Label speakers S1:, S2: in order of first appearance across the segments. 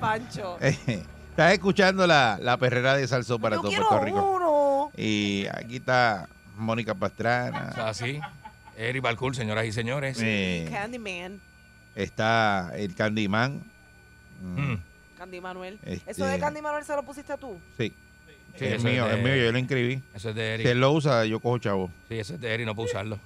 S1: Pancho.
S2: Eh, Estás escuchando la, la perrera de Salsó para
S1: Yo
S2: todo
S1: quiero
S2: Puerto Rico.
S1: uno.
S2: Y aquí está Mónica Pastrana.
S3: Así. Ah, Eric Balcour, señoras y señores.
S2: eh,
S1: Candyman.
S2: está el Candyman. Mm,
S3: Mm.
S1: Candy Manuel.
S2: Este-
S1: Eso de Candy Manuel se lo pusiste tú.
S2: Sí.
S3: Sí,
S2: es
S3: eso es
S2: mío,
S3: de-
S2: es mío, yo lo inscribí.
S3: Eso es de
S2: Si él
S3: Eric.
S2: lo usa, yo cojo chavo.
S3: Sí, eso es de Eric, no puedo usarlo.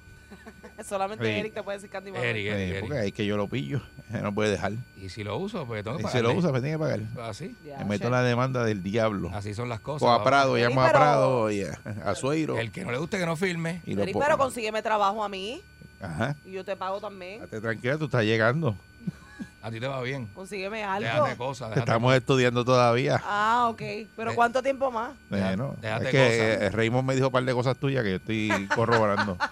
S1: Solamente
S2: Sí.
S1: Eric te puede decir Candy Manuel.
S3: Eric,
S2: Eh,
S3: Eric, Eric.
S2: porque ahí es que yo lo pillo. No puede dejar.
S3: Y si lo uso, pues tengo que
S2: Y
S3: pagar.
S2: si lo usa, me tiene que pagar.
S3: Así.
S1: Ya,
S2: Me meto
S1: che.
S2: la demanda del diablo.
S3: Así son las cosas.
S2: Cojo a
S3: papá.
S2: Prado, llamo a
S1: pero-
S2: Prado y a, a Sueiro.
S3: El que no le guste que no firme.
S2: Y lo
S1: Eric,
S2: po-
S1: pero consígueme trabajo a mí
S2: Ajá.
S1: y yo te pago también.
S2: Estate tranquila, tú estás llegando.
S3: Ah, A ti te va bien.
S1: Consígueme
S3: Déjate
S1: algo.
S3: cosas.
S2: Te
S3: déjate
S2: estamos estudiando todavía.
S1: Ah, ok. Pero
S3: Eh.
S1: ¿cuánto tiempo más?
S2: Bueno,
S3: déjate
S2: es que
S3: cosas.
S2: eh, Raymond me dijo un par de cosas tuyas que yo estoy corroborando.
S3: cosas.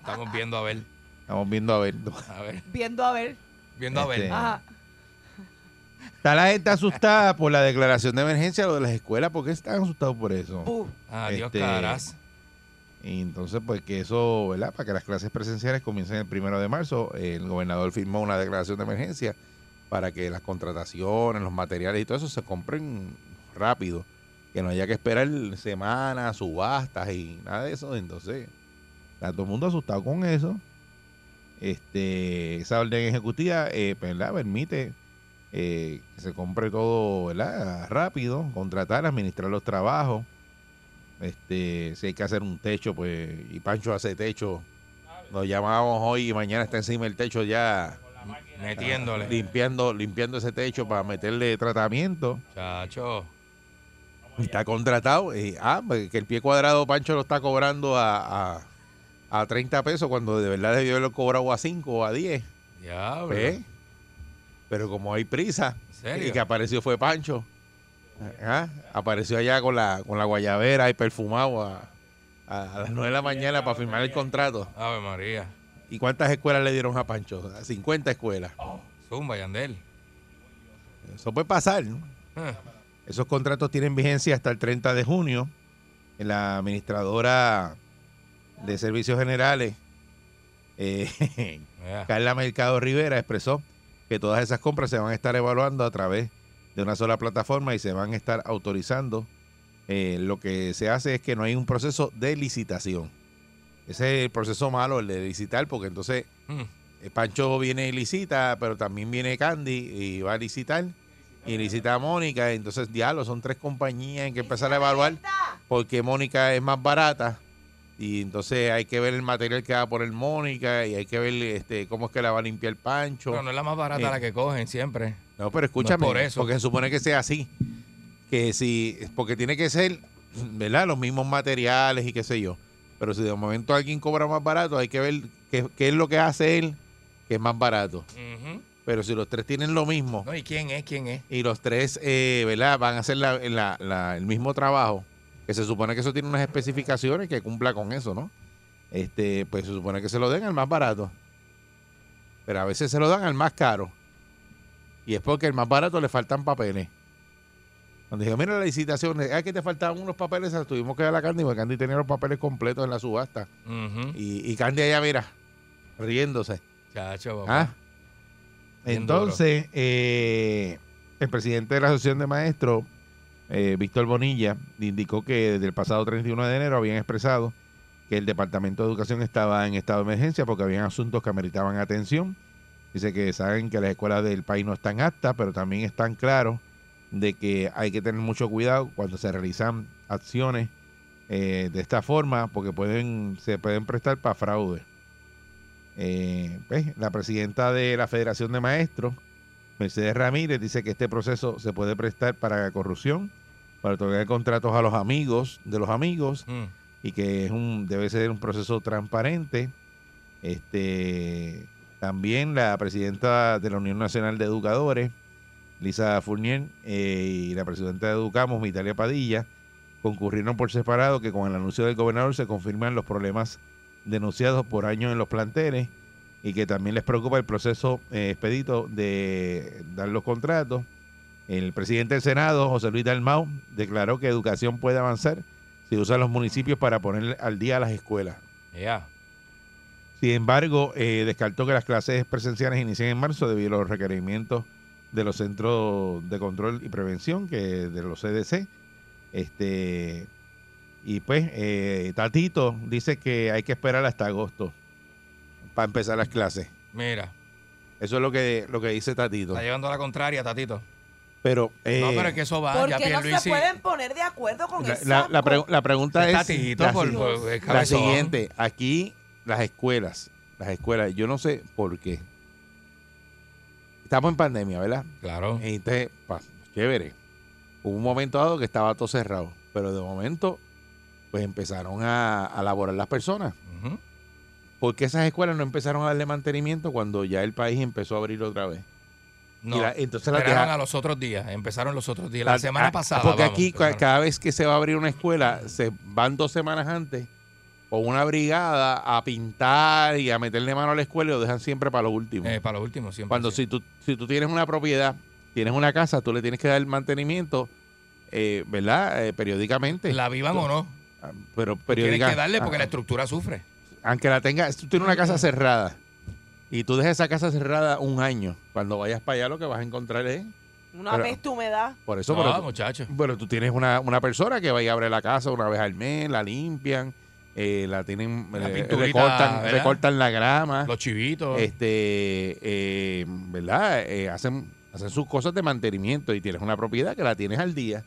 S3: Estamos viendo a ver.
S2: Estamos viendo a ver.
S3: A ver.
S1: Viendo a ver.
S3: Viendo a
S2: Este,
S3: ver.
S1: Ajá.
S2: Está la gente asustada por la declaración de emergencia lo de las escuelas. ¿Por qué están asustados por eso?
S1: Bu.
S3: Adiós,
S2: este-
S3: caras.
S2: Y entonces, pues que eso, ¿verdad? Para que las clases presenciales comiencen el primero de marzo, eh, el gobernador firmó una declaración de emergencia para que las contrataciones, los materiales y todo eso se compren rápido. Que no haya que esperar semanas, subastas y nada de eso. Entonces, está todo el mundo asustado con eso. Este, esa orden ejecutiva, eh, ¿verdad? Permite eh, que se compre todo, ¿verdad? Rápido, contratar, administrar los trabajos. Este, si hay que hacer un techo, pues, y Pancho hace techo. Nos llamábamos hoy y mañana está encima del techo ya
S3: Metiéndole.
S2: limpiando, limpiando ese techo para meterle tratamiento.
S3: Chacho.
S2: Y Está contratado. eh, ah, pues, que el pie cuadrado Pancho lo está cobrando a, a, a 30 pesos cuando de verdad debió haberlo cobrado a 5 o a 10.
S3: Diablo.
S2: ¿Ves? Pero como hay prisa,
S3: ¿En serio?
S2: y que apareció fue Pancho. Ah, Apareció allá con la, con la guayabera y perfumado a, a las 9 de eh, la mañana para firmar el contrato.
S3: Ave María.
S2: ¿Y cuántas escuelas le dieron a Pancho? 50 escuelas.
S3: Zumba, Yandel.
S2: Eso puede pasar, ¿no?
S3: Eh,
S2: Esos contratos tienen vigencia hasta el 30 de junio. La administradora de Servicios Generales, eh,
S3: vea.
S2: Carla Mercado Rivera, expresó que todas esas compras se van a estar evaluando a través de una sola plataforma y se van a estar autorizando. Eh, lo que se hace es que no hay un proceso de licitación. Ese es el proceso malo, el de licitar, porque entonces
S3: Mm.
S2: eh, Pancho viene y licita, pero también viene Candy y va a licitar. Y licita a Mónica. Entonces, diablo, son tres compañías en que empezar a evaluar porque Mónica es más barata. Y entonces hay que ver el material que va a poner Mónica y hay que ver este cómo es que la va a limpiar Pancho.
S3: Pero no es la más barata
S2: Eh.
S3: la que cogen siempre.
S2: No, pero escúchame,
S3: No es por eso.
S2: porque se supone que sea así. Que si, porque tiene que ser, ¿verdad? Los mismos materiales y qué sé yo. Pero si de momento alguien cobra más barato, hay que ver qué, qué es lo que hace él que es más barato.
S3: Ujú.
S2: Pero si los tres tienen lo mismo
S3: No, ¿y quién es? ¿Quién es?
S2: y los tres, eh, ¿verdad? Van a hacer la- la- la- el mismo trabajo, que se supone que eso tiene unas especificaciones que cumpla con eso, ¿no? Este, pues se supone que se lo den al más barato. Pero a veces se lo dan al más caro. Y es porque al más barato le faltan papeles. Cuando dije, mira la licitación, ah, que te faltaban unos papeles, se los tuvimos que dar a Candy, porque Candy tenía los papeles completos en la subasta.
S3: Ujú.
S2: Y, y Candy allá, mira, riéndose.
S3: Chacho, papá.
S2: Ah.
S3: Bien duro.
S2: Entonces, eh, el presidente de la Asociación de Maestros, eh, Víctor Bonilla, indicó que desde el pasado 31 de enero habían expresado que el Departamento de Educación estaba en estado de emergencia porque habían asuntos que ameritaban atención. Dice que saben que las escuelas del país no están aptas, pero también están claros de que hay que tener mucho cuidado cuando se realizan acciones eh, de esta forma porque pueden se pueden prestar para fraude. Eh, pues, la presidenta de la Federación de Maestros, Mercedes Ramírez, dice que este proceso se puede prestar para corrupción, para otorgar contratos a los amigos de los amigos
S3: Mm.
S2: y que es un debe ser un proceso transparente. Este también la presidenta de la Unión Nacional de Educadores, Lisa Fournier, eh, y la presidenta de Educamos, Vitalia Padilla, concurrieron por separado que con el anuncio del gobernador se confirman los problemas denunciados por años en los planteles y que también les preocupa el proceso eh, expedito de dar los contratos. El presidente del Senado, José Luis Dalmau, declaró que educación puede avanzar si usan los municipios para poner al día las escuelas.
S3: Ya.
S2: Sin embargo, eh, descartó que las clases presenciales inicien en marzo debido a los requerimientos de los centros de control y prevención, que de los CDC. Este, y pues, eh, Tatito dice que hay que esperar hasta agosto para empezar las clases.
S3: Mira.
S2: Eso es lo que, lo que dice Tatito.
S3: Está llevando a la contraria, Tatito.
S2: Pero, eh,
S3: no, pero es que eso va.
S1: ¿Por
S3: ya
S1: qué no se
S3: Pierluisi-
S1: pueden poner de acuerdo con
S2: la,
S1: el
S2: la- la
S1: saco?
S2: pregu- la pregunta es...
S3: Tatito,
S2: la
S3: por,
S2: si-
S3: por- el
S2: La
S3: cabezón.
S2: siguiente, aquí las escuelas, las escuelas, yo no sé por qué. Estamos en pandemia, ¿verdad?
S3: Claro.
S2: Entonces, pa, chévere. Hubo un momento dado que estaba todo cerrado, pero de momento, pues empezaron a, a laborar las personas.
S3: Ujú.
S2: ¿Por qué esas escuelas no empezaron a darle mantenimiento cuando ya el país empezó a abrir otra vez?
S3: No.
S2: Y la- entonces las
S3: Esperaron
S2: dejaron-
S3: a los otros días. Empezaron los otros días. La,
S2: Ah,
S3: semana
S2: ah,
S3: pasada.
S2: Porque
S3: vamos,
S2: aquí ca-
S3: empezaron.
S2: cada vez que se va a abrir una escuela, se van dos semanas antes con una brigada a pintar y a meterle mano a la escuela y lo dejan siempre para lo último.
S3: Eh, para lo último, siempre.
S2: Cuando
S3: sí.
S2: si tú, si tú tienes una propiedad, tienes una casa, tú le tienes que dar mantenimiento, eh, ¿verdad? Eh, periódicamente.
S3: La vivan o no.
S2: Ah, Pero
S3: Tienes
S2: periódicamente.
S3: que darle porque la estructura sufre.
S2: Aunque la tengas, tú tienes una casa cerrada y tú dejas esa casa cerrada un año. Cuando vayas para allá lo que vas a encontrar es...
S1: Una
S2: Pero-
S1: peste humedad.
S2: Por eso,
S3: No,
S2: pero tú-
S3: muchachos.
S2: Bueno, tú tienes una, una persona que va y abre la casa una vez al mes, la limpian, eh, la tienen,
S3: La
S2: eh,
S3: pinturita,
S2: recortan,
S3: ¿verdad?
S2: recortan la grama,
S3: Los chivitos.
S2: este, eh, ¿verdad? Eh, hacen, hacen sus cosas de mantenimiento y tienes una propiedad que la tienes al día,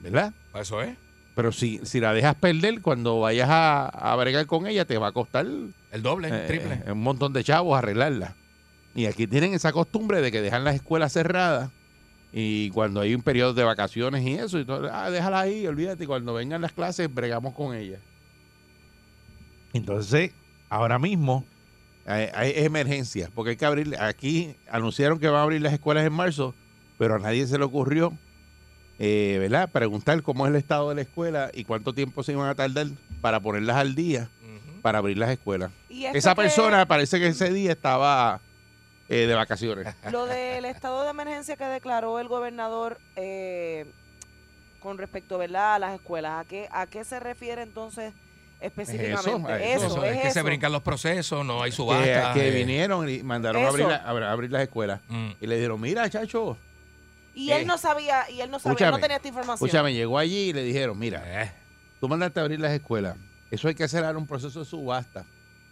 S2: ¿verdad?
S3: Eso es.
S2: Pero si, si la dejas perder, cuando vayas a, a bregar con ella, te va a costar
S3: El doble,
S2: eh,
S3: triple.
S2: un montón de chavos arreglarla. Y aquí tienen esa costumbre de que dejan las escuelas cerradas y cuando hay un periodo de vacaciones y eso, y todo, ah, déjala ahí, olvídate, y cuando vengan las clases bregamos con ella. Entonces, ahora mismo eh, hay, emergencia, porque hay que abrir, aquí anunciaron que van a abrir las escuelas en marzo, pero a nadie se le ocurrió, eh, ¿verdad? Preguntar cómo es el estado de la escuela y cuánto tiempo se iban a tardar para ponerlas al día,
S3: Ujú.
S2: para abrir las escuelas.
S1: Y esto
S2: Esa
S1: que-
S2: persona parece que ese día estaba eh, de vacaciones.
S1: Lo del estado de emergencia que declaró el gobernador eh, con respecto ¿verdad? a las escuelas, ¿a qué, ¿a qué se refiere entonces específicamente?
S2: a eso.
S1: Eso,
S3: Eso, es, que
S1: es
S3: se
S1: eso.
S3: brincan los procesos, no hay
S2: Que,
S3: subasta.
S2: que
S3: eh.
S2: vinieron y mandaron a
S1: Eso.
S2: abrir, la- a abrir las escuelas.
S3: Mm.
S2: Y le dijeron, mira, chacho,
S1: Y
S2: Eh,
S1: él no sabía, y él no sabía,
S2: escúchame,
S1: no tenía esta información.
S2: escúchame, llegó allí y le dijeron, mira,
S3: Eh,
S2: tú mandaste a abrir las escuelas. Eso hay que hacer ahora un proceso de subasta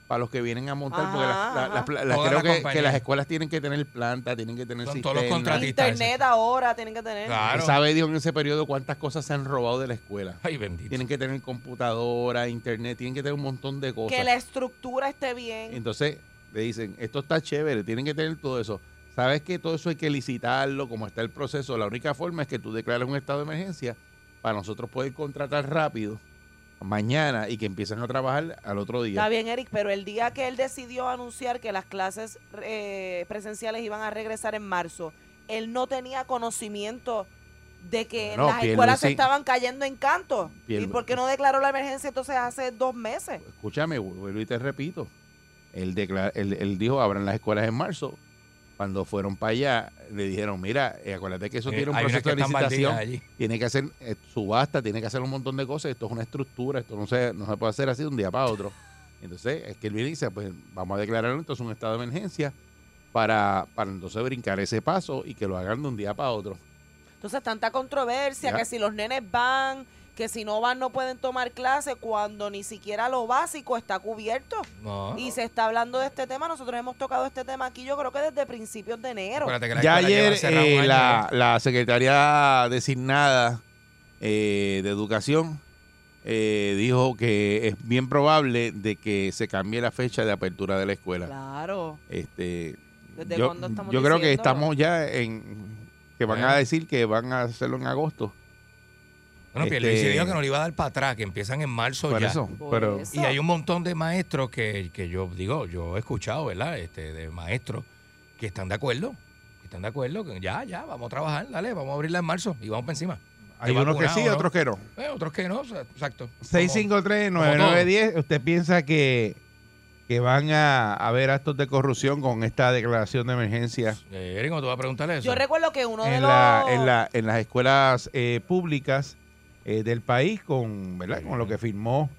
S2: para los que vienen a montar, porque las,
S1: Ajá,
S2: las- las-
S1: ajá.
S2: las- las-
S3: Todas
S2: creo
S3: las
S2: que- que,
S3: compañías.
S2: las escuelas tienen que tener planta, tienen que tener
S3: Son todos los
S2: cisterna.
S3: contratistas.
S1: Internet ahora tienen que tener.
S3: Claro.
S2: Sabe Dios en ese periodo cuántas cosas se han robado de la escuela.
S3: Ay, bendito.
S2: Tienen que tener computadora, internet, tienen que tener un montón de cosas.
S1: Que la estructura esté bien.
S2: Entonces le dicen, esto está chévere, tienen que tener todo eso. Sabes que todo eso hay que licitarlo, como está el proceso. La única forma es que tú declares un estado de emergencia para nosotros poder contratar rápido mañana y que empiecen a trabajar al otro día.
S1: Está bien, Eric, pero el día que él decidió anunciar que las clases eh, presenciales iban a regresar en marzo, él no tenía conocimiento de que
S2: No,
S1: las escuelas se
S2: Pierluisi-
S1: estaban cayendo en canto.
S2: Pier-
S1: ¿Y por qué no declaró la emergencia entonces hace dos meses?
S2: Escúchame, vuelvo y te repito. Él, declara- él, él dijo, abran las escuelas en marzo. Cuando fueron para allá, le dijeron, mira, eh, acuérdate que eso
S3: Eh,
S2: tiene un
S3: hay unas
S2: proceso
S3: que
S2: de
S3: están bandidas
S2: licitación.
S3: allí.
S2: tiene que hacer eh, subasta, tiene que hacer un montón de cosas. Esto es una estructura, esto no se, no se puede hacer así de un día para otro. Entonces, es que él viene y dice, pues vamos a declararlo entonces un estado de emergencia para, para entonces brincar ese paso y que lo hagan de un día para otro.
S1: Entonces, tanta controversia,
S2: Ya.
S1: que si los nenes van, que si no van no pueden tomar clase, cuando ni siquiera lo básico está cubierto.
S3: No.
S1: Y se está hablando de este tema. Nosotros hemos tocado este tema aquí, yo creo que desde principios de enero.
S3: Acuérdate que la
S2: ya
S3: escuela
S2: ayer
S3: lleva cerrada un
S2: eh,
S3: año,
S2: la, la secretaria designada eh, de Educación eh, dijo que es bien probable de que se cambie la fecha de apertura de la escuela.
S1: Claro.
S2: Este,
S1: ¿Desde
S2: yo
S1: cuándo estamos
S2: yo creo que
S1: diciéndolo?
S2: estamos ya en que van
S4: Bueno.
S2: a decir que van a hacerlo en agosto.
S4: Bueno,
S2: Este-
S4: Pierluisi dijo que no le iba a dar para atrás, que empiezan en marzo
S2: Por
S4: ya.
S2: eso,
S1: Por
S2: pero
S1: eso.
S4: Y hay un montón de maestros que, que yo digo, yo he escuchado, ¿verdad? Este, de maestros que están de acuerdo, que están de acuerdo, que ya, ya, vamos a trabajar, dale, vamos a abrirla en marzo y vamos para encima.
S2: hay
S4: ¿Te
S2: unos que
S4: vacunado
S2: sí,
S4: o no?
S2: otros que no.
S4: Eh, otros que no, o sea, exacto. Como-
S2: 653-9910, ¿usted piensa que, que van a haber actos de corrupción con esta declaración de emergencia
S4: Eh, Erin, ¿cómo te vas a preguntar eso?
S1: Yo recuerdo que uno de
S2: en,
S1: los.
S2: la, en, la- en las escuelas eh, públicas eh, del país con, ¿verdad? con lo que firmó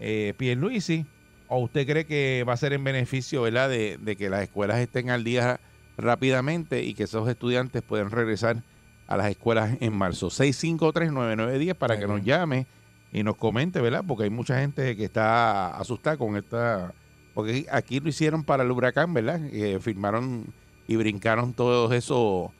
S2: eh, Pierluisi? ¿O usted cree que va a ser en beneficio ¿verdad? De, de que las escuelas estén al día rápidamente y que esos estudiantes puedan regresar a las escuelas en marzo? 653-9910 para que
S4: Ujú.
S2: nos llame y nos comente, ¿verdad? Porque hay mucha gente que está asustada con esta... Porque aquí lo hicieron para el huracán, ¿verdad? Que firmaron y brincaron todos esos,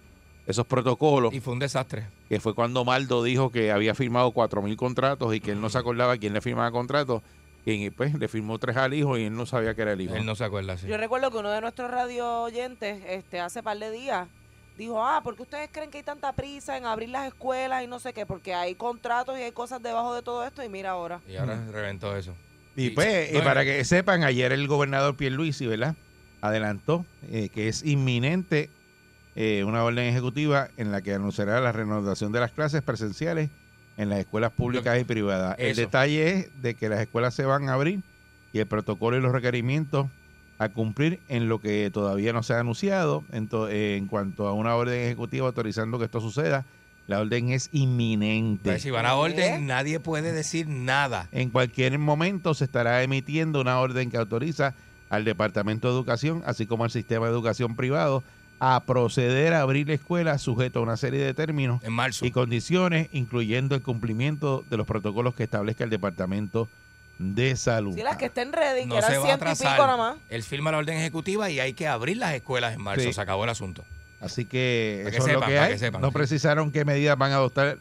S2: esos protocolos
S4: Y fue un desastre.
S2: que fue cuando Maldo dijo que había firmado 4.000 contratos y que él no se acordaba quién le firmaba contratos. Y pues le firmó tres al hijo y él no sabía que era el hijo.
S4: Él no se acuerda, sí.
S1: Yo recuerdo que uno de nuestros radio oyentes, este, hace par de días, dijo, ah, ¿por qué ustedes creen que hay tanta prisa en abrir las escuelas y no sé qué? Porque hay contratos y hay cosas debajo de todo esto y mira ahora.
S4: Y ahora reventó eso.
S2: Mm.
S4: eh,
S2: Y pues, y
S4: Bueno,
S2: para que sepan, ayer el gobernador Pierluisi, ¿verdad? Adelantó eh, que es inminente eh, una orden ejecutiva en la que anunciará la renovación de las clases presenciales en las escuelas públicas y privadas. El
S4: Eso.
S2: detalle es de que las escuelas se van a abrir y el protocolo y los requerimientos a cumplir en lo que todavía no se ha anunciado. Ento- eh, en cuanto a una orden ejecutiva autorizando que esto suceda, la orden es inminente.
S4: Pues, si van a
S1: ¿Qué?
S4: orden, nadie puede decir nada.
S2: En cualquier momento se estará emitiendo una orden que autoriza al Departamento de Educación, así como al sistema de educación privado, a proceder a abrir la escuela sujeto a una serie de términos
S4: En marzo.
S2: y condiciones, incluyendo el cumplimiento de los protocolos que establezca el Departamento de Salud.
S1: Si las que estén ready, que
S4: No se va
S1: eran
S4: a
S1: ciento y
S4: atrasar.
S1: pico nada más.
S4: Él firma la orden ejecutiva y hay que abrir las escuelas en marzo.
S2: Sí.
S4: Se acabó el asunto.
S2: Así que
S4: Para que
S2: eso es lo
S4: sepan,
S2: que
S4: para
S2: hay.
S4: que sepan,
S2: no
S4: sí.
S2: precisaron qué medidas van a adoptar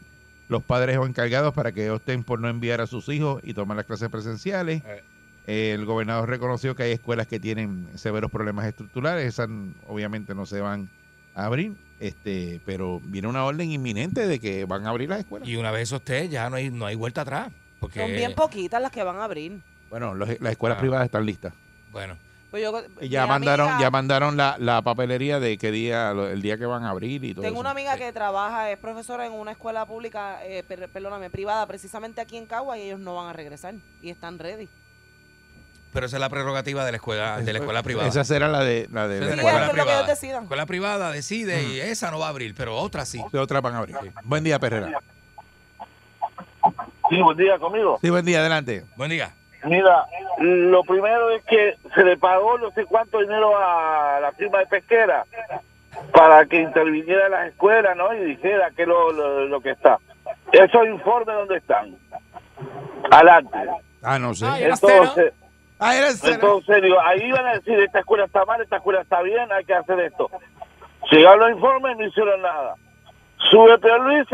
S2: los padres o encargados para que opten por no enviar a sus hijos y tomar las clases presenciales.
S4: Eh.
S2: Eh, El gobernador reconoció que hay escuelas que tienen severos problemas estructurales, esas n- obviamente no se van a abrir, este, pero viene una orden inminente de que van a abrir las escuelas.
S4: Y una vez eso esté, ya no hay, no hay vuelta atrás. Porque,
S1: Son bien poquitas las que van a abrir.
S2: Bueno, los- las escuelas
S4: Ah.
S2: privadas están listas.
S4: Bueno,
S1: Pues yo,
S2: Y ya
S1: mi
S2: mandaron,
S1: amiga-
S2: ya mandaron la, la papelería de qué día, lo- el día que van a abrir y todo.
S1: Tengo
S2: eso.
S1: una amiga que trabaja, es profesora en una escuela pública, eh, per- perdóname, privada, precisamente aquí en Cagua, y ellos no van a regresar y están ready.
S4: pero esa es la prerrogativa de la escuela, de la escuela privada.
S2: Esa será la de la de
S4: Esa
S2: la
S4: es
S1: Sí,
S4: la
S2: escuela.
S1: eso es lo que ellos
S4: privada.
S1: decidan.
S4: escuela privada decide y esa no va a abrir, pero otra sí.
S2: De otra van a abrir. Buen día, Perrera.
S5: Sí, buen día conmigo.
S2: Sí, buen día, adelante.
S4: Buen día.
S5: Mira, lo primero es que se le pagó no sé cuánto dinero a la firma de pesquera para que interviniera en las escuelas, ¿no? Y dijera que lo, lo, lo que está. Esos informes, ¿dónde están? Adelante.
S2: Ah, no sé.
S4: Ay, era
S5: Entonces,
S2: Ah, era cero.
S5: entonces digo, ahí van a decir, esta escuela está mal, esta escuela está bien, hay que hacer esto. Llegaron los informes, no hicieron nada. Sube Pedro Luis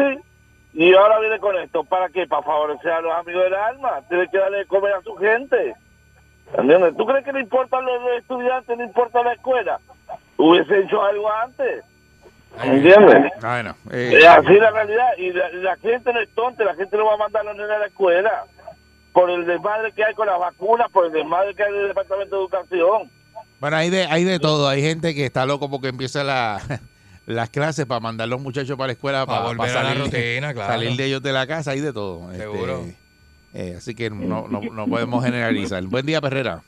S5: y ahora viene con esto. ¿Para qué? Para favorecer a los amigos del alma. Tiene que darle de comer a su gente. ¿Entiendes? ¿Tú crees que le importa a los estudiantes, no importa la escuela? Hubiese hecho algo antes. ¿Entiendes?
S2: Ah, no. Eh,
S5: Eh, así es la realidad. Y la, la gente no es tonta, la gente no va a mandar a los nenes a la escuela por el desmadre que hay con las vacunas, por el desmadre que hay en el Departamento de Educación.
S2: bueno, hay de, hay de todo. Hay gente que está loco porque empieza la, las clases para mandar los muchachos para la escuela,
S4: Para
S2: para,
S4: volver
S2: para
S4: a la
S2: salir,
S4: rutina, claro.
S2: salir de ellos de la casa. Hay de todo. Este,
S4: Seguro.
S2: eh, así que no, no, no podemos generalizar. Buen día, Perrera.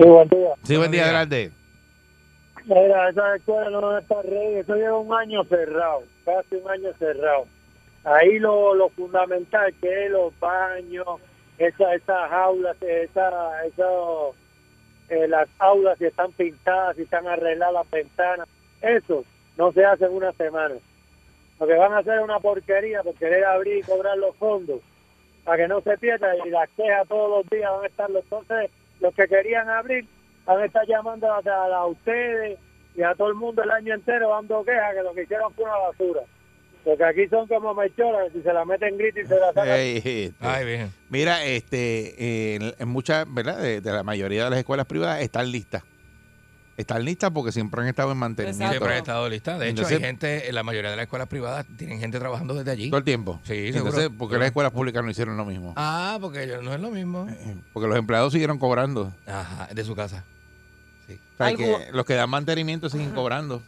S6: Sí, buen día.
S2: Sí, buen
S4: Buen
S2: día,
S4: día.
S2: adelante.
S6: Mira, esa escuela no está rey, eso lleva un año cerrado, casi un año cerrado. Ahí lo, lo fundamental que es los baños, esa- esas aulas, esa, eso, eh, las aulas si están pintadas, si están arregladas las ventanas, eso no se hace en una semana. Lo que van a hacer es una porquería por querer abrir y cobrar los fondos para que no se pierda y las quejas todos los días van a estar los entonces los que querían abrir van a estar llamando a, a- a ustedes y a todo el mundo el año entero dando quejas que lo que hicieron fue una basura.
S5: Porque aquí son como mechoras, si se la meten grita y se la sacan.
S2: Ey, este,
S4: Ay, bien.
S2: mira, este, en, en muchas, ¿verdad? De, de la mayoría de las escuelas privadas están listas. Están listas porque siempre han estado en mantenimiento.
S1: Exacto.
S4: Siempre han estado listas. De hecho,
S2: Entonces-
S4: hay gente, en la mayoría de las escuelas privadas tienen gente trabajando desde allí.
S2: Todo el tiempo.
S4: Sí,
S2: Entonces,
S4: seguro.
S2: ¿por qué las escuelas públicas no hicieron lo mismo?
S4: Ah, porque ellos- no es lo mismo.
S2: Eh, Porque los empleados siguieron cobrando.
S4: Ajá, de su casa. Sí.
S2: O sea,
S1: Algo-
S2: que los que dan mantenimiento siguen cobrando.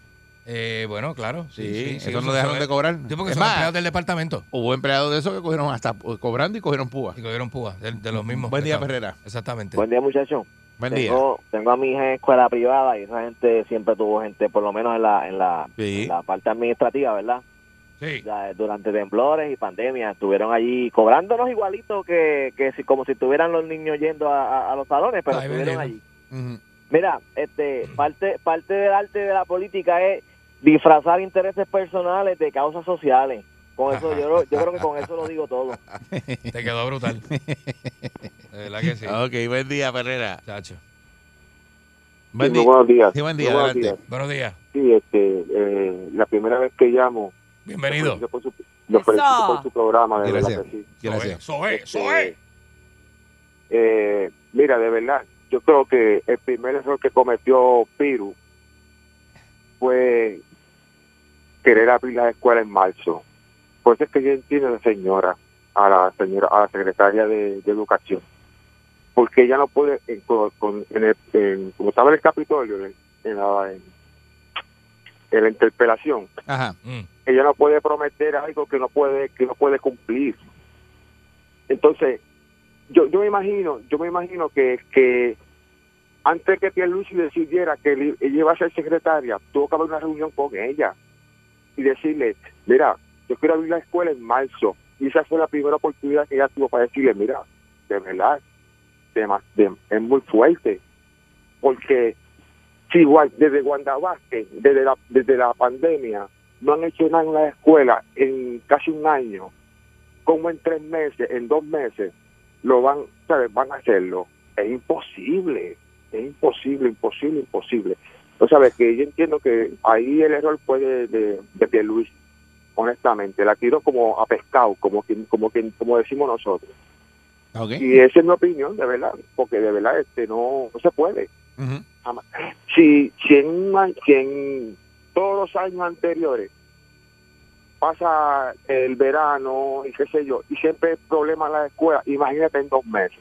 S4: Eh, bueno, claro.
S2: Sí, eso no dejaron
S4: son-
S2: de cobrar.
S4: Sí, porque
S2: Es
S4: son
S2: más,
S4: empleados del departamento.
S2: Hubo empleados de esos que cogieron hasta eh, cobrando y cogieron púa.
S4: Y cogieron púa, de, de los mismos.
S2: Buen
S4: que
S2: día,
S4: estaban.
S2: Perrera.
S4: Exactamente.
S7: Buen día, muchachos.
S2: Buen día.
S7: Tengo, tengo a mi hija en escuela privada y esa gente siempre tuvo gente, por lo menos en la, en la,
S2: Sí.
S7: en la parte administrativa, ¿verdad?
S4: Sí.
S7: Ya, eh, durante temblores y pandemia estuvieron allí cobrándonos igualito que, que si, como si estuvieran los niños yendo a, a- a los salones, pero
S4: Ay,
S7: estuvieron
S4: bendito.
S7: allí.
S2: Ujú.
S7: Mira, este, parte, parte del arte de la política es disfrazar intereses personales de causas sociales. Con eso yo, lo- yo creo que con eso lo digo todo.
S4: Te quedó brutal. De verdad que sí.
S2: Ok, buen día, Perrera.
S4: Chacho.
S2: Buen
S8: Sí, muy
S2: día.
S8: buenos días.
S2: Sí, buen
S8: Muy
S2: día,
S8: buenos
S2: adelante.
S8: días.
S4: Buenos días.
S8: Sí, este, eh, la primera vez que llamo.
S4: Bienvenido.
S8: Los felicito por su, los felicito por su programa, de
S2: Gracias.
S8: verdad que sí.
S2: Gracias.
S4: Soe, soe,
S8: Este,
S4: soe.
S8: eh, mira, de verdad, yo creo que el primer error que cometió Piru fue querer abrir la escuela en marzo. Por eso es que yo entiendo a la señora, a la señora, a la secretaria de, de educación, porque ella no puede, en, con- con- en el- en- como estaba en el Capitolio, en, en la, en- en la interpelación,
S2: Ajá.
S4: Mm.
S8: ella no puede prometer algo que no puede que no puede cumplir entonces yo, yo me imagino yo me imagino que, que antes que Pierluisi decidiera que él i- ella iba a ser secretaria tuvo que haber una reunión con ella y decirle mira yo quiero abrir la escuela en marzo y esa fue la primera oportunidad que ella tuvo para decirle mira de verdad de ma- de- es muy fuerte porque si Gua- desde Wanda Vázquez, desde la, desde la pandemia no han hecho nada en la escuela en casi un año, como en tres meses, en dos meses, lo van, ¿sabes? van a hacerlo. Es imposible, es imposible, imposible, imposible. Tú sabes que yo entiendo que ahí el error fue de, de, de Pierluisi, honestamente. La tiró como a pescado, como quien, como quien, como decimos nosotros.
S2: Ah, Ok.
S8: Y esa es mi opinión, de verdad, porque de verdad este no, no se puede
S2: Ujú.
S8: si, si, en, una- si en todos los años anteriores pasa el verano y qué sé yo, y siempre hay problemas en la escuela, imagínate en dos meses.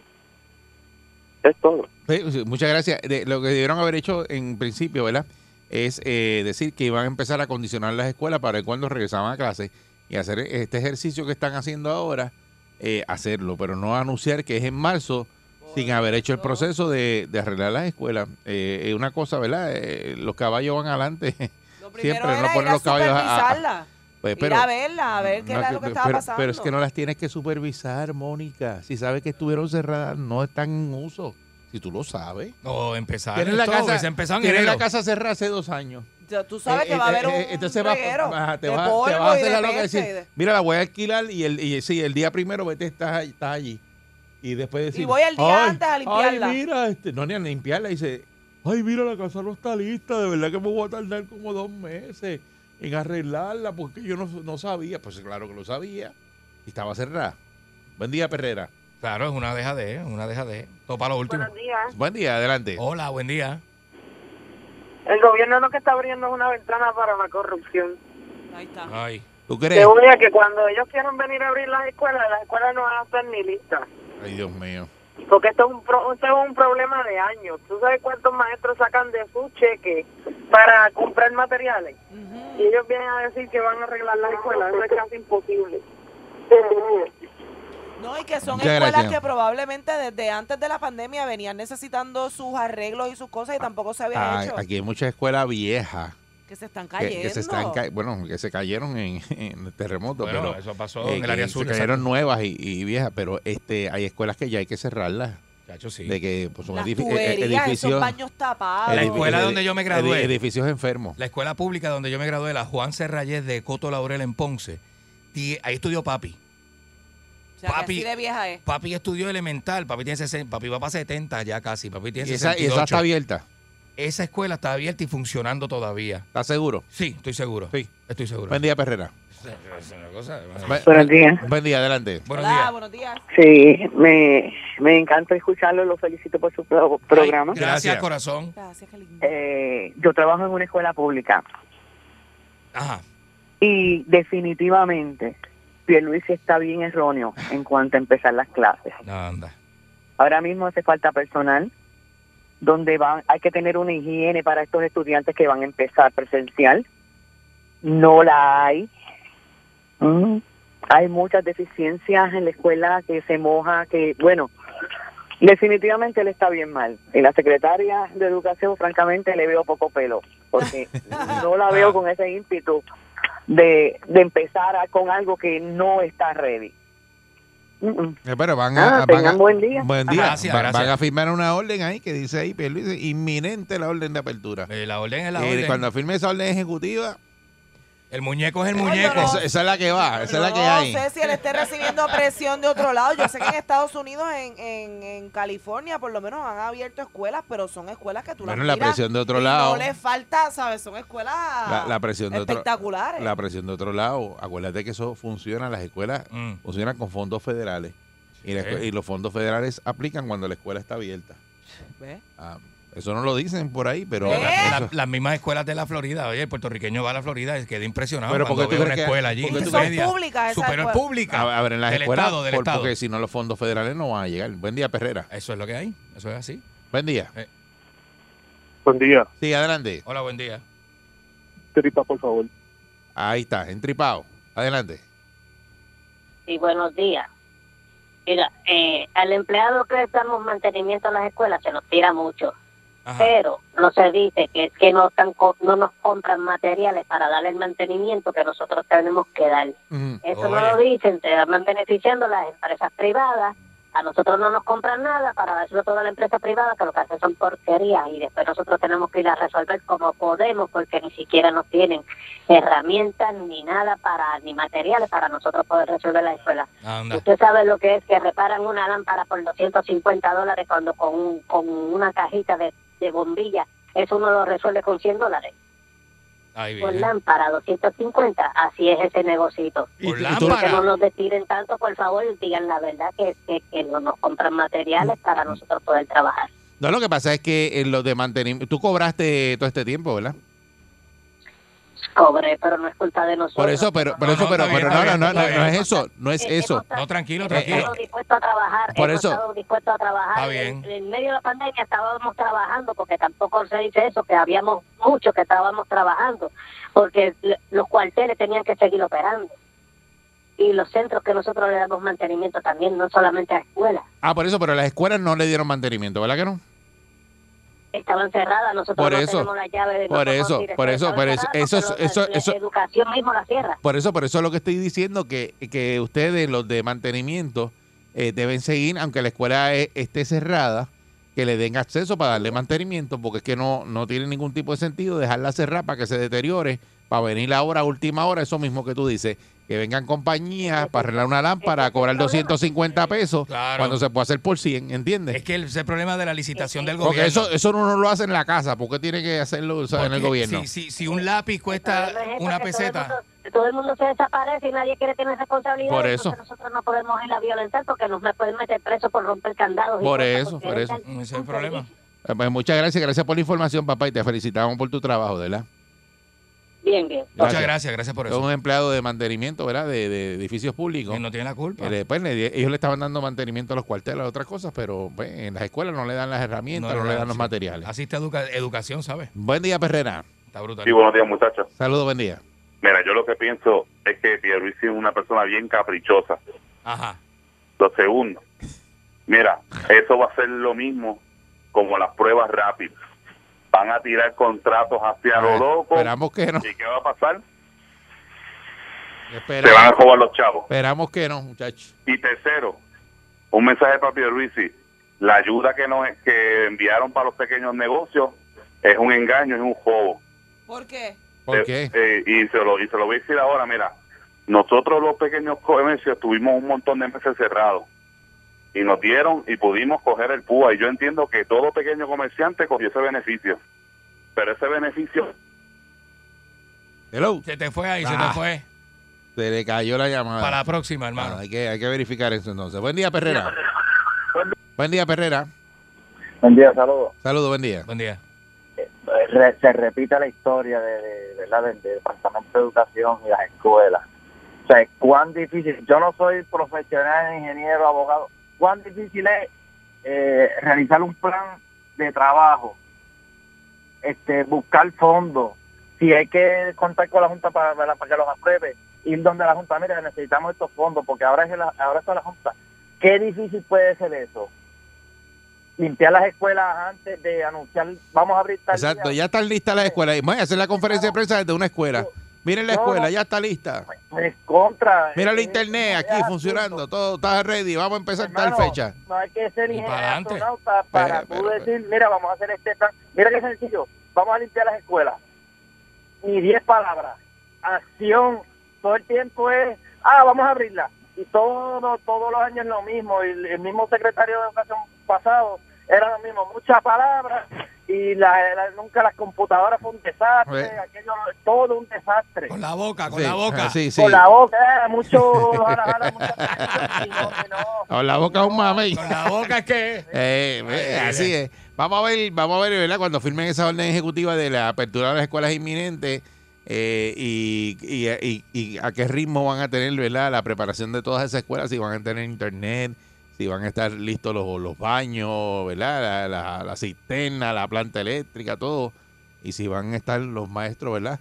S8: Es todo.
S2: Sí, sí, muchas gracias. De- lo que debieron haber hecho en principio, ¿verdad? Es eh, decir que iban a empezar a condicionar las escuelas para cuando regresaban a clase y hacer este ejercicio que están haciendo ahora, eh, hacerlo, pero no anunciar que es en marzo sin haber hecho el proceso de, de arreglar las escuelas. Eh, es una cosa, ¿verdad? Eh, los caballos van adelante.
S1: Lo
S2: Siempre,
S1: primero era
S2: no
S1: ir
S2: poner
S1: a
S2: los caballos a- a-
S1: supervisarla,
S2: Pues,
S1: ir a verla, a ver qué
S2: no,
S1: era
S2: que-
S1: lo que estaba
S2: pero-
S1: pasando.
S2: Pero es que no las tienes que supervisar, Mónica. Si sabes que estuvieron cerradas, no están en uso. Si tú lo sabes.
S4: No, empezaron.
S2: Tienes la
S4: todo,
S2: casa,
S4: se empezaron en
S2: tienes la
S4: enero.
S2: casa cerrada hace dos años.
S1: Ya tú sabes
S2: Eh,
S1: que va a
S2: eh,
S1: haber un
S2: eh, entonces vas-
S1: reguero
S2: ajá, te
S1: de
S2: vas,
S1: polvo
S2: te vas a
S1: y de
S2: hacer algo que
S1: peste y
S2: decir,
S1: de-
S2: mira, la voy a alquilar y el, y, sí, el día primero vete, estás, ahí- estás allí. Y después decir,
S1: Y voy el día
S2: "Ay,
S1: antes a limpiarla".
S2: Ay, mira, este, no, ni a limpiarla. Dice, ay, mira, la casa no está lista, de verdad que me voy a tardar como dos meses en arreglarla porque yo no, no sabía. Pues claro que lo sabía. Y estaba cerrada. Buen día, Perrera.
S4: Claro, es una deja de, una deja de. Todo para lo último.
S9: Buenos días.
S2: Buen día, adelante.
S4: Hola, buen día.
S9: El gobierno lo que está abriendo es una ventana para la corrupción.
S1: Ahí está.
S4: Ay,
S2: ¿Tú crees?
S9: Se une a que cuando ellos quieran venir a abrir las escuelas, las escuelas no van a estar ni listas.
S2: Ay, Dios mío.
S9: Porque esto es, un pro- esto es un problema de años. ¿Tú sabes cuántos maestros sacan de su cheque para comprar materiales? Y ellos vienen a decir que van a arreglar las escuelas. Eso es casi imposible.
S1: No, y que son
S2: Muchas
S1: escuelas
S2: gracias.
S1: que probablemente desde antes de la pandemia venían necesitando sus arreglos y sus cosas y tampoco se habían
S2: Ay,
S1: hecho.
S2: Ah, aquí hay muchas escuelas viejas.
S1: Que se están
S2: que-
S1: cayendo.
S2: que, se están ca- bueno que se cayeron en, en el terremoto
S4: bueno,
S2: pero
S4: eso pasó
S2: eh,
S4: en el
S2: que
S4: área
S2: se
S4: sur.
S2: cayeron
S4: exacto.
S2: nuevas y, y viejas pero este hay escuelas que ya hay que cerrarlas
S4: Chacho, sí.
S2: de que pues, son
S1: Las
S2: edifi- eh, eh,
S1: tuberías, esos
S2: edificios
S1: baños tapados.
S4: La
S2: edifi-
S4: escuela
S2: edi-
S4: donde yo me gradué.
S2: edi- edificios enfermos
S4: La escuela pública donde yo me gradué, la Juan Serrayes de Coto Laurel en Ponce. Y ahí estudió papi.
S1: O sea, que
S4: papi-
S1: así de vieja es.
S4: Papi estudió elemental, papi tiene 60, papi va para 70 ya casi, papi tiene
S2: y esa, y
S4: 68.
S2: esa está abierta
S4: Esa escuela está abierta y funcionando todavía.
S2: ¿estás seguro?
S4: Sí, estoy seguro.
S2: Sí.
S4: Estoy seguro.
S2: buen día Perrera
S3: Es una cosa-
S9: Buenos días.
S2: Buen día, adelante.
S3: Buenos
S1: Hola,
S3: días.
S1: Ah, buenos días.
S9: Sí, me, me encanta escucharlo, lo felicito por su pro- programa.
S3: Gracias,
S2: Gracias.
S3: corazón.
S1: Gracias, qué lindo.
S9: Eh, yo trabajo en una escuela pública
S3: Ajá.
S9: y definitivamente Pierluisi está bien erróneo en cuanto a empezar las clases.
S3: No, anda.
S9: Ahora mismo hace falta personal donde van, hay que tener una higiene para estos estudiantes que van a empezar presencial. No la hay. Mm. Hay muchas deficiencias en la escuela que se moja, que bueno, definitivamente él está bien mal. Y la secretaria de educación, francamente, le veo poco pelo, porque no la veo con ese ímpetu de, de empezar a- con algo que no está ready. Mm, mm.
S2: Eh, Pero van
S9: Nada,
S2: a, van
S9: tengan
S2: a-
S9: buen día.
S2: Buen día.
S3: Gracias,
S2: van,
S3: gracias.
S2: van a firmar una orden ahí que dice ahí, Pierluisi, inminente la orden de apertura.
S3: Eh, La orden es la
S2: y
S3: orden.
S2: cuando firme esa orden ejecutiva,
S3: El muñeco es el
S1: Ay,
S3: muñeco.
S1: no,
S2: esa, esa es la que va, esa es la que hay.
S1: No sé si él esté recibiendo presión de otro lado. Yo sé que en Estados Unidos, en, en, en California, por lo menos han abierto escuelas, pero son escuelas que tú las
S2: Bueno, la
S1: miras
S2: presión de otro
S1: y
S2: lado.
S1: No les falta, ¿sabes? Son escuelas
S2: La, la presión de otro,
S1: espectaculares.
S2: la presión de otro lado. Acuérdate que eso funciona, las escuelas
S3: Mm.
S2: funcionan con fondos federales. Y, la
S3: Sí.
S2: escue- y los fondos federales aplican cuando la escuela está abierta.
S1: ¿Ves?
S2: Ah, eso no lo dicen por ahí,
S1: Eh,
S2: pero...
S3: La- la-
S2: eso-
S3: las mismas escuelas de la Florida, oye, el puertorriqueño va a la Florida y queda impresionado
S2: Pero, ¿por
S3: cuando
S2: qué
S3: ve
S2: tú
S3: una
S2: crees que-
S3: escuela allí.
S2: por qué tú
S1: Son
S3: media.
S1: públicas esas
S3: Superior
S1: escuelas.
S3: pública.
S2: a, a ver, en las
S3: del
S2: escuelas,
S3: Estado, del
S2: por-
S3: Estado.
S2: porque si no los fondos federales no van a llegar. Buen día, Perrera.
S3: Eso es lo que hay. Eh. Eso es así.
S2: Buen día.
S10: Buen día.
S2: Sí, adelante.
S3: Hola, buen día.
S10: Tripa, por favor.
S2: Ahí está, entripado. Adelante.
S11: Sí, buenos días. Mira, eh, al empleado que le damos mantenimiento a las escuelas se nos tira mucho,
S3: Ajá.
S11: pero no se dice que es que no, están co- no nos compran materiales para darle el mantenimiento que nosotros tenemos que dar.
S2: Ujú.
S11: Eso
S3: Oye.
S11: no lo dicen, se van beneficiando las empresas privadas. A nosotros no nos compran nada para dárselo todo a la empresa privada, que lo que hace son porquerías y después nosotros tenemos que ir a resolver como podemos porque ni siquiera nos tienen herramientas ni nada para, ni materiales para nosotros poder resolver la escuela.
S3: Anda.
S11: Usted sabe lo que es que reparan una lámpara por 250 dólares cuando con, un- con una cajita de, de bombilla, eso uno lo resuelve con 100 dólares.
S3: Ahí
S11: Por
S3: viene.
S11: lámpara, 250, así es ese negocito.
S2: Y-
S3: Por
S2: y
S11: Así
S2: tú-
S11: que no
S3: lámpara.
S11: nos despiden tanto, por favor, y digan la verdad que, que, que no nos compran materiales para
S2: Mm.
S11: nosotros poder trabajar.
S2: No, lo que pasa es que en los de mantenimiento... Tú cobraste todo este tiempo, ¿verdad?
S11: Cobre, pero no es culpa de nosotros.
S2: Por eso, pero, por
S3: No,
S2: eso,
S3: no,
S2: pero,
S3: está bien,
S2: pero no,
S3: está bien,
S2: no, no,
S3: está
S2: no,
S3: bien.
S2: no es eso, no es
S11: Eh,
S2: eso.
S11: hemos tra-
S3: No, tranquilo,
S11: hemos
S3: tranquilo.
S11: estado dispuestos a trabajar.
S2: Por
S11: hemos
S2: eso-
S11: estado dispuestos a trabajar.
S3: Está bien.
S11: En, en medio de la pandemia estábamos trabajando, porque tampoco se dice eso, que habíamos mucho que estábamos trabajando, porque l- los cuarteles tenían que seguir operando. Y los centros que nosotros le damos mantenimiento también, no solamente a escuelas,
S2: Ah, por eso, pero las escuelas no le dieron mantenimiento, ¿verdad que no?
S11: estaban cerradas, nosotros
S2: Por
S11: no
S2: eso,
S11: tenemos la llave.
S2: por eso, por eso, por eso, eso es- eso- eso-
S11: La educación mismo la cierra.
S2: Por eso, por eso lo que estoy diciendo que, que ustedes, los de mantenimiento, eh, deben seguir, aunque la escuela eh, esté cerrada, que le den acceso para darle mantenimiento, porque es que no, no tiene ningún tipo de sentido dejarla cerrada para que se deteriore, para venir ahora a última hora, eso mismo que tú dices, que vengan compañías para arreglar una lámpara, a cobrar 250 pesos,
S3: Claro.
S2: cuando se puede hacer por 100, ¿entiendes?
S3: Es que el- ese es el problema de la
S1: Eh,
S3: licitación del gobierno.
S2: Porque eso, eso uno no lo hace en la casa, ¿por qué tiene que hacerlo o sea, en el
S3: Porque
S2: gobierno?
S3: Si, si, si un lápiz
S11: El problema
S3: cuesta
S11: es eso,
S3: una
S11: que Todo
S3: peseta.
S11: el, mundo, todo el mundo se desaparece y nadie quiere tener responsabilidad.
S2: Por
S11: entonces
S2: eso.
S11: Nosotros no podemos ir a violentar porque nos me- pueden meter presos por romper candados. y
S2: Por
S11: cosas,
S2: eso,
S11: porque
S2: por
S11: es
S2: eso.
S11: tal-
S3: Ese es el problema.
S2: Eh, pues muchas gracias, gracias por la información, papá, y te felicitamos por tu trabajo, ¿verdad?
S11: Bien, bien.
S3: Muchas gracias, gracias por
S2: Es
S3: eso.
S2: un empleado de mantenimiento, ¿verdad? De, de edificios públicos.
S3: Que no tiene la culpa.
S2: Que le- pues, le- ellos le estaban dando mantenimiento a los cuarteles, a otras cosas, pero pues, en las escuelas no le dan las herramientas, no, le dan los
S3: sí.
S2: materiales.
S3: Así está educa- educación, ¿sabes?
S2: Buen día, Perrera.
S3: Está brutal.
S10: Sí, buenos días, muchachos.
S2: Saludos, buen día.
S10: Mira, yo lo que pienso es que Pierluisi es una persona bien caprichosa.
S3: Ajá.
S10: Lo segundo, mira, eso va a ser lo mismo como las pruebas rápidas. Van a tirar contratos hacia lo
S2: Eh,
S10: loco.
S2: Esperamos que no.
S10: ¿Y qué va a pasar? Se van a
S2: Esperamos,
S10: robar los chavos.
S2: esperamos que no, muchachos.
S10: Y tercero, un mensaje para Pierluisi. La ayuda que nos que enviaron para los pequeños negocios es un engaño, es un juego.
S1: ¿Por qué?
S2: ¿Por
S10: Eh,
S2: qué?
S10: eh, y, se lo, y se lo voy a decir ahora, mira, nosotros los pequeños comercios tuvimos un montón de meses cerrados y nos dieron y pudimos coger el PUA y yo entiendo que todo pequeño comerciante cogió ese beneficio, pero ese beneficio
S2: Hello.
S3: Se te fue ahí, se
S2: Ah.
S3: te fue.
S2: Se le cayó la llamada. Ah,
S3: Para la próxima, hermano.
S2: hay, que, hay que verificar eso entonces. Buen día, Perrera. Buen día, Perrera.
S5: Buen día, saludos.
S2: Saludos, buen día.
S3: Buen día.
S5: Re- se repite la historia de, de- ¿verdad? del del Departamento de Educación y las escuelas. O sea, cuán difícil, yo no soy profesional, ingeniero, abogado, cuán difícil es eh, realizar un plan de trabajo, este, buscar fondos, si hay que contar con la Junta para, ¿verdad? para que los apruebe, ir donde la Junta, mira, necesitamos estos fondos, porque ahora, es la, ahora está la Junta. ¿Qué difícil puede ser eso? Limpiar las escuelas antes de anunciar, vamos a abrir tal día.
S2: Exacto, ya están listas las escuelas. Voy a hacer la conferencia de prensa desde una escuela. Miren la
S5: No,
S2: escuela,
S5: no.
S2: ya está lista.
S5: Es contra.
S2: Mira la
S5: eh,
S2: internet aquí
S5: es
S2: funcionando, todo está ready. Vamos a empezar tal
S5: Hermano,
S2: fecha.
S5: No hay que ser ingeniero
S2: para adelante.
S5: astronauta para
S2: Pero,
S5: tú
S2: pero,
S5: decir, mira, vamos a hacer este plan. Mira qué sencillo. Vamos a limpiar las escuelas. Ni 10 palabras. Acción. Todo el tiempo es, ah, vamos a abrirla. Y todo, todos los años lo mismo. Y el, el mismo secretario de Educación pasado era lo mismo. Muchas palabras. Y la- la- nunca las computadoras fue un desastre.
S2: Eh.
S5: Aquello, todo un desastre. Con
S3: la boca,
S2: con Sí, la boca. ah, sí, sí.
S5: Con la boca. ah, Mucho. jala, jala, mucho
S2: Con la boca es un mame.
S3: Con la boca es que.
S2: Eh, eh, así es. Vamos a ver, vamos a ver, ¿verdad? Cuando firmen esa orden ejecutiva de la apertura de las escuelas inminentes eh, y, y- y- y a qué ritmo van a tener, ¿verdad? La preparación de todas esas escuelas, si van a tener internet, si van a estar listos los, los baños, ¿verdad? La, la- la cisterna, la planta eléctrica, todo. Y si van a estar los maestros, ¿verdad?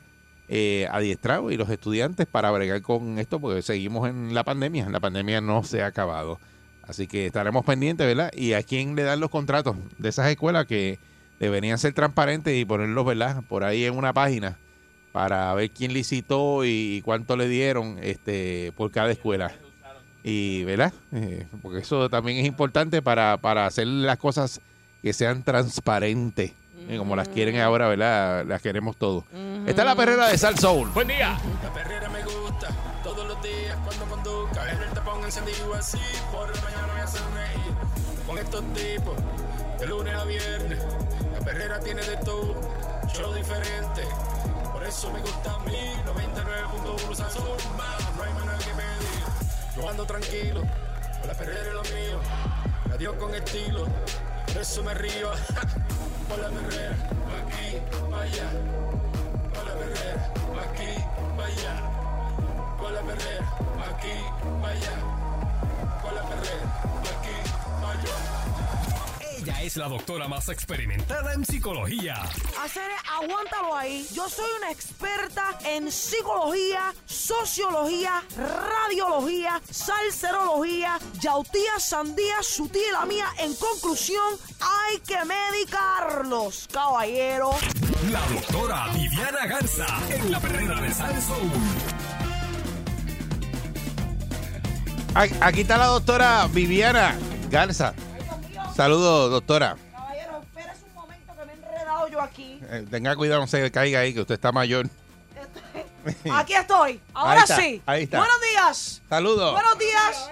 S2: Eh, adiestrados y los estudiantes para bregar con esto, porque seguimos en la pandemia. La pandemia no se ha acabado. Así que estaremos pendientes, ¿verdad? Y a quién le dan los contratos de esas escuelas que deberían ser transparentes y ponerlos, ¿verdad? Por ahí en una página para ver quién licitó y cuánto le dieron este por cada escuela. Y, ¿verdad? Eh, porque eso también es importante para, para hacer las cosas que sean transparentes, eh, como las quieren ahora, ¿verdad? Las queremos todos. Está la perrera de Sal Soul.
S3: Buen día.
S12: La perrera me gusta todos los días cuando conduzca. En el tapón encendido así, por la mañana me hace reír. Con estos tipos, de lunes a viernes, la perrera tiene de todo, show diferente. Por eso me gusta a mí, 99.1 Sazón, más, no hay manera que pedir. Yo ando tranquilo, con la perrera es lo mío. Adiós con estilo, por eso me río. Por la perrera, pa' aquí, pa' allá. Por la perrera, pa' aquí, pa' allá. Con la perrera, pa' aquí, pa' allá. Con la perrera, pa' aquí, pa' allá.
S13: Ella es la doctora más experimentada en psicología.
S1: Hacer, aguántalo ahí. Yo soy una experta en psicología, sociología, radiología, salserología, yautía, sandía, su tía y la mía. En conclusión, hay que medicarlos, caballero.
S13: La doctora Viviana Garza en la perrera de Sal Soul.
S2: A- Aquí está la doctora Viviana Garza. Saludos, doctora.
S1: Caballero, espérese un momento que me he enredado yo aquí.
S2: Eh, tenga cuidado, no se caiga ahí, que usted está mayor.
S1: Aquí estoy.
S2: Ahí
S1: Ahora
S2: está,
S1: sí.
S2: ahí está.
S1: Buenos días.
S2: Saludos.
S1: Buenos días.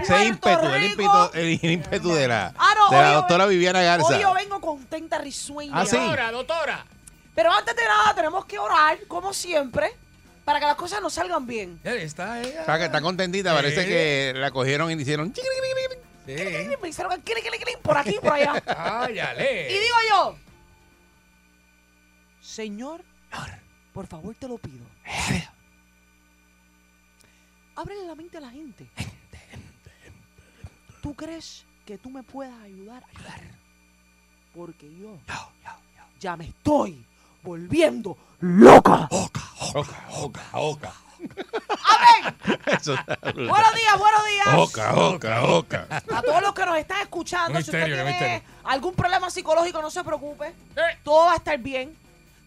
S2: Ese ímpetu,
S1: Puerto
S2: el
S1: Rico.
S2: ímpetu, el, ímpetu de la,
S1: Ah, no,
S2: de la
S1: hoy yo
S2: doctora Viviana Garza.
S1: Hoy yo vengo contenta, risueña.
S2: Ah, sí. Doctora,
S3: doctora.
S1: Pero antes de nada, tenemos que orar, como siempre, para que las cosas nos salgan bien.
S3: Está ella.
S2: Está, está contentita,
S3: Sí.
S2: parece que la cogieron y le hicieron. chiquiri,
S1: Y Este me hicieron el clic, clic, clic, por aquí, por allá.
S3: Cállale.
S1: Y digo yo, Señor, por favor te lo pido. Ábrele la mente a la gente. ¿Tú crees que tú me puedas ayudar? Porque yo ya me estoy volviendo loca.
S2: Oca, oca, oca. Eso está brutal.
S1: Buenos días, buenos días.
S2: Oca, oca, oca.
S1: A todos los que nos están escuchando,
S2: Un misterio,
S1: si
S2: un
S1: usted tiene
S2: misterio.
S1: algún problema psicológico, no se preocupe. Todo va a estar bien.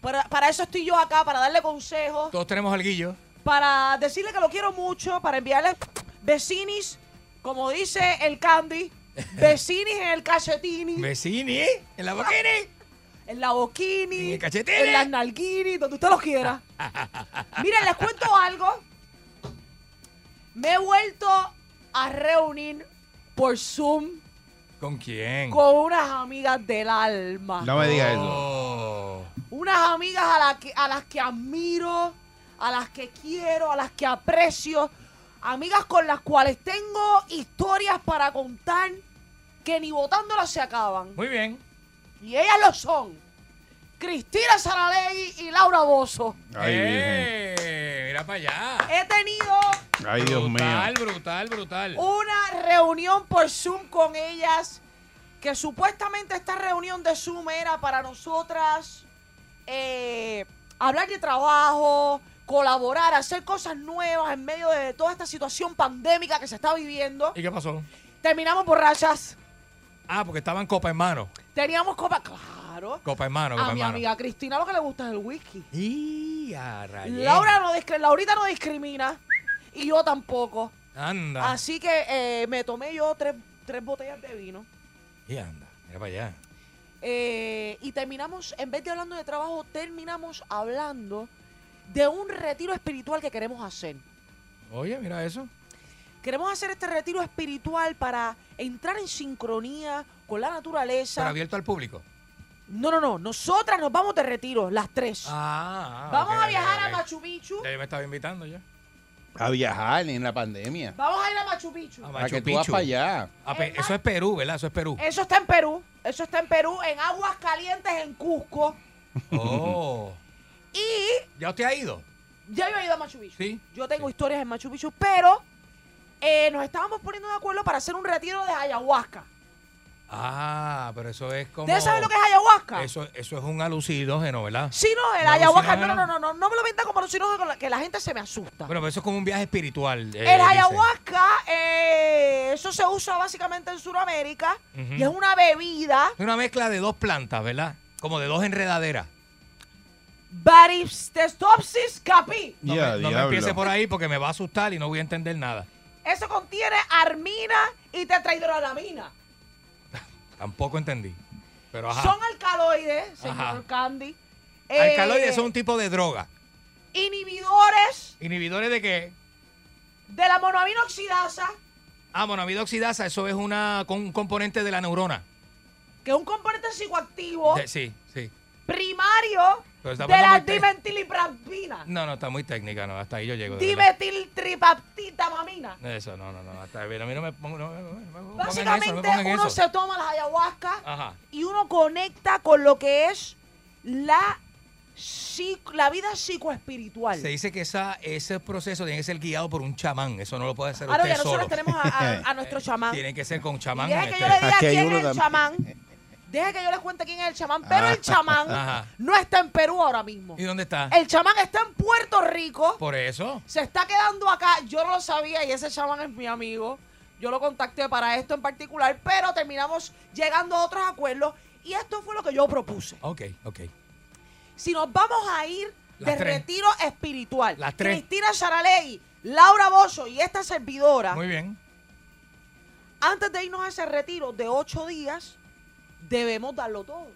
S1: Para, para eso estoy yo acá, para darle consejos,
S3: Todos tenemos al guillo.
S1: para decirle que lo quiero mucho, para enviarle vecinis, como dice el Candy, vecinis en el cachetini.
S3: Vecini, en la boquini.
S1: En la boquini. En
S3: el cachetini.
S1: En las nalguini, donde usted los quiera. Miren, les cuento algo. Me he vuelto a reunir por Zoom
S3: ¿Con quién?
S1: con unas amigas del alma.
S2: No me diga eso.
S3: Oh.
S1: Unas amigas a, la que- a las que admiro, a las que quiero, a las que aprecio, amigas con las cuales tengo historias para contar que ni votándolas se acaban.
S4: Muy bien.
S1: Y ellas lo son. Cristina Saralegui y Laura Bozo.
S12: Ay,
S4: ¡Eh! Mira para allá.
S2: Ah.
S1: He tenido
S12: Ay, Dios
S4: Brutal,
S12: mío.
S4: brutal, brutal.
S1: una reunión por Zoom con ellas, que supuestamente esta reunión de Zoom era para nosotras eh, hablar de trabajo, colaborar, hacer cosas nuevas en medio de toda esta situación pandémica que se está viviendo.
S4: ¿Y qué pasó?
S1: Terminamos borrachas,
S4: Ah, porque estaban copa en mano.
S1: teníamos copa, claro.
S4: Copa en mano, copa
S1: A
S4: en
S1: Ah, mi
S4: mano.
S1: amiga Cristina lo que le gusta es el whisky.
S4: Y a rayén.
S1: Laura no discri- Laurita no discrimina y yo tampoco.
S4: Anda.
S1: Así que eh, me tomé yo tres, tres botellas de vino.
S4: Y anda. Mira para allá.
S1: Eh, y terminamos, en vez de hablando de trabajo, terminamos hablando de un retiro espiritual que queremos hacer.
S4: Oye, mira eso.
S1: Queremos hacer este retiro espiritual para entrar en sincronía con la naturaleza.
S4: Pero abierto al público.
S1: No, no, no. Nosotras nos vamos de retiro, las tres.
S4: Ah,
S1: vamos
S4: ok,
S1: a viajar
S4: ok,
S1: a
S4: ok.
S1: Machu Picchu.
S4: Ya yo me estaba invitando ya.
S2: A viajar en la pandemia.
S1: Vamos a ir a Machu Picchu.
S4: A
S2: Para
S4: Machu
S2: que tú vas
S4: Picchu.
S2: para allá.
S4: A
S3: Ah,
S4: Pe- eso es Perú, ¿verdad? Eso es Perú.
S1: Eso está en Perú. Eso está en Perú, en aguas calientes, en Cusco.
S4: Oh.
S1: Y
S4: ¿Ya usted ha ido?
S1: Ya yo he ido a Machu Picchu.
S4: Sí.
S1: Yo tengo historias en Machu Picchu, pero eh, nos estábamos poniendo de acuerdo para hacer un retiro de ayahuasca.
S4: Ah, pero eso es como.
S1: ¿Ustedes saben lo que es ayahuasca?
S4: Eso, eso es un alucinógeno, ¿verdad?
S1: Sí, no, el
S4: ¿Un
S1: ayahuasca. No,
S4: alucinógeno?
S1: no, no, no, no, no me lo venda como alucinógeno con la- que la gente se me asusta.
S4: Bueno, pero eso es como un viaje espiritual. eh,
S1: el
S4: dicen.
S1: ayahuasca, eh, eso se usa básicamente en Sudamérica
S4: Ujú.
S1: y es una bebida
S4: Es una mezcla de dos plantas, ¿verdad? Como de dos enredaderas.
S1: Baristestopsis capi.
S4: No,
S12: Ya,
S4: me, no me
S12: diablo.
S4: empiece por ahí porque me va a asustar y no voy a entender nada.
S1: Eso contiene armina y tetrahidrolamina.
S4: Tampoco entendí. Pero ajá.
S1: Son alcaloides, señor
S4: Ajá.
S1: Candy. Eh,
S4: Alcaloides son un tipo de droga.
S1: Inhibidores
S4: ¿Inhibidores de qué?
S1: de la monoamina oxidasa,
S4: Ah, monoamida oxidasa, eso es una, con- un componente de la neurona.
S1: que es un componente psicoactivo
S4: De- sí, sí.
S1: primario
S4: Pero está
S1: de la
S4: hablando muy te-
S1: dimetilipramina.
S4: No, no, está muy técnica, no. Hasta ahí yo llego. de verdad.
S1: Dimetiltripaptitamamina.
S4: Eso, no, no, no. Hasta, a mí no me pongo- no, no, no me pongan eso, no me
S1: Básicamente
S4: pongan
S1: uno
S4: eso.
S1: se toma las ayahuasca
S4: Ajá.
S1: y uno conecta con lo que es la, psic- la vida psicoespiritual.
S4: Se dice que esa, ese proceso tiene que ser guiado por un chamán. Eso no lo puede hacer
S1: Ahora
S4: usted
S1: que Ah, nosotros
S4: solo.
S1: tenemos a, a- a nuestro chamán.
S4: Tiene que ser con chamán.
S1: Y deja
S4: en
S1: que
S4: este-
S1: yo le diga
S2: Aquí hay
S1: quién
S2: uno
S1: es el
S2: también.
S1: chamán. Deja que yo les cuente quién es el chamán. Pero el chamán
S4: Ah, Ajá.
S1: no está en Perú ahora mismo.
S4: ¿Y dónde está?
S1: El chamán está en Puerto Rico.
S4: Por eso.
S1: Se está quedando acá. Yo no lo sabía y ese chamán es mi amigo. Yo lo contacté para esto en particular, pero terminamos llegando a otros acuerdos. Y esto fue lo que yo propuse.
S4: Ok, ok.
S1: Si nos vamos a ir
S4: Las
S1: de
S4: tres.
S1: retiro espiritual,
S4: Las tres.
S1: Cristina Saralegui, Laura Bozo y esta servidora,
S4: Muy bien.
S1: antes de irnos a ese retiro de ocho días, debemos darlo todo.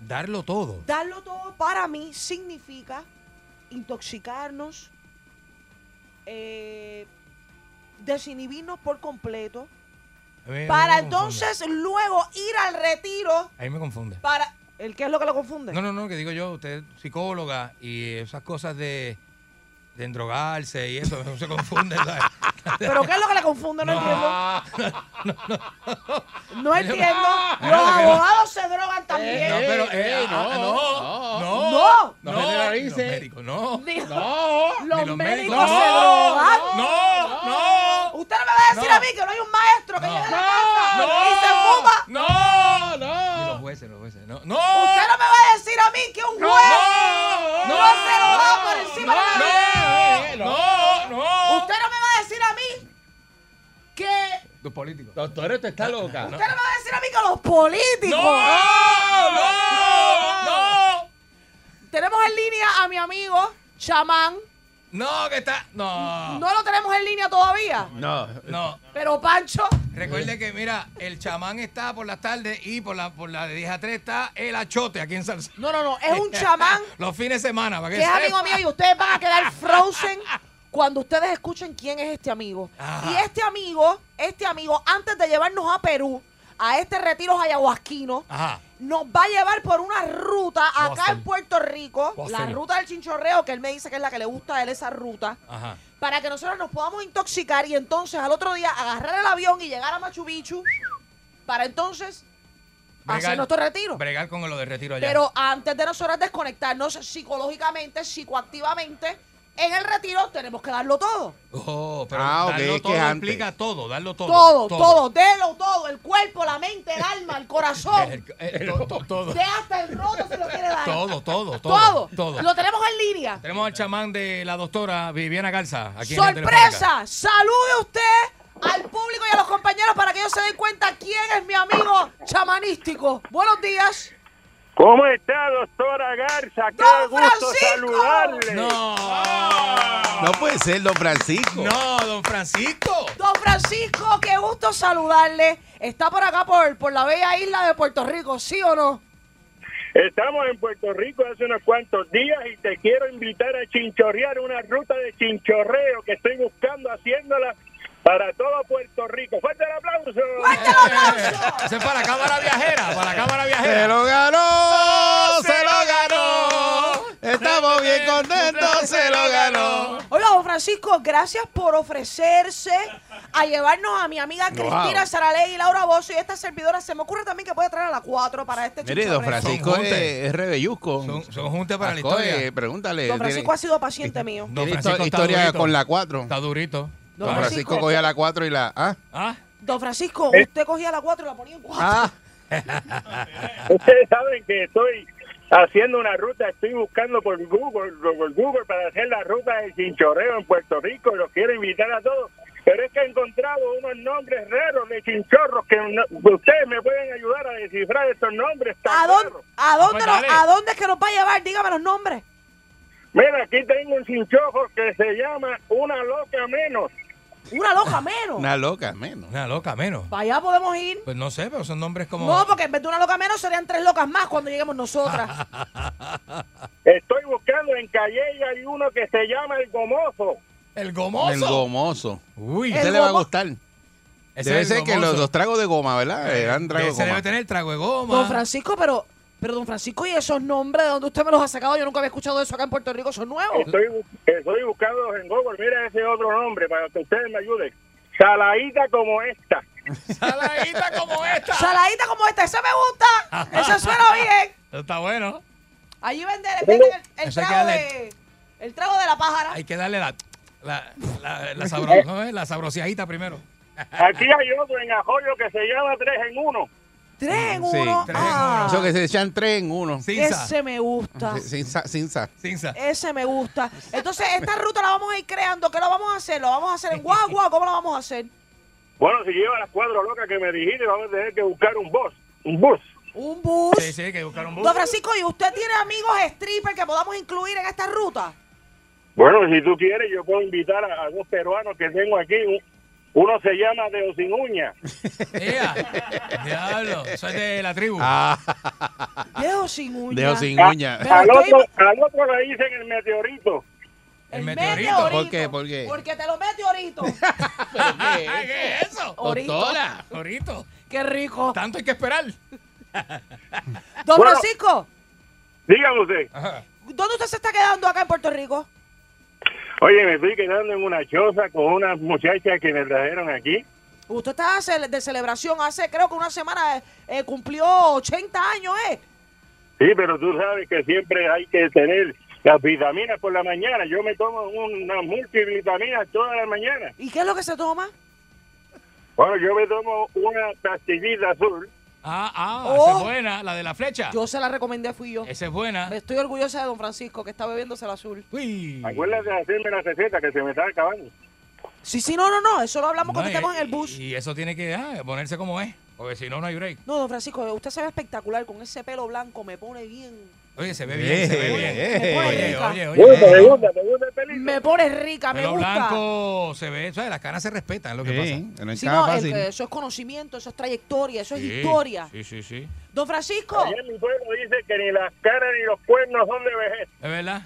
S4: Darlo todo.
S1: Darlo todo para mí significa intoxicarnos, eh, desinhibirnos por completo,
S4: A mí- a mí
S1: para
S4: me confunde.
S1: entonces luego ir al retiro
S4: Ahí me confunde.
S1: para... ¿El qué es lo que lo confunde?
S4: No, no, no, que digo yo, usted es psicóloga y esas cosas de, de endrogarse y eso, no se confunde. ¿sabes?
S1: ¿Pero qué es lo que le confunde? No, entiendo. No entiendo.
S4: Eh, no,
S1: Los
S4: no, no.
S1: abogados se drogan también.
S4: No, pero eh,
S2: Ey,
S4: ah, no, no,
S1: No.
S2: No generalice.
S4: los médicos, no.
S1: Digo,
S2: No,
S1: los,
S4: ni los
S1: médicos,
S4: médicos.
S1: se
S4: No,
S1: drogan.
S4: No, no,
S1: Usted no me va a decir
S4: No.
S1: a mí que no hay un maestro que
S4: No.
S1: llegue a la casa y se fuma
S4: no, no, Ni los
S2: no.
S4: jueces, los jueces, no, no,
S1: Usted no me va a decir a mí que un juez no,
S4: no,
S1: se lo va por encima de la ley.
S4: no, no, no.
S1: Usted no me va a decir a mí que.
S4: Tus políticos.
S2: Doctora, usted está
S4: Ah,
S2: loca.
S1: Usted no me va a decir a mí que los políticos.
S4: no,
S1: Tenemos en línea a mi amigo chamán.
S4: no, no, que está, no,
S1: No lo tenemos en línea todavía.
S2: No.
S4: no.
S1: Pero Pancho,
S4: Recuerde que, mira, el chamán está por las tardes y por la, por la de 10 a 3 está el achote aquí en San
S1: no, no, no. Es un chamán
S4: Los fines de semana, este, para que
S1: que es amigo
S4: sepa.
S1: mío y ustedes van a quedar frozen cuando ustedes escuchen quién es este amigo.
S4: Ajá.
S1: Y este
S12: Ah.
S1: amigo, este amigo, antes de llevarnos a Perú, a este retiro ayahuasquino,
S4: Ajá.
S1: nos va a llevar por una ruta
S14: a
S1: acá
S14: hacer.
S1: en Puerto Rico,
S14: Voy a
S1: la
S14: hacer.
S1: ruta del chinchorreo, que él me dice que es la que le gusta a él esa ruta,
S3: Ajá.
S1: para que nosotros nos podamos intoxicar y entonces al otro día agarrar el avión y llegar a Machu Picchu para entonces hacer nuestro retiro.
S3: Bregar con lo de retiro allá.
S1: Pero ah, antes de nosotros desconectarnos psicológicamente, psicoactivamente, en el retiro tenemos que darlo todo.
S3: Oh, pero
S2: Ah, ok,
S3: darlo
S2: es que
S3: todo
S2: es antes.
S3: implica todo, darlo todo.
S1: Todo, todo, délo todo, el cuerpo, la mente, el alma, el corazón.
S3: Eh, to- to- todo.
S1: De hasta el roto se lo quiere dar.
S3: Todo, todo, todo.
S1: Todo.
S3: todo.
S1: Lo tenemos en línea.
S3: Tenemos al chamán de la doctora Viviana Garza. Aquí en la telefónica.
S1: ¡Sorpresa! Salude usted al público y a los compañeros para que ellos se den cuenta quién es mi amigo chamanístico. Buenos días.
S15: ¿Cómo está, doctora Garza? Qué gusto saludarle.
S3: No,
S2: No puede ser, don Francisco.
S3: no, don Francisco.
S1: Don Francisco, qué gusto saludarle. Está por acá, por, por la bella isla de Puerto Rico, ¿sí o no?
S15: Estamos en Puerto Rico hace unos cuantos días y te quiero invitar a chinchorrear una ruta de chinchorreo que estoy buscando haciéndola para todo Puerto Rico. ¡Fuerte el aplauso!
S3: Ese es para la cámara viajera, para la cámara viajera.
S2: Se lo ganó, se lo ganó. Estamos bien contentos, se lo ganó.
S1: Oiga, don Francisco, gracias por ofrecerse a llevarnos a mi amiga Cristina
S2: Wow.
S1: Saraley y Laura Bosso y esta servidora. Se me ocurre también que puede traer a la 4 para este
S2: Mire,
S1: chichorreo.
S2: don Francisco
S3: Son
S2: es,
S3: juntas.
S2: es rebellusco. Son,
S3: juntas para la historia.
S2: pregúntale.
S1: Don Francisco
S2: tiene- Este,
S1: ha sido paciente mío.
S2: tiene histo-
S3: Francisco está
S2: historia
S3: durito.
S2: con la 4. Está
S3: durito.
S2: Don,
S1: Don
S2: Francisco
S1: Francisco.
S2: cogía la 4 y la. ¿Ah?
S1: Don Francisco,
S2: Eh.
S1: usted cogía la 4 y la ponía en 4.
S2: Ah,
S15: Ustedes saben que estoy haciendo una ruta, estoy buscando por Google, por Google para hacer la ruta de chinchorreo en Puerto Rico. Los quiero invitar a todos. Pero es que he encontrado unos nombres raros de chinchorros que no- ustedes me pueden ayudar a descifrar estos nombres. tan
S1: ¿A dónde,
S15: raros.
S1: a, dónde
S15: Ah, pues
S1: nos-
S15: dale.
S1: ¿A dónde es que nos va a llevar? Dígame los nombres.
S15: Mira, aquí tengo un chinchorro que se llama Una Loca Menos.
S1: Una loca menos.
S3: Una loca menos. Una loca menos.
S1: Para allá podemos ir.
S3: Pues no sé, pero son nombres como. Ah,
S1: No, porque en vez de una loca menos serían tres locas más cuando lleguemos nosotras.
S15: Estoy buscando en Calle y hay uno que se llama El Gomoso.
S3: El
S2: El gomoso.
S3: Uy,
S2: ese
S3: El
S2: le va a
S3: gomo-
S2: gustar.
S3: Ese
S2: Debe
S3: es el
S2: ser que
S3: gomoso.
S2: los, los tragos de goma, ¿verdad?
S3: Eh,
S2: Eran tragos
S3: ese
S2: de
S3: debe
S2: goma.
S3: tener trago de goma.
S1: Don Francisco, pero, pero don Francisco, ¿y esos nombres de dónde usted me los ha sacado? Yo nunca había escuchado eso acá en Puerto Rico, son nuevos.
S15: Estoy, bu- estoy buscando en Google. Mira ese otro nombre para que ustedes me ayuden. Saladita como esta.
S3: Saladita como esta.
S1: Saladita como esta, esa me gusta. Esa suena bien.
S3: Está bueno.
S1: Allí venden venden el, el
S3: Eso hay que
S1: trago
S3: darle-
S1: de. El trago de la pájara.
S3: Hay que darle la. La, la, la, sabro- ¿cómo es? la sabrosiajita primero.
S15: Aquí hay otro en Ajoyo que se llama Tres en Uno.
S1: Tres en
S2: Sí,
S1: uno.
S2: tres
S1: Ah,
S2: Eso que se echan tres en uno.
S1: ese me gusta.
S2: Sí, Sinsa. Sinsa.
S3: Sinsa.
S1: Ese me gusta. Entonces, esta ruta la vamos a ir creando. ¿Qué lo vamos a hacer? ¿Lo vamos a hacer en guagua? ¿Cómo lo vamos a hacer?
S15: Bueno, si lleva las cuatro locas que me dijiste, vamos a tener que buscar un bus. Un bus.
S1: Un bus.
S3: Sí, sí, hay que buscar un bus.
S1: Don Francisco, ¿y usted tiene amigos strippers que podamos incluir en esta ruta?
S15: Bueno, si tú quieres, yo puedo invitar a, a dos peruanos que tengo aquí. Un- Uno se llama Deo Sin Uña.
S3: Diablo, eso es de la tribu.
S1: Dejo sin uña.
S2: Ah. Dejo sin
S15: A-
S2: uña.
S15: Al otro, al otro le dicen el meteorito.
S1: El
S2: meteorito. ¿Por qué? ¿Por qué?
S1: Porque te lo mete orito.
S3: ¿Qué es eso?
S1: Orito.
S3: Doctora. Orito.
S1: Qué rico.
S3: Tanto hay que esperar.
S1: Don
S3: Bueno.
S1: Francisco,
S15: Dígame usted.
S1: ¿dónde usted se está quedando acá en Puerto Rico?
S15: Oye, me estoy quedando en una choza con unas muchachas que me trajeron aquí.
S1: Usted está cele- de celebración hace, creo que una semana, eh, eh, cumplió 80 años, ¿eh?
S15: Sí, pero tú sabes que siempre hay que tener las vitaminas por la mañana. Yo me tomo unas multivitaminas toda la mañana.
S1: ¿Y qué es lo que se toma?
S15: Bueno, yo me tomo una pastillita azul.
S3: Ah, ah,
S1: Oh.
S3: esa es buena, la de la flecha.
S1: Yo se la recomendé, fui yo.
S3: Esa es buena.
S1: Estoy orgullosa de don Francisco, que está bebiéndose el azul.
S15: Acuérdate de hacerme la receta que se me está acabando.
S1: Sí, sí, no, no, no, eso lo hablamos cuando
S3: No,
S1: estemos
S3: y-
S1: en el bus.
S3: Y eso tiene que ah, ponerse como es, porque si no, no hay break.
S1: No, don Francisco, usted se ve espectacular con ese pelo blanco, me pone bien.
S3: Oye, se ve bien, se ve bien.
S2: Eh,
S3: Oye,
S2: rica.
S3: oye,
S2: Uy,
S3: oye.
S2: me
S15: gusta,
S1: Me pone rica, me
S3: Pelo
S1: gusta.
S3: blanco se ve, ¿sabes? las canas se respetan, es lo que pasa.
S1: Sí, no, el- eso es conocimiento, eso es trayectoria, eso es historia.
S3: Sí, sí, sí.
S1: Don Francisco.
S15: Allá en mi pueblo dice que ni las caras ni los cuernos son de vejez.
S3: ¿Es verdad?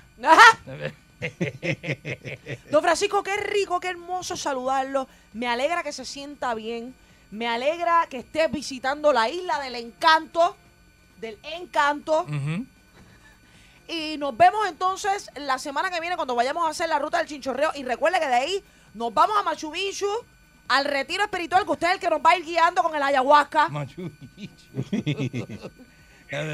S1: Ajá.
S3: Don
S1: Don Francisco, qué rico, qué hermoso saludarlo. Me alegra que se sienta bien. Me alegra que estés visitando la isla del encanto del encanto. Y nos vemos entonces la semana que viene cuando vayamos a hacer la ruta del chinchorreo. Y recuerda que de ahí nos vamos a Machu Picchu, al retiro espiritual, que usted es el que nos va a ir guiando con el ayahuasca.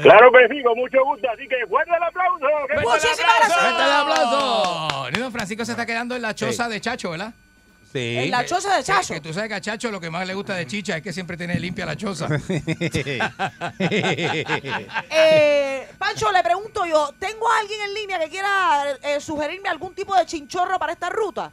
S15: Claro que sí, con mucho gusto. Así que fuerte el aplauso.
S1: Muchísimas gracias.
S4: ¡Fuerte el aplauso! Ni Don Francisco se está quedando en la choza de Chacho, ¿verdad?
S2: Sí.
S1: En la choza de Chacho.
S4: Que, tú sabes que a Chacho lo que más le gusta de Chicha es que siempre tiene limpia la choza.
S1: Eh, Pancho, le pregunto yo, ¿tengo a alguien en línea que quiera eh, sugerirme algún tipo de chinchorro para esta ruta?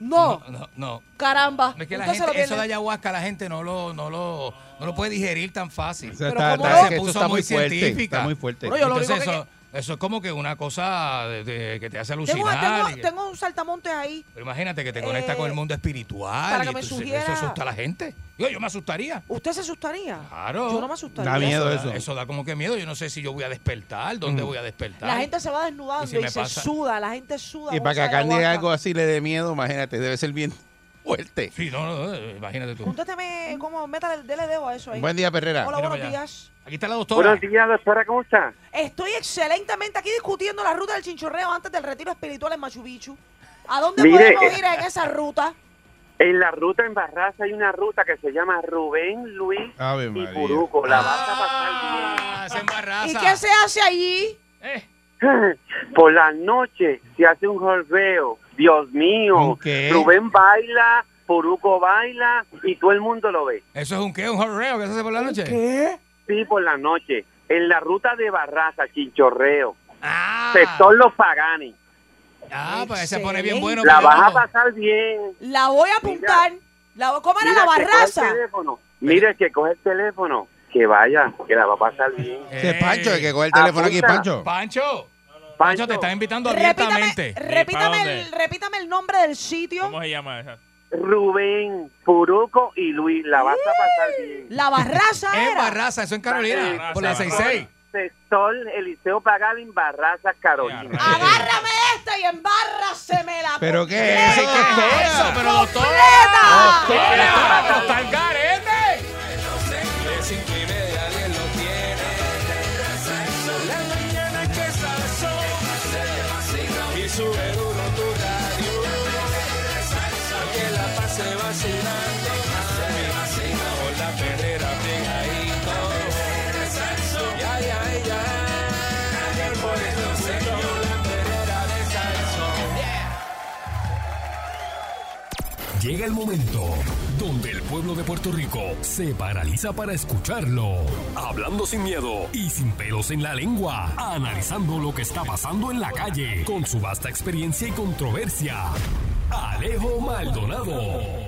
S1: No,
S4: no, no.
S1: caramba.
S4: Es que la
S1: Usted se lo
S4: gente, eso de
S1: pierde.
S4: ayahuasca, la gente no lo, no lo, no lo puede digerir tan fácil.
S2: Eso está- Pero ¿cómo está- no?
S4: se
S2: eso
S4: puso
S2: está muy
S4: muy
S2: fuerte,
S4: científica.
S2: está muy fuerte. Pero yo lo
S4: Entonces
S2: único
S4: eso, eso es como que una cosa de- de- que te hace
S1: Tengo,
S4: alucinar.
S1: tengo-
S4: y-
S1: tengo un saltamontes ahí.
S4: pero imagínate que te conecta
S1: Eh,
S4: con el mundo espiritual.
S1: para que
S4: y
S1: me
S4: tú-
S1: sugiera-
S4: Eso asusta a la gente. Yo, yo me asustaría.
S1: ¿Usted se asustaría?
S4: Claro.
S1: Yo no me asustaría.
S4: da- Eso da como que miedo. Yo no sé si yo voy a despertar,
S2: Mm.
S4: dónde voy a despertar.
S1: La gente se va desnudando
S4: Y
S1: y,
S4: si me
S1: se
S4: pasa-
S1: suda, la gente suda.
S2: Y
S1: con
S2: para que a
S1: esa
S2: Candy
S1: ayahuasca.
S2: algo así le dé miedo, imagínate, debe ser bien fuerte.
S4: Sí, no, no, no, imagínate tú.
S1: Usted me, como, métale, dele dedo a eso ahí.
S2: Buen día, Perrera.
S1: Hola,
S2: Mira
S1: buenos
S2: para allá.
S1: días.
S4: Aquí está la
S2: doctora.
S5: días, doctora, ¿cómo está?
S1: Estoy excelentemente aquí discutiendo la ruta del chinchorreo antes del retiro espiritual en Machu Picchu. ¿A dónde
S5: Mire,
S1: podemos
S5: eh,
S1: ir en esa ruta?
S5: En la ruta en Barraza hay una ruta que se llama Rubén Luis
S2: Ave
S5: y
S2: María.
S5: Puruco. La vas
S4: Ah.
S1: ¿Y qué se hace allí?
S5: a- Por la noche se hace un jorveo. Dios mío. Rubén baila, Puruco baila y todo el mundo lo ve.
S4: ¿Eso es un qué? ¿Un jorreo que se hace por la noche?
S5: Sí, por la noche. En la ruta de Barraza, Chinchorreo. Sector Los Pagani.
S4: Ah, pues se pone bien
S5: Excelente.
S4: bueno.
S5: La
S4: pero
S5: vas a
S4: vamos.
S5: pasar bien.
S1: La voy a apuntar. La, ¿Cómo era la
S5: Mira, que coge
S1: barraza?
S5: el teléfono. Mira, que coge el teléfono. Que vaya, que la va a pasar bien.
S4: Eh,
S2: Este es Pancho, el que coge el teléfono aquí,
S5: Apunta.
S2: Pancho.
S4: Ah, Pancho.
S5: Pancho
S4: te está invitando
S1: Repítame,
S4: abiertamente.
S1: repítame, el, repítame el nombre del sitio.
S5: ¿Cómo se llama esa? Rubén, Puruco y Luis. La vas a pasar bien.
S1: La barraza
S4: En
S1: era.
S4: Barraza, eso en Carolina, por la 66.
S5: Sector Eliseo Pagada en Barrazas, Carolina.
S1: Agárrame esta y embárraseme la
S2: ¿Pero qué
S1: completa.
S2: es eso, doctora?
S4: Pero doctora.
S1: ¡Completa!
S4: ¡Está el garete!
S12: Sin que me alguien lo tiene. La mañana que salsó y sube duro tu radio. Al que la pase vacilando. Con la perrera pegadito. Ya, ya, ya. Por eso se llama la perrera de salsón.
S13: Llega el momento donde el pueblo de Puerto Rico se paraliza para escucharlo. Hablando sin miedo y sin pelos en la lengua, analizando lo que está pasando en la calle con su vasta experiencia y controversia. Alejo Maldonado.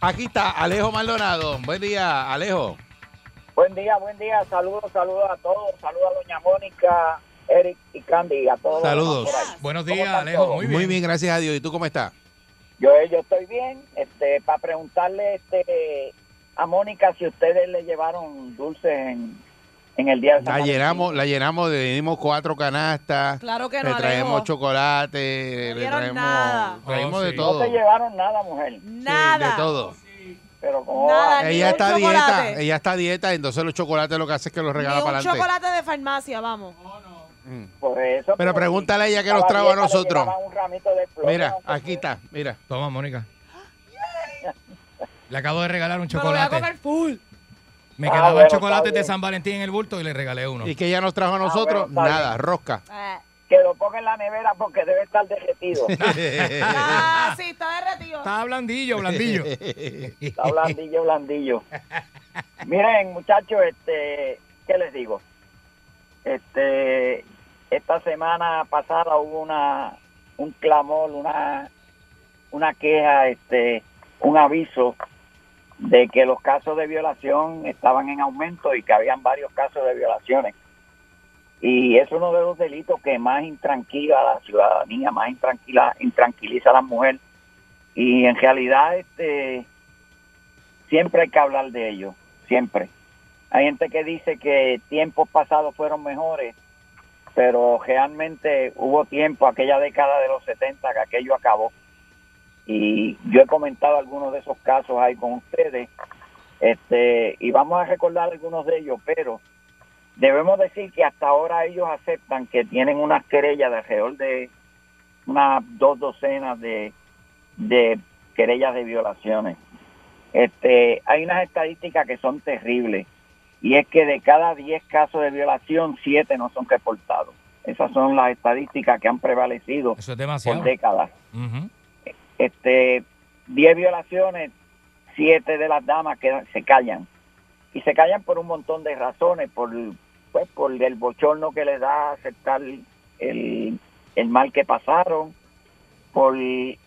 S2: Aquí está Alejo Maldonado. Buen día, Alejo.
S7: Buen día, buen día. Saludos, saludos a todos. Saludos a Doña Mónica, Eric y Candy. A todos.
S2: Saludos.
S4: Buenos
S7: días,
S2: Alejo. Muy bien. Muy bien, gracias a Dios. ¿Y tú cómo estás?
S7: Yo, yo estoy bien. Este, para preguntarle este, a Mónica si ustedes le llevaron dulces en, en el día de San
S2: La
S7: Valentín.
S2: llenamos, la llenamos, le dimos cuatro canastas.
S7: Claro que
S2: Le
S7: no,
S2: traemos
S7: Alejo.
S2: chocolate, le
S7: dieron
S2: traemos,
S7: nada.
S2: traemos
S7: Oh,
S2: de
S7: sí.
S2: todo.
S7: No te llevaron nada, mujer. Oh,
S2: De todo.
S7: Pero
S1: Nada, ni
S2: ella
S1: un
S2: está a dieta,
S1: chocolate.
S2: ella está a dieta, entonces los chocolates lo que hace es que los regala
S1: Ni un
S2: para adelante.
S1: chocolate de farmacia, vamos.
S2: Mm.
S7: Por eso.
S2: Pero pregúntale a ella que nos trajo a nosotros. Mira, aquí está, mira.
S4: Toma, Mónica. Le acabo de regalar un
S2: Me lo voy a
S4: chocolate.
S2: comer
S1: full.
S4: Me
S2: Ah,
S4: quedaban
S2: bueno,
S4: chocolates
S2: está
S4: de
S2: bien.
S4: San Valentín en el bulto y le regalé uno.
S2: Y que ella nos trajo a nosotros,
S4: bueno, está
S2: nada, rosca.
S7: Que lo ponga en la nevera porque debe estar derretido.
S1: Ah, sí, está derretido.
S4: Está blandillo, blandillo.
S7: Está blandillo, blandillo. Miren, muchachos, este, ¿qué les digo? Este, esta semana pasada hubo una, un clamor, una, una queja, este, un aviso de que los casos de violación estaban en aumento y que habían varios casos de violaciones. Y es uno de los delitos que más intranquila a la ciudadanía, más intranquila, intranquiliza a la mujer. Y en realidad, este, siempre hay que hablar de ello, siempre. Hay gente que dice que tiempos pasados fueron mejores, pero realmente hubo tiempo, aquella década de los 70, que aquello acabó. y yo he comentado algunos de esos casos ahí con ustedes este y vamos a recordar algunos de ellos pero debemos decir que hasta ahora ellos aceptan que tienen unas querellas de alrededor de unas dos docenas de, de querellas de violaciones este hay unas estadísticas que son terribles y es que de cada 10 casos de violación, 7 no son reportados. Esas son las estadísticas que han prevalecido
S3: Eso es demasiado.
S7: por décadas. Este, 10 violaciones, 7 de las damas que se callan. Y se callan por un montón de razones, por pues por el bochorno que les da aceptar el, el mal que pasaron, por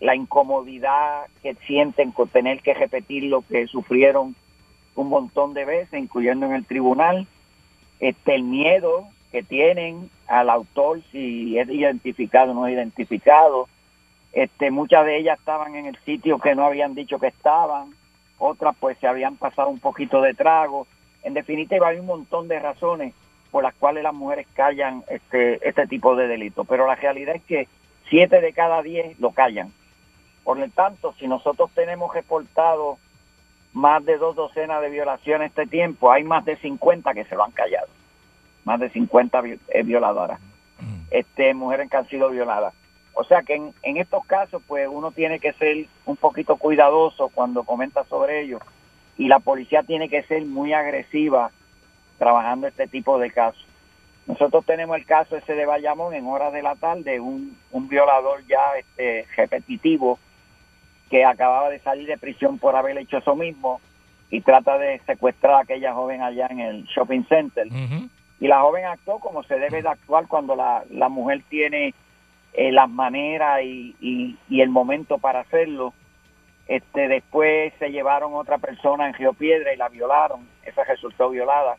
S7: la incomodidad que sienten con tener que repetir lo que sufrieron un montón de veces, incluyendo en el tribunal, este, el miedo que tienen al autor si es identificado o no es identificado. Este, muchas de ellas estaban en el sitio que no habían dicho que estaban, otras pues se habían pasado un poquito de trago. En definitiva, hay un montón de razones por las cuales las mujeres callan este, este tipo de delitos, pero la realidad es que siete de cada diez lo callan. Por lo tanto, si nosotros tenemos reportado más de dos docenas de violaciones este tiempo, hay más de 50 que se lo han callado, más de 50 vi- eh, violadoras, este, mujeres que han sido violadas. O sea que en, en estos casos, pues uno tiene que ser un poquito cuidadoso cuando comenta sobre ello y la policía tiene que ser muy agresiva trabajando este tipo de casos. Nosotros tenemos el caso ese de Bayamón en horas de la tarde, un, un violador ya este, repetitivo que acababa de salir de prisión por haber hecho eso mismo y trata de secuestrar a aquella joven allá en el shopping center. Y la joven actuó como se debe de actuar cuando la, la mujer tiene eh, las maneras y, y- y el momento para hacerlo. Este, después se llevaron otra persona en Río Piedra y la violaron. Esa resultó violada.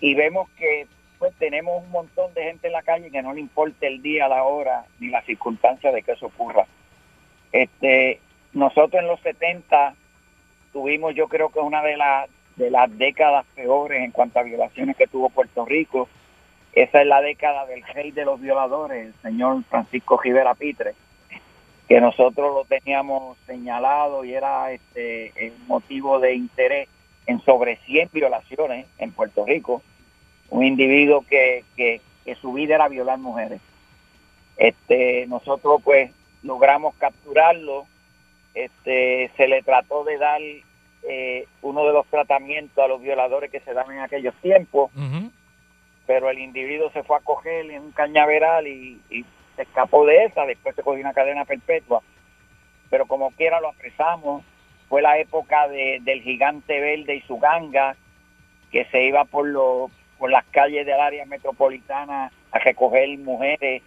S7: Y vemos que pues tenemos un montón de gente en la calle que no le importa el día, la hora ni la circunstancia de que eso ocurra. Este, nosotros en los 70 tuvimos, yo creo que una de las de las décadas peores en cuanto a violaciones que tuvo Puerto Rico. Esa es la década del rey de los violadores, el señor Francisco Rivera Pitre, que nosotros lo teníamos señalado y era este un motivo de interés en sobre 100 violaciones en Puerto Rico. Un individuo que, que, que su vida era violar mujeres. Este, nosotros pues logramos capturarlo. Este, se le trató de dar eh, uno de los tratamientos a los violadores que se daban en aquellos tiempos, pero el individuo se fue a coger en un cañaveral y, y se escapó de esa, después se cogió una cadena perpetua, pero como quiera lo apresamos. Fue la época de- del gigante verde y su ganga, que se iba por, los por las calles del área metropolitana a recoger mujeres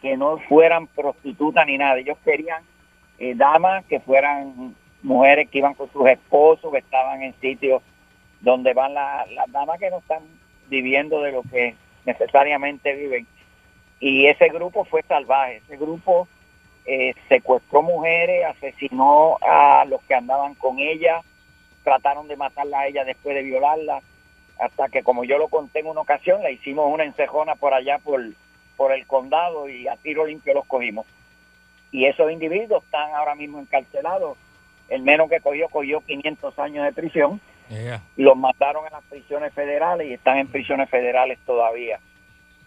S7: que no fueran prostitutas ni nada. Ellos querían eh, damas que fueran mujeres que iban con sus esposos, que estaban en sitios donde van la- las damas que no están viviendo de lo que necesariamente viven. Y ese grupo fue salvaje. Ese grupo eh, secuestró mujeres, asesinó a los que andaban con ella, trataron de matarla a ella después de violarla, hasta que, como yo lo conté en una ocasión, le hicimos una encejona por allá, por, por el condado, y a tiro limpio los cogimos. Y esos individuos están ahora mismo encarcelados. El menos que cogió, cogió 500 años de prisión. Los mataron en las prisiones federales y están en prisiones federales todavía.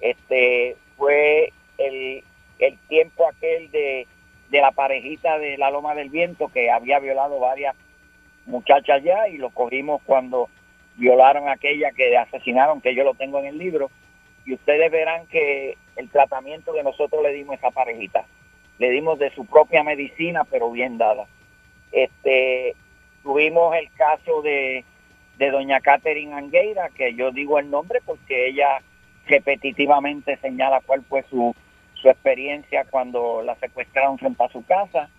S7: Este fue el, el tiempo aquel de, de la parejita de la Loma del Viento que había violado varias muchachas ya y lo cogimos cuando violaron a aquella que asesinaron, que yo lo tengo en el libro. Y ustedes verán que el tratamiento que nosotros le dimos a esa parejita, le dimos de su propia medicina, pero bien dada. Este, tuvimos el caso de, de doña Catherine Angueira, que yo digo el nombre porque ella repetitivamente señala cuál fue su, su experiencia cuando la secuestraron frente a su casa.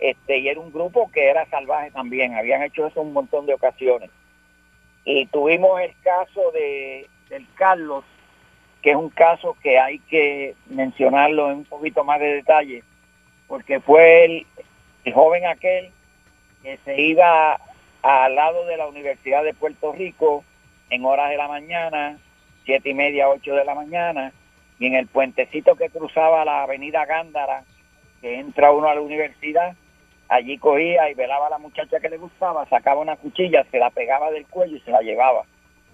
S7: Este, y era un grupo que era salvaje también, habían hecho eso un montón de ocasiones. Y tuvimos el caso de, del Carlos, que es un caso que hay que mencionarlo en un poquito más de detalle, porque fue el, el joven aquel que se iba al lado de la Universidad de Puerto Rico en horas de la mañana, siete y media, ocho de la mañana, y en el puentecito que cruzaba la avenida Gándara que entra uno a la universidad, allí cogía y velaba a la muchacha que le gustaba, sacaba una cuchilla, se la pegaba del cuello y se la llevaba.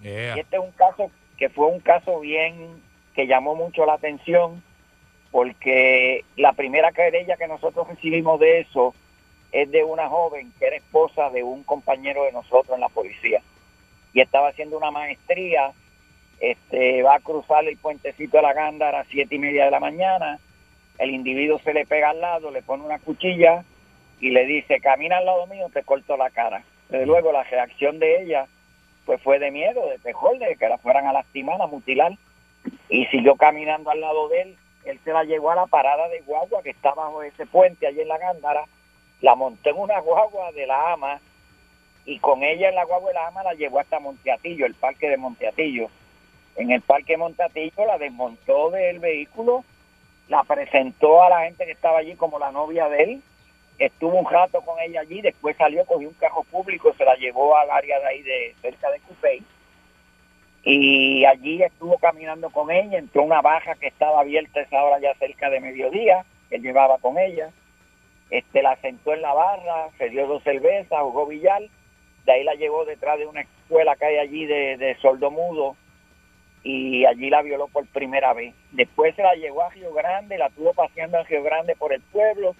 S7: Y este es un caso que fue un caso bien que llamó mucho la atención porque la primera querella que nosotros recibimos de eso es de una joven que era esposa de un compañero de nosotros en la policía y estaba haciendo una maestría. Este va a cruzar el puentecito de la Gándara a las siete y media de la mañana. El individuo se le pega al lado, le pone una cuchilla y le dice: Camina al lado mío, te corto la cara. Desde luego, la reacción de ella pues fue de miedo, de terror, de que la fueran a lastimar, a mutilar. Y siguió caminando al lado de él. Él se la llevó a la parada de guagua que está bajo ese puente allí en la Gándara. La montó en una guagua de la ama y con ella en la guagua de la ama la llevó hasta Monteatillo, el parque de Monteatillo. En el parque de Monteatillo la desmontó del vehículo, la presentó a la gente que estaba allí como la novia de él, estuvo un rato con ella allí, después salió, cogió un carro público, se la llevó al área de ahí de cerca de Cupey y allí estuvo caminando con ella, entró una baja que estaba abierta a esa hora ya cerca de mediodía, él llevaba con ella, este la sentó en la barra, se dio dos cervezas, jugó billar de ahí la llevó detrás de una escuela que hay allí de, de sordo mudo y allí la violó por primera vez. Después se la llevó a Río Grande, la tuvo paseando en Río Grande por el pueblo.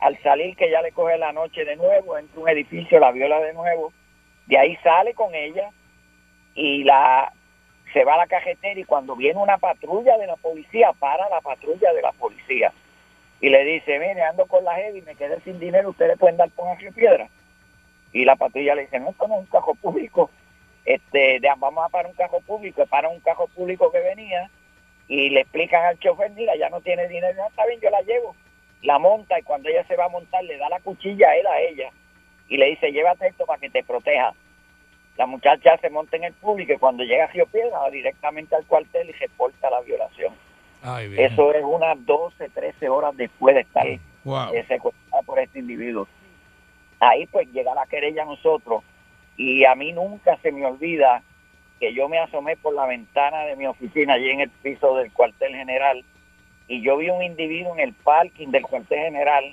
S7: Al salir, que ya le coge la noche de nuevo, entra a un edificio, la viola de nuevo. De ahí sale con ella y la se va a la carretera y cuando viene una patrulla de la policía, para la patrulla de la policía y le dice, mire, ando con la heavy, me quedé sin dinero, ustedes pueden dar con Río Piedra. Y la patrulla le dice, no, esto no es un carro público. Este, de- vamos a parar un carro público. Para un carro público que venía y le explican al chofer, mira, ya no tiene dinero. No, está bien, yo la llevo. La monta y cuando ella se va a montar le da la cuchilla a él a ella y le dice, llévate esto para que te proteja. La muchacha se monta en el público y cuando llega a Río Piedra va directamente al cuartel y reporta la violación.
S3: Ay, bien.
S7: Eso es unas 12, 13 horas después de estar
S3: Wow.
S7: eh, secuestrada por este individuo. Ahí pues llega la querella a nosotros y a mí nunca se me olvida que yo me asomé por la ventana de mi oficina allí en el piso del cuartel general y yo vi un individuo en el parking del cuartel general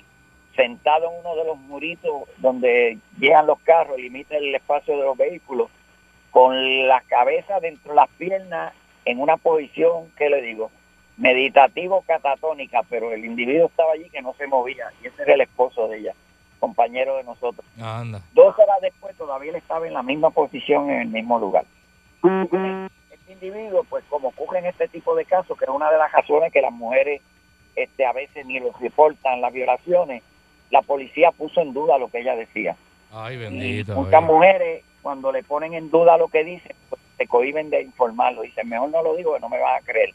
S7: sentado en uno de los muritos donde llegan los carros, limita el espacio de los vehículos, con la cabeza dentro de las piernas en una posición, ¿qué le digo? Meditativo catatónica, pero el individuo estaba allí que no se movía y ese era el esposo de ella, compañero de nosotros.
S3: Anda.
S7: Dos horas después todavía él estaba en la misma posición, en el mismo lugar. Este individuo, pues como ocurre en este tipo de casos, que es una de las razones que las mujeres este, a veces ni los reportan las violaciones, la policía puso en duda lo que ella decía.
S3: Ay, bendito.
S7: Muchas
S3: oye.
S7: mujeres, cuando le ponen en duda lo que dicen, pues, se cohiben de informarlo. Dicen, mejor no lo digo, que no me van a creer.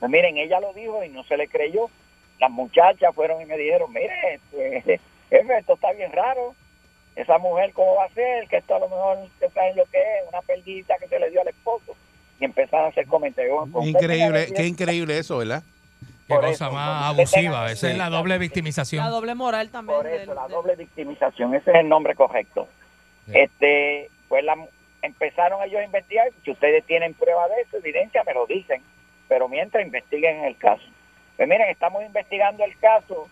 S7: Pues miren, ella lo dijo y no se le creyó. Las muchachas fueron y me dijeron, mire, este, jefe, esto está bien raro. Esa mujer, ¿cómo va a ser? Que esto a lo mejor ustedes saben lo que es, una perdita que se le dio al esposo. Y empezaron a hacer comentarios.
S2: Qué Increíble, qué increíble eso, ¿verdad?
S3: Qué cosa
S4: Ah,
S3: más abusiva. Esa es la doble victimización.
S7: La doble moral también. Por eso, la doble victimización, ese es el nombre correcto. Este, pues la, empezaron ellos a investigar. Si ustedes tienen prueba de eso, evidencia, me lo dicen. Pero mientras investiguen el caso. Pues miren, estamos investigando el caso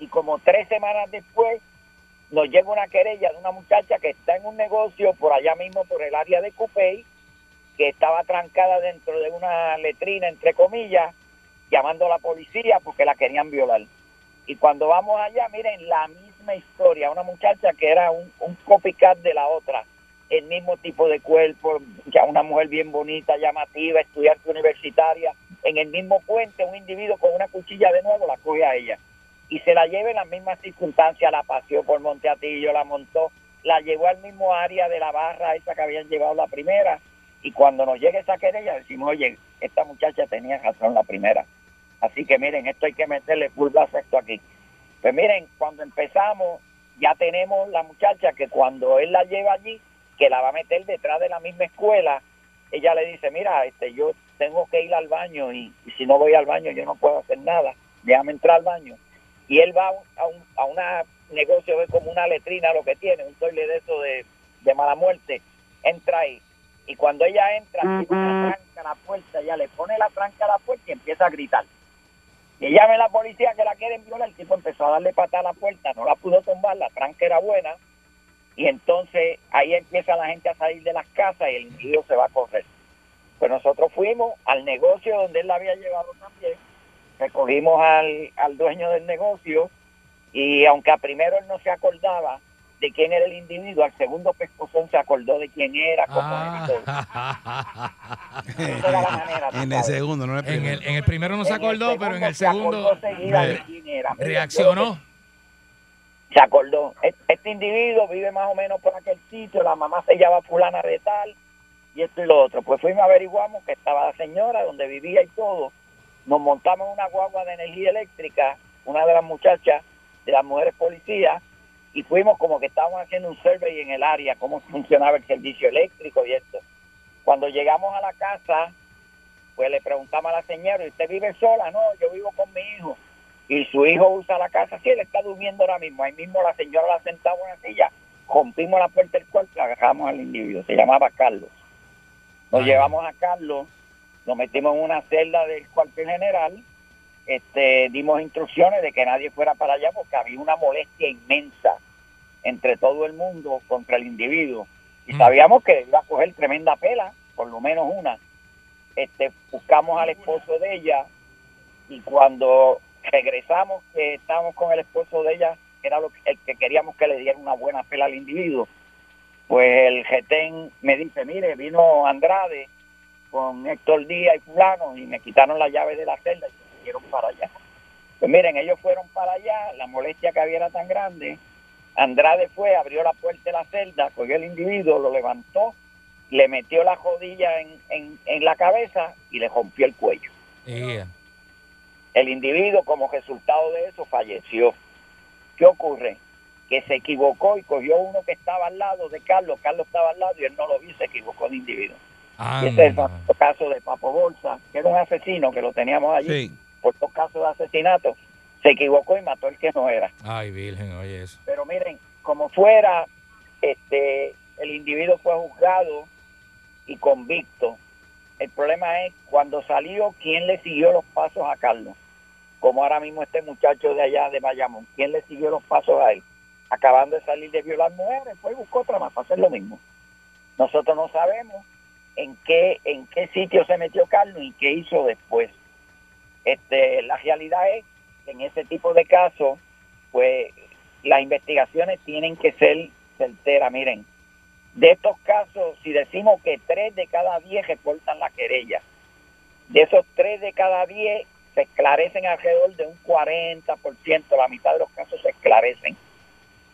S7: y como tres semanas después nos llega una querella de una muchacha que está en un negocio por allá mismo, por el área de Cupey, que estaba trancada dentro de una letrina, entre comillas, llamando a la policía porque la querían violar. Y cuando vamos allá, miren, la misma historia, una muchacha que era un, un copycat de la otra, el mismo tipo de cuerpo, ya una mujer bien bonita, llamativa, estudiante universitaria, en el mismo puente, un individuo con una cuchilla de nuevo la coge a ella y se la lleva en las mismas circunstancias, la paseó por Monteatillo, la montó, la llevó al mismo área de la barra esa que habían llevado la primera, y cuando nos llegue esa querella decimos, oye, esta muchacha tenía razón la primera. Así que miren, esto hay que meterle full blast a esto aquí. Pues miren, cuando empezamos, ya tenemos la muchacha que cuando él la lleva allí, que la va a meter detrás de la misma escuela, ella le dice, mira, este, yo tengo que ir al baño y, y si no voy al baño yo no puedo hacer nada, déjame entrar al baño y él va a un, a un a una negocio ve como una letrina lo que tiene, un toile de eso de, de mala muerte, entra ahí y cuando ella entra, tiene una tranca a la puerta, ella le pone la tranca a la puerta y empieza a gritar. Que llame la policía que la quieren violar. El tipo empezó a darle patada a la puerta, no la pudo tumbar, la tranca era buena. Y entonces ahí empieza la gente a salir de las casas y el lío se va a correr. Pues nosotros fuimos al negocio donde él la había llevado también. Recogimos al, al dueño del negocio y aunque a primero él no se acordaba de quién era el individuo, al segundo pescozón se acordó de quién era, cómo era y todo. Esa era la manera, tú
S3: En
S7: sabes.
S3: el segundo, no en el primero. En el, primero no se
S7: En el
S3: acordó, pero en el
S7: segundo
S3: segundo
S7: se acordó seguida de
S3: re-
S7: quién era. Mira,
S3: reaccionó.
S7: se acordó. E- Este individuo vive más o menos por aquel sitio, la mamá se llama fulana de tal, y esto y lo otro. Pues fuimos, averiguamos que estaba la señora, donde vivía y todo. Nos montamos en una guagua de energía eléctrica, una de las muchachas, de las mujeres policías, y fuimos como que estábamos haciendo un survey en el área, cómo funcionaba el servicio eléctrico y esto. Cuando llegamos a la casa, pues le preguntamos a la señora, ¿y usted vive sola? No, yo vivo con mi hijo y su hijo usa la casa, sí, él está durmiendo ahora mismo, ahí mismo la señora la sentaba en una silla, rompimos la puerta del cuarto y agarramos al individuo, se llamaba Carlos. Nos llevamos a Carlos, lo metimos en una celda del cuartel general, este, dimos instrucciones de que nadie fuera para allá porque había una molestia inmensa entre todo el mundo contra el individuo.
S3: Mm.
S5: Mm.
S7: Y sabíamos que iba a coger tremenda pela, por lo menos una. Este, buscamos al esposo de ella y cuando regresamos, que estábamos con el esposo de ella, que era lo que, el que queríamos que le diera una buena pela al individuo, pues el GETEN me dice, mire, vino Andrade con Héctor Díaz y fulano y me quitaron la llave de la celda y se siguieron para allá. Pues miren, ellos fueron para allá, la molestia que había era tan grande. Andrade fue, abrió la puerta de la celda, cogió el individuo, lo levantó, le metió la rodilla en, en- en la cabeza y le rompió el cuello.
S3: Yeah.
S7: El individuo, como resultado de eso, falleció. ¿Qué ocurre? Que se equivocó y cogió uno que estaba al lado de Carlos. Carlos estaba al lado y él no lo vio, se equivocó de individuo.
S12: Ah,
S7: Y ese es el famoso caso de Papo Bolsa, que era un asesino que lo teníamos allí por dos casos de asesinato. Se equivocó y mató el que no era.
S3: Ay, Virgen, oye eso.
S7: Pero miren, como fuera, este, el individuo fue juzgado y convicto. El problema es cuando salió, ¿quién le siguió los pasos a Carlos? Como ahora mismo este muchacho de allá de Bayamón, ¿quién le siguió los pasos a él? Acabando de salir de violar mujeres, fue y buscó otra más para hacer lo mismo. Nosotros no sabemos en qué, en qué sitio se metió Carlos y qué hizo después. Este, la realidad es que en ese tipo de casos, pues las investigaciones tienen que ser certeras. Miren, de estos casos, si decimos que tres de cada diez reportan la querella, de esos tres de cada diez se esclarecen alrededor de un 40%, la mitad de los casos se esclarecen.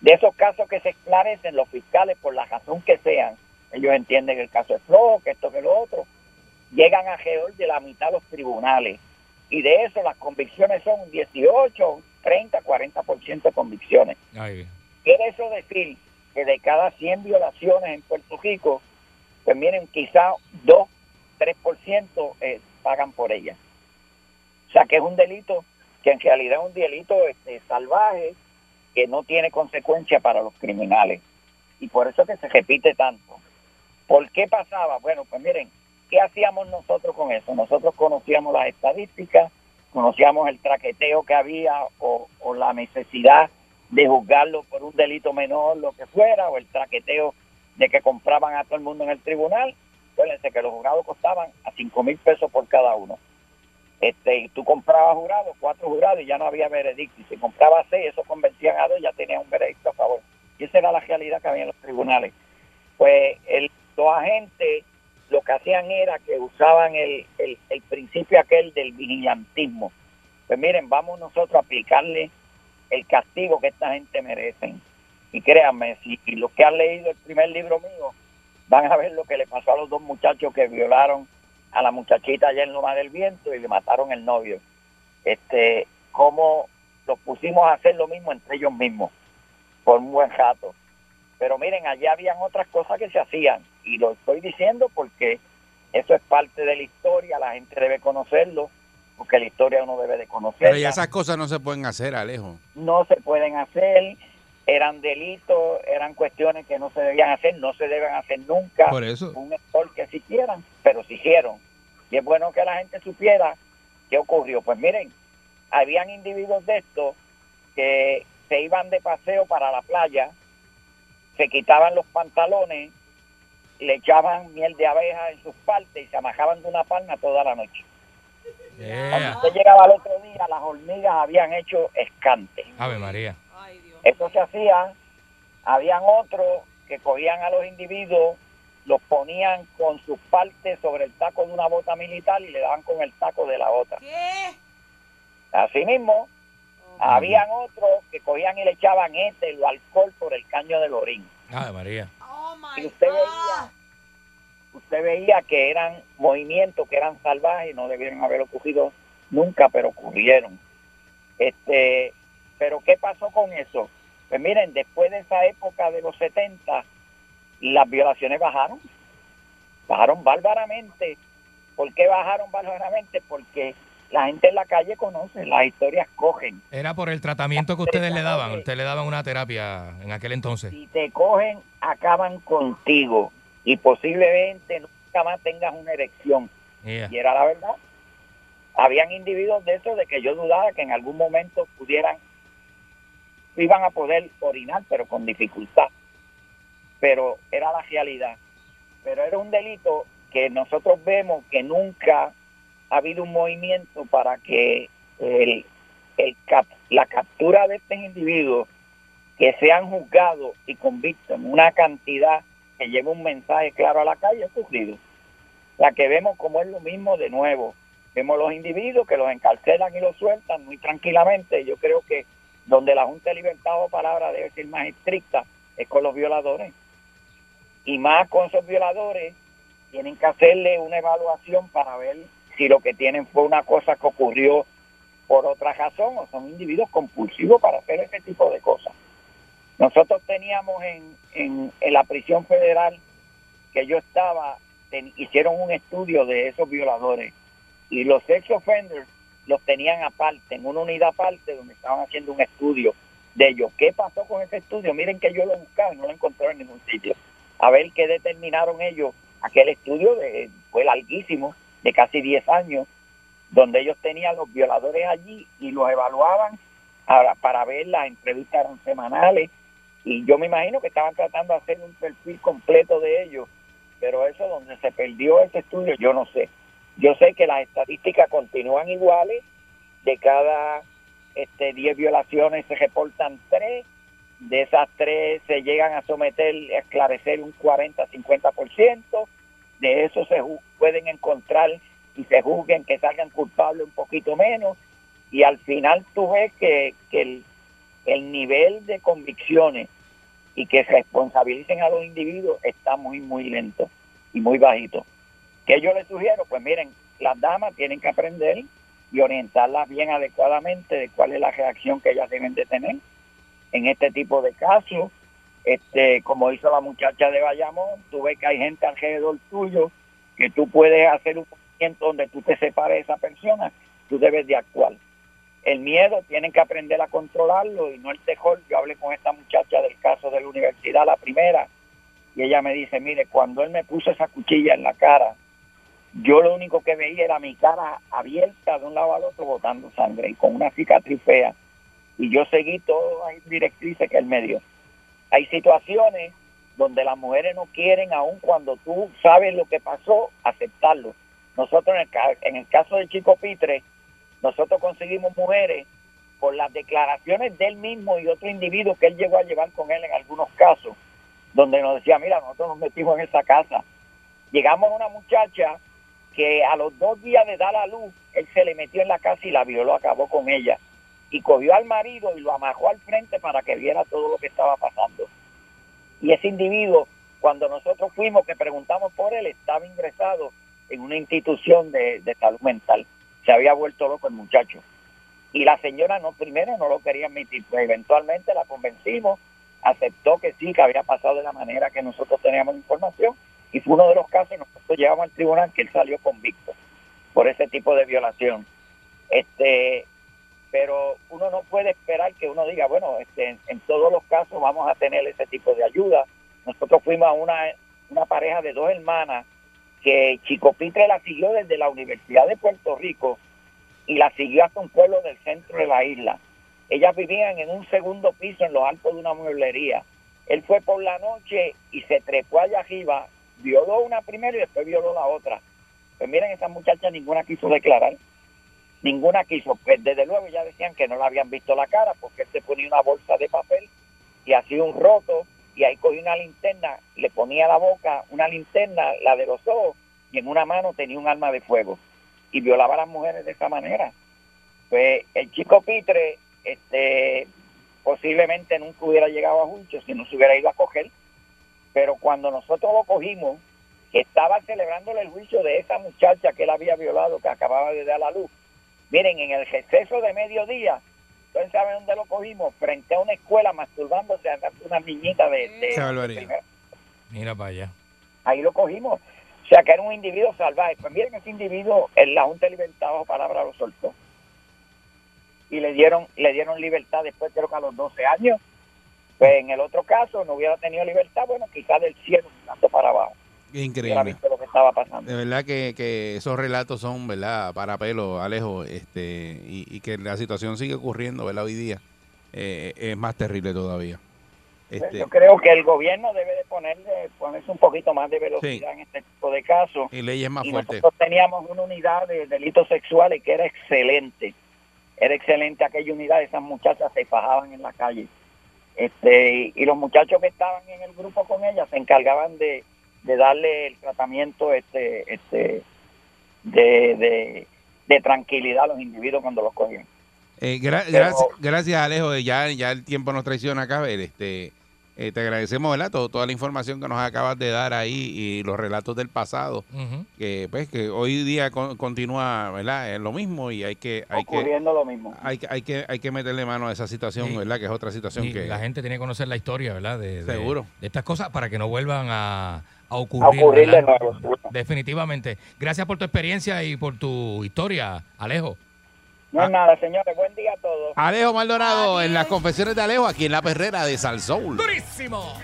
S7: De esos casos que se esclarecen, los fiscales, por la razón que sean, ellos entienden que el caso es flojo, que esto, que lo otro, llegan alrededor de la mitad a los tribunales. Y de eso las convicciones son un 18, 30, 40% de convicciones.
S3: Ay,
S7: Quiere eso decir que de cada 100 violaciones en Puerto Rico, pues miren, quizá 2, 3% eh, pagan por ellas. O sea que es un delito que en realidad es un delito este, salvaje que no tiene consecuencia para los criminales. Y por eso es que se repite tanto. ¿Por qué pasaba? Bueno, pues miren, ¿qué hacíamos nosotros con eso? Nosotros conocíamos las estadísticas, conocíamos el traqueteo que había o, o la necesidad de juzgarlo por un delito menor, lo que fuera, o el traqueteo de que compraban a todo el mundo en el tribunal. Acuérdense que los jurados costaban a 5 mil pesos por cada uno. Este, y tú comprabas jurados, cuatro jurados, y ya no había veredicto. Y si comprabas seis, eso convencían a dos, ya tenías un veredicto a favor. Y esa era la realidad que había en los tribunales. Pues el, los agentes lo que hacían era que usaban el, el, el principio aquel del vigilantismo. Pues miren, vamos nosotros a aplicarle el castigo que esta gente merece. Y créanme, si si los que han leído el primer libro mío van a ver lo que le pasó a los dos muchachos que violaron a la muchachita allá en Loma del Viento y le mataron el novio. Este, cómo los pusimos a hacer lo mismo entre ellos mismos por un buen rato. Pero miren, allá habían otras cosas que se hacían y lo estoy diciendo porque eso es parte de la historia, la gente debe conocerlo, porque la historia uno debe de conocerla
S2: Pero ya esas cosas no se pueden hacer, Alejo.
S7: no se pueden hacer, eran delitos, eran cuestiones que no se debían hacer, no se deben hacer nunca.
S2: Por eso.
S7: Un error que se hicieran, pero se hicieron. Y es bueno que la gente supiera qué ocurrió. Pues miren, habían individuos de estos que se iban de paseo para la playa, se quitaban los pantalones, le echaban miel de abeja en sus partes y se amajaban de una palma toda la noche.
S3: Yeah.
S12: Ah.
S7: Usted llegaba al otro día, las hormigas habían hecho escante.
S3: Ave María.
S7: Eso se hacía. Habían otros que cogían a los individuos, los ponían con sus partes sobre el taco de una bota militar y le daban con el taco de la otra. Asimismo,
S3: Mm.
S7: habían otros que cogían y le echaban éter o alcohol por el caño del orín.
S3: Ave María.
S7: Y usted veía, usted veía que eran movimientos que eran salvajes, no debieron haber ocurrido nunca, pero ocurrieron. Este, pero ¿qué pasó con eso? Pues miren, después de esa época de los 70, las violaciones bajaron, bajaron bárbaramente. ¿Por qué bajaron bárbaramente? Porque la gente en la calle conoce, las historias cogen.
S3: Era por el tratamiento que ustedes le daban. Ustedes le daban una terapia en aquel entonces.
S7: Si te cogen, acaban contigo y posiblemente nunca más tengas una erección.
S3: Yeah.
S7: Y era la verdad. Habían individuos de esos de que yo dudaba que en algún momento pudieran, iban a poder orinar, pero con dificultad. Pero era la realidad. Pero era un delito que nosotros vemos que nunca ha habido un movimiento para que el, el cap- la captura de estos individuos que sean juzgados y convictos en una cantidad que lleva un mensaje claro a la calle ha ocurrido. La que vemos como es lo mismo de nuevo. Vemos los individuos que los encarcelan y los sueltan muy tranquilamente. Yo creo que donde la Junta de Libertad o Palabra debe ser más estricta es con los violadores. Y más con esos violadores tienen que hacerle una evaluación para ver si lo que tienen fue una cosa que ocurrió por otra razón o son individuos compulsivos para hacer ese tipo de cosas. Nosotros teníamos en, en, en la prisión federal que yo estaba, ten- hicieron un estudio de esos violadores y los sex offenders los tenían aparte, en una unidad aparte donde estaban haciendo un estudio de ellos. ¿Qué pasó con ese estudio? Miren que yo lo buscaba y no lo encontraba en ningún sitio. A ver qué determinaron ellos. Aquel estudio de- fue larguísimo, de casi 10 años, donde ellos tenían los violadores allí y los evaluaban ahora para ver las entrevistas eran semanales y yo me imagino que estaban tratando de hacer un perfil completo de ellos, pero eso donde se perdió ese estudio, yo no sé. Yo sé que las estadísticas continúan iguales, de cada este 10 violaciones se reportan 3, de esas 3 se llegan a someter, a esclarecer un 40-50%, de eso se ju- pueden encontrar y se juzguen que salgan culpables un poquito menos, y al final tú ves que, que el, el nivel de convicciones y que responsabilicen a los individuos está muy, muy lento y muy bajito. ¿Qué yo les sugiero? Pues miren, las damas tienen que aprender y orientarlas bien adecuadamente de cuál es la reacción que ellas deben de tener en este tipo de casos. Este, como hizo la muchacha de Bayamón, tú ves que hay gente alrededor tuyo que tú puedes hacer un movimiento donde tú te separes de esa persona, tú debes de actuar el miedo tienen que aprender a controlarlo y no el tejón. Yo hablé con esta muchacha del caso de la universidad, la primera, y ella me dice, mire, cuando él me puso esa cuchilla en la cara, yo lo único que veía era mi cara abierta de un lado al otro botando sangre y con una cicatriz fea. Y yo seguí todas las directrices que él me dio. Hay situaciones donde las mujeres no quieren, aun cuando tú sabes lo que pasó, aceptarlo. Nosotros en el, ca- en el caso de Chico Pitre, nosotros conseguimos mujeres por las declaraciones de él mismo y otro individuo que él llegó a llevar con él en algunos casos, donde nos decía, mira, nosotros nos metimos en esa casa. Llegamos a una muchacha que a los dos días de dar a luz, él se le metió en la casa y la violó, acabó con ella. Y cogió al marido y lo amajó al frente para que viera todo lo que estaba pasando. Y ese individuo, cuando nosotros fuimos, que preguntamos por él, estaba ingresado en una institución de, de salud mental se había vuelto loco el muchacho. Y la señora no primero no lo quería admitir, pues eventualmente la convencimos, aceptó que sí, que había pasado de la manera que nosotros teníamos información, y fue uno de los casos que nosotros llevamos al tribunal que él salió convicto por ese tipo de violación. Este, pero uno no puede esperar que uno diga, bueno, este, en, en todos los casos vamos a tener ese tipo de ayuda. Nosotros fuimos a una, una pareja de dos hermanas que Chico Pitre la siguió desde la Universidad de Puerto Rico y la siguió hasta un pueblo del centro de la isla. Ellas vivían en un segundo piso en los altos de una mueblería. Él fue por la noche y se trepó allá arriba, violó una primero y después violó la otra. Pues miren, esas muchachas ninguna quiso declarar, ninguna quiso. Pues desde luego ya decían que no le habían visto la cara porque él se ponía una bolsa de papel y hacía un roto y ahí cogía una linterna, le ponía a la boca una linterna, la de los ojos, y en una mano tenía un arma de fuego y violaba a las mujeres de esa manera. Pues el chico Pitre, este, posiblemente nunca hubiera llegado a Juncho si no se hubiera ido a coger, pero cuando nosotros lo cogimos, que estaba celebrándole el juicio de esa muchacha que él había violado, que acababa de dar la luz. Miren, en el receso de mediodía, ¿ustedes saben dónde lo cogimos? Frente a una escuela masturbándose a una niñita de... de-
S4: Qué barbaridad.
S7: primera.
S4: Mira para allá.
S7: Ahí lo cogimos. O sea, que era un individuo salvaje. Pues miren, ese individuo, en la Junta de Libertad, bajo palabra, lo soltó. Y le dieron le dieron libertad después, creo que a los 12 años. Pues en el otro caso, no hubiera tenido libertad, bueno, quizás del cielo, un tanto para abajo. Hubiera
S2: Increíble.
S7: visto lo que estaba pasando.
S2: De verdad que, que esos relatos son, ¿verdad? Para pelo, Alejo, este, y, y que la situación sigue ocurriendo, ¿verdad? Hoy día eh, es más terrible todavía. Este,
S7: Pues Yo creo que el gobierno debe de ponerle, ponerse un poquito más de velocidad en este tipo de casos.
S2: y leyes más
S7: y
S2: fuertes.
S7: nosotros teníamos una unidad de delitos sexuales que era excelente. Era excelente aquella unidad, esas muchachas se fajaban en la calle. Este, y los muchachos que estaban en el grupo con ellas se encargaban de, de darle el tratamiento este, este, de, de- de tranquilidad a los individuos cuando los cogían.
S2: Eh, gra-
S7: Pero-
S2: gracias- gracias, Alejo. eh, Ya, ya el tiempo nos traiciona acá. eh, Este, eh, te agradecemos, ¿verdad? Todo- toda la información que nos acabas de dar ahí y los relatos del pasado.
S4: Ujú.
S2: Que, pues, que hoy día con- continúa, ¿verdad? Es lo mismo y hay que... Hay que
S7: Ocurriendo lo mismo.
S2: hay, que- hay que hay que meterle mano a esa situación,
S4: Sí.
S2: ¿verdad? Que es otra situación
S4: Y
S2: que...
S4: la gente tiene que conocer la historia, ¿verdad? De, de-
S2: Seguro.
S4: De estas cosas para que no vuelvan a, a
S2: A
S4: ocurrir.
S2: ocurrir de
S4: ¿verdad? Definitivamente. Gracias por tu experiencia y por tu historia, Alejo.
S7: No
S4: Ah.
S7: es nada, señores. Buen día a todos.
S2: Alejo Maldonado en las confesiones de Alejo aquí en la perrera de Salsoul.
S4: ¡Durísimo!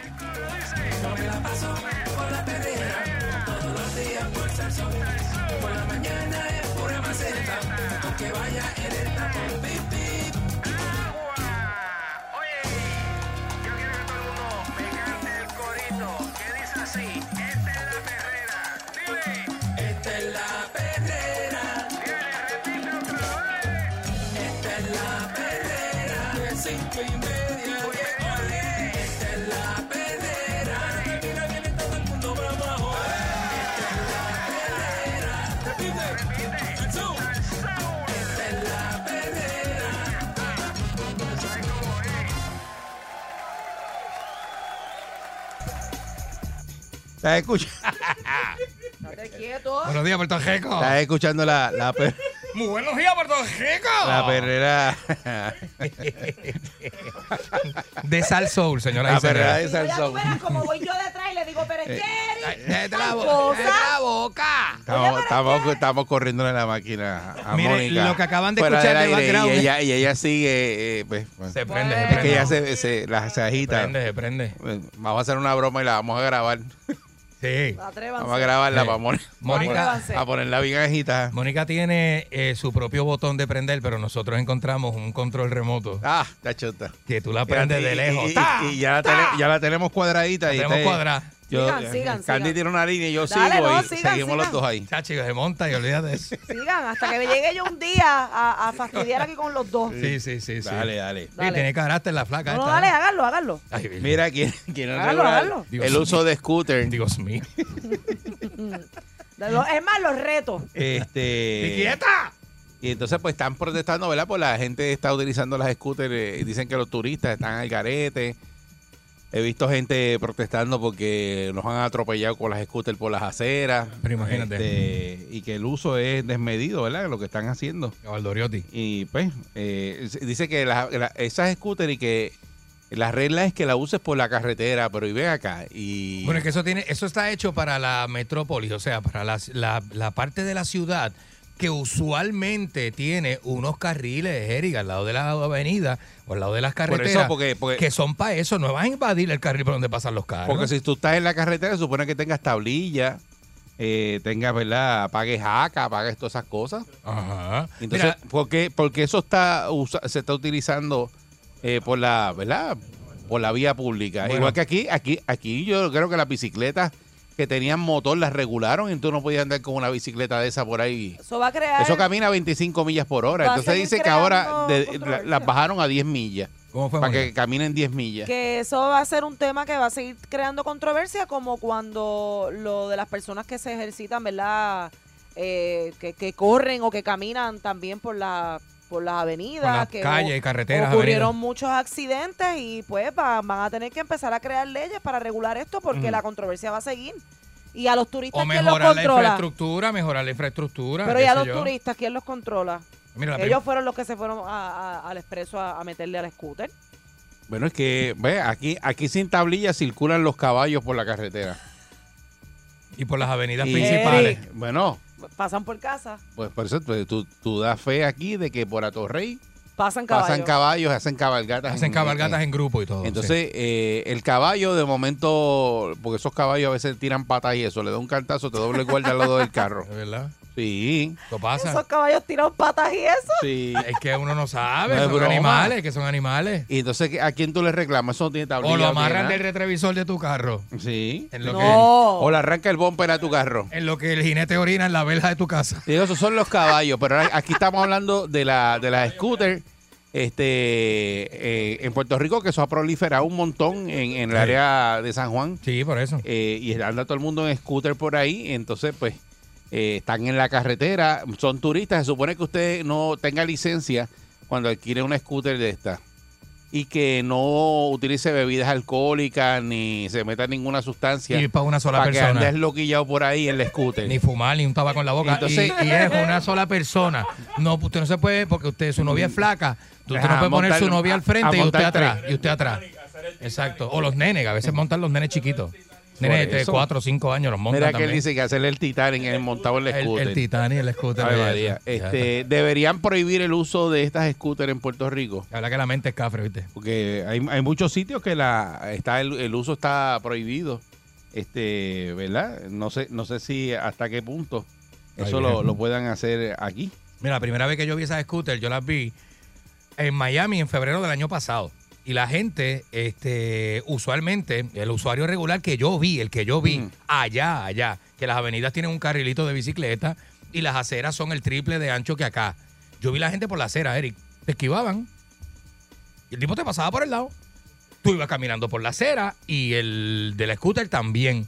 S12: Esta es la perrera. Esta es la perrera. De cinco y media. Esta es la perrera. Mira, viene todo el mundo para abajo. Esta es la perrera. Repite. Salsón. Esta es la perrera.
S2: ¿Estás escuchando?
S1: Estate quieto.
S2: Buenos
S4: días, Puerto Rico.
S2: ¿Estás escuchando la, la, per-
S4: Muy buenos días, Puerto Rico.
S2: la perrera?
S4: De Salsoul, señora.
S2: La perrera de Salsoul.
S1: Verás como voy yo detrás y le digo,
S2: Eh,
S1: pero Jerry.
S4: Cállate la bo-
S1: cosa.
S4: cállate la boca!
S2: Estamos, estamos, estamos corriendo en la máquina a
S4: Mire,
S2: Mónica.
S4: lo que acaban de
S2: Fuera
S4: escuchar
S2: del
S4: de
S2: aire, Y
S4: background es-
S2: ella, y ella sigue. eh, pues, bueno.
S4: Se prende, se
S2: Es
S4: prende.
S2: que ella se, se- la, se agita.
S4: Se prende, se prende.
S2: Bueno, Vamos a hacer una broma y la vamos a grabar.
S4: Sí.
S2: Vamos a grabarla para, poner-
S4: Mónica,
S2: para ponerla bien agita.
S4: Mónica tiene eh, su propio botón de prender, pero nosotros encontramos un control remoto.
S2: Ah, está chota.
S4: Que tú la prendes
S2: Y-
S4: de
S2: y-
S4: lejos.
S2: Y, y-
S4: ¡Ta!
S2: y ya, la tele- ya la tenemos cuadradita.
S4: La
S2: y
S4: tenemos
S2: está-
S4: cuadrada.
S2: Yo,
S1: Sigan, sigan,
S2: Candy
S1: sigan.
S2: tiene una línea y yo
S1: Dale,
S2: sigo
S1: no,
S2: y
S1: sigan,
S2: seguimos los
S1: sigan.
S2: dos ahí.
S4: Chachi, que se monta y olvídate de eso.
S1: Sigan, hasta que me llegue yo un día a, a fastidiar aquí con los dos.
S4: Sí, sí, sí. sí.
S2: Dale, dale.
S4: Sí,
S1: Dale.
S4: tiene carácter la flaca.
S1: No, no,
S4: esta.
S1: dale, háganlo, háganlo.
S4: Ay, Virgen.
S2: Mira, quiero, quiero
S1: Hágalo,
S2: regular
S1: hágalo.
S4: Dios
S2: el
S4: mío.
S2: uso de scooter.
S4: Dios mío.
S1: De los- Es más, los retos.
S2: Este.
S4: Eh, quieta!
S2: Y entonces, pues están protestando, ¿verdad? Por la gente está utilizando las scooters. eh, Dicen que los turistas están al garete. He visto gente protestando porque nos han atropellado con las scooters por las aceras.
S4: Pero imagínate.
S2: Este, y que el uso es desmedido, ¿verdad? Lo que están haciendo. Y pues, eh, dice que la- la- esas scooters y que la regla es que la uses por la carretera, pero y ven acá. Y
S4: Bueno, es que eso tiene, eso está hecho para la metrópolis, o sea, para la, la- la parte de la ciudad que usualmente tiene unos carriles, Eric, al lado de la avenida o al lado de las
S2: eso,
S4: carreteras,
S2: porque- porque-
S4: que son para eso, no vas a invadir el carril por donde pasan los carros.
S2: Porque si tú estás en la carretera, supone que tengas tablilla, eh, tengas, ¿verdad? Pagues jaca, pagues todas esas cosas.
S4: Ajá.
S2: Entonces, ¿por qué? Porque eso está usa- se está utilizando eh, por la, ¿verdad? Por la vía pública.
S4: Bueno.
S2: Igual que aquí, aquí, aquí yo creo que las bicicletas que tenían motor las regularon y tú no podías andar con una bicicleta de esa por ahí.
S1: Eso va a crear.
S2: Eso camina a 25 millas por hora.
S1: Va a
S2: Entonces
S1: seguir
S2: dice que ahora de- la- las bajaron a 10 millas. Para que caminen 10 millas.
S1: Que eso va a ser un tema que va a seguir creando controversia, como cuando lo de las personas que se ejercitan, ¿verdad? Eh, que, que corren o que caminan también por la por las avenidas,
S4: Por las
S1: que
S4: calles,
S1: hu-
S4: carreteras,
S1: ocurrieron
S4: avenidas.
S1: muchos accidentes y pues va- van a tener que empezar a crear leyes para regular esto porque
S4: Ujú.
S1: la controversia va a seguir y a los turistas
S4: O
S1: quién los
S4: mejorar la
S1: controla.
S4: infraestructura, mejorar la infraestructura.
S1: Pero
S4: qué
S1: y a
S4: sé
S1: los
S4: yo.
S1: turistas quién los controla.
S4: Mira, la prim-
S1: Ellos fueron los que se fueron a- a- al expreso a, a meterle al scooter.
S2: Bueno, es que, ve, aquí, aquí sin tablillas circulan los caballos por la carretera.
S4: Y por las avenidas
S2: Y-
S4: principales.
S2: Bueno,
S1: Pasan por casa,
S2: pues por eso pues, tú, tú das fe aquí de que por Atorrey
S1: pasan caballos.
S2: pasan caballos, hacen cabalgatas.
S4: Hacen cabalgatas en grupo y todo.
S2: Entonces, eh, el caballo de momento, porque esos caballos a veces tiran patas y eso, le da un cartazo, te doble el guarda al lado del carro.
S4: verdad?
S2: Sí.
S4: Lo pasa.
S1: Esos caballos tiran patas y eso.
S2: Sí.
S4: Es que uno no sabe,
S2: No es
S4: son
S2: broma.
S4: animales, que son animales.
S2: Y entonces, ¿a quién tú le reclamas? Eso no tiene tablilla.
S4: O lo
S2: no tiene
S4: amarran
S2: nada.
S4: del retrovisor de tu carro.
S2: Sí.
S4: En lo,
S2: O le arranca el bumper a tu carro.
S4: que, en lo que el jinete orina en la verja de tu casa.
S2: Digo, esos son los caballos, pero ahora aquí estamos hablando de la de las scooters. Este, eh, en Puerto Rico, que eso ha proliferado un montón en, en el
S4: Sí.
S2: área de San Juan. Eh,
S4: Sí, por eso.
S2: y anda todo el mundo en scooter por ahí. Entonces, pues, eh, están en la carretera, son turistas. Se supone que usted no tenga licencia cuando adquiere una scooter de esta. Y que no utilice bebidas alcohólicas ni se meta ninguna sustancia.
S4: Y para una sola
S2: para
S4: persona.
S2: que andes loquillado por ahí en el scooter.
S4: Ni fumar, ni un tabaco en la boca.
S2: Entonces-
S4: y, y es una sola persona. No, usted no se puede, porque usted, su novia es flaca. Usted
S2: Ajá,
S4: no puede poner
S2: montar-
S4: su novia al frente
S2: a
S4: y usted
S2: montar
S4: atrás. Y usted atrás. Exacto. O los nenes, que a veces montan los nenes chiquitos. Nenes
S2: Por
S4: de
S2: eso.
S4: 4 o 5 años los montan.
S2: Mira que
S4: también.
S2: él dice que hacerle el Titanic el montado en el
S4: El-
S2: scooter.
S4: el Titanic, el scooter,
S2: Ave
S4: eso.
S2: María.
S4: Ya
S2: Este, deberían prohibir el uso de estas scooters en Puerto Rico.
S4: La verdad que la mente es cafre, ¿viste?
S2: Porque hay, hay muchos sitios que la está el, el uso está prohibido. Este, ¿verdad? No sé no sé si hasta qué punto
S4: Ay,
S2: eso
S4: Virgen.
S2: lo, lo puedan hacer aquí.
S4: Mira, la primera vez que yo vi esas scooters, yo las vi en Miami en febrero del año pasado. Y la gente, este, usualmente, el usuario regular que yo vi, el que yo vi, allá, allá, que las avenidas tienen un carrilito de bicicleta y las aceras son el triple de ancho que acá. Yo vi la gente por la acera, Eric. Te esquivaban. Y el tipo te pasaba por el lado. Tú ibas caminando por la acera y el del scooter también.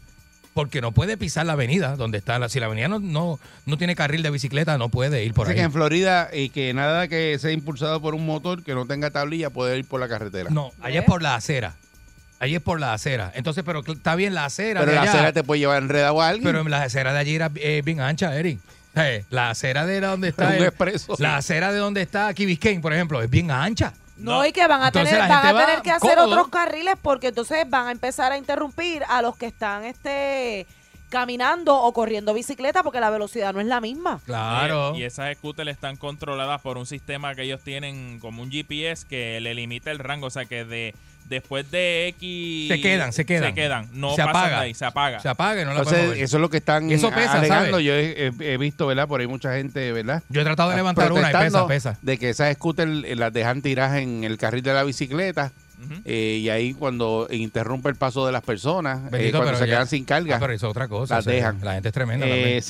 S4: Porque no puede pisar la avenida donde está la. Si la avenida no, no, no tiene carril de bicicleta, no puede ir por
S2: Así
S4: ahí.
S2: que en Florida y que nada que sea impulsado por un motor que no tenga tablilla puede ir por la carretera.
S4: No, allá es por la acera. Allí es por la acera. Entonces, pero cl- está bien la acera.
S2: Pero
S4: de
S2: la
S4: allá,
S2: acera te puede llevar enredado a alguien.
S4: Pero en la acera de allí era eh, bien ancha, Eric. Eh, la acera de donde está.
S2: Un
S4: el-
S2: expreso.
S4: La acera de donde está aquí Biscayne, por ejemplo, es bien ancha.
S1: No, y que van a
S4: Entonces la
S1: tener, van
S4: gente
S1: a
S4: va
S1: tener que hacer
S4: cómodo.
S1: otros carriles porque entonces van a empezar a interrumpir a los que están este caminando o corriendo bicicleta porque la velocidad no es la misma.
S16: Eh, Y, y esas scooters están controladas por un sistema que ellos tienen como un GPS que le limita el rango. O sea que de después de X.
S4: Se quedan, se quedan.
S16: Se quedan. No
S4: Se
S16: pasan
S4: apaga.
S16: de ahí, se apaga.
S4: Se apaga y no la podemos
S2: Entonces,
S4: ver.
S2: eso es lo que están
S4: Y eso pesa,
S2: alegando.
S4: ¿sabes?
S2: Yo he, he- he visto, ¿verdad? Por ahí mucha gente, ¿verdad?
S4: Yo he tratado de levantar una y pesa,
S2: Protestando
S4: pesa.
S2: De que esas scooters eh, las dejan tirar en el carril de la bicicleta. eh, y ahí cuando interrumpe el paso de las personas, eh,
S4: Bendito,
S2: cuando
S4: pero
S2: se
S4: ya-
S2: quedan sin carga,
S4: Ah, pero eso es otra cosa,
S2: las
S4: o sea,
S2: dejan.
S4: la gente es tremenda
S2: Eh,
S4: también.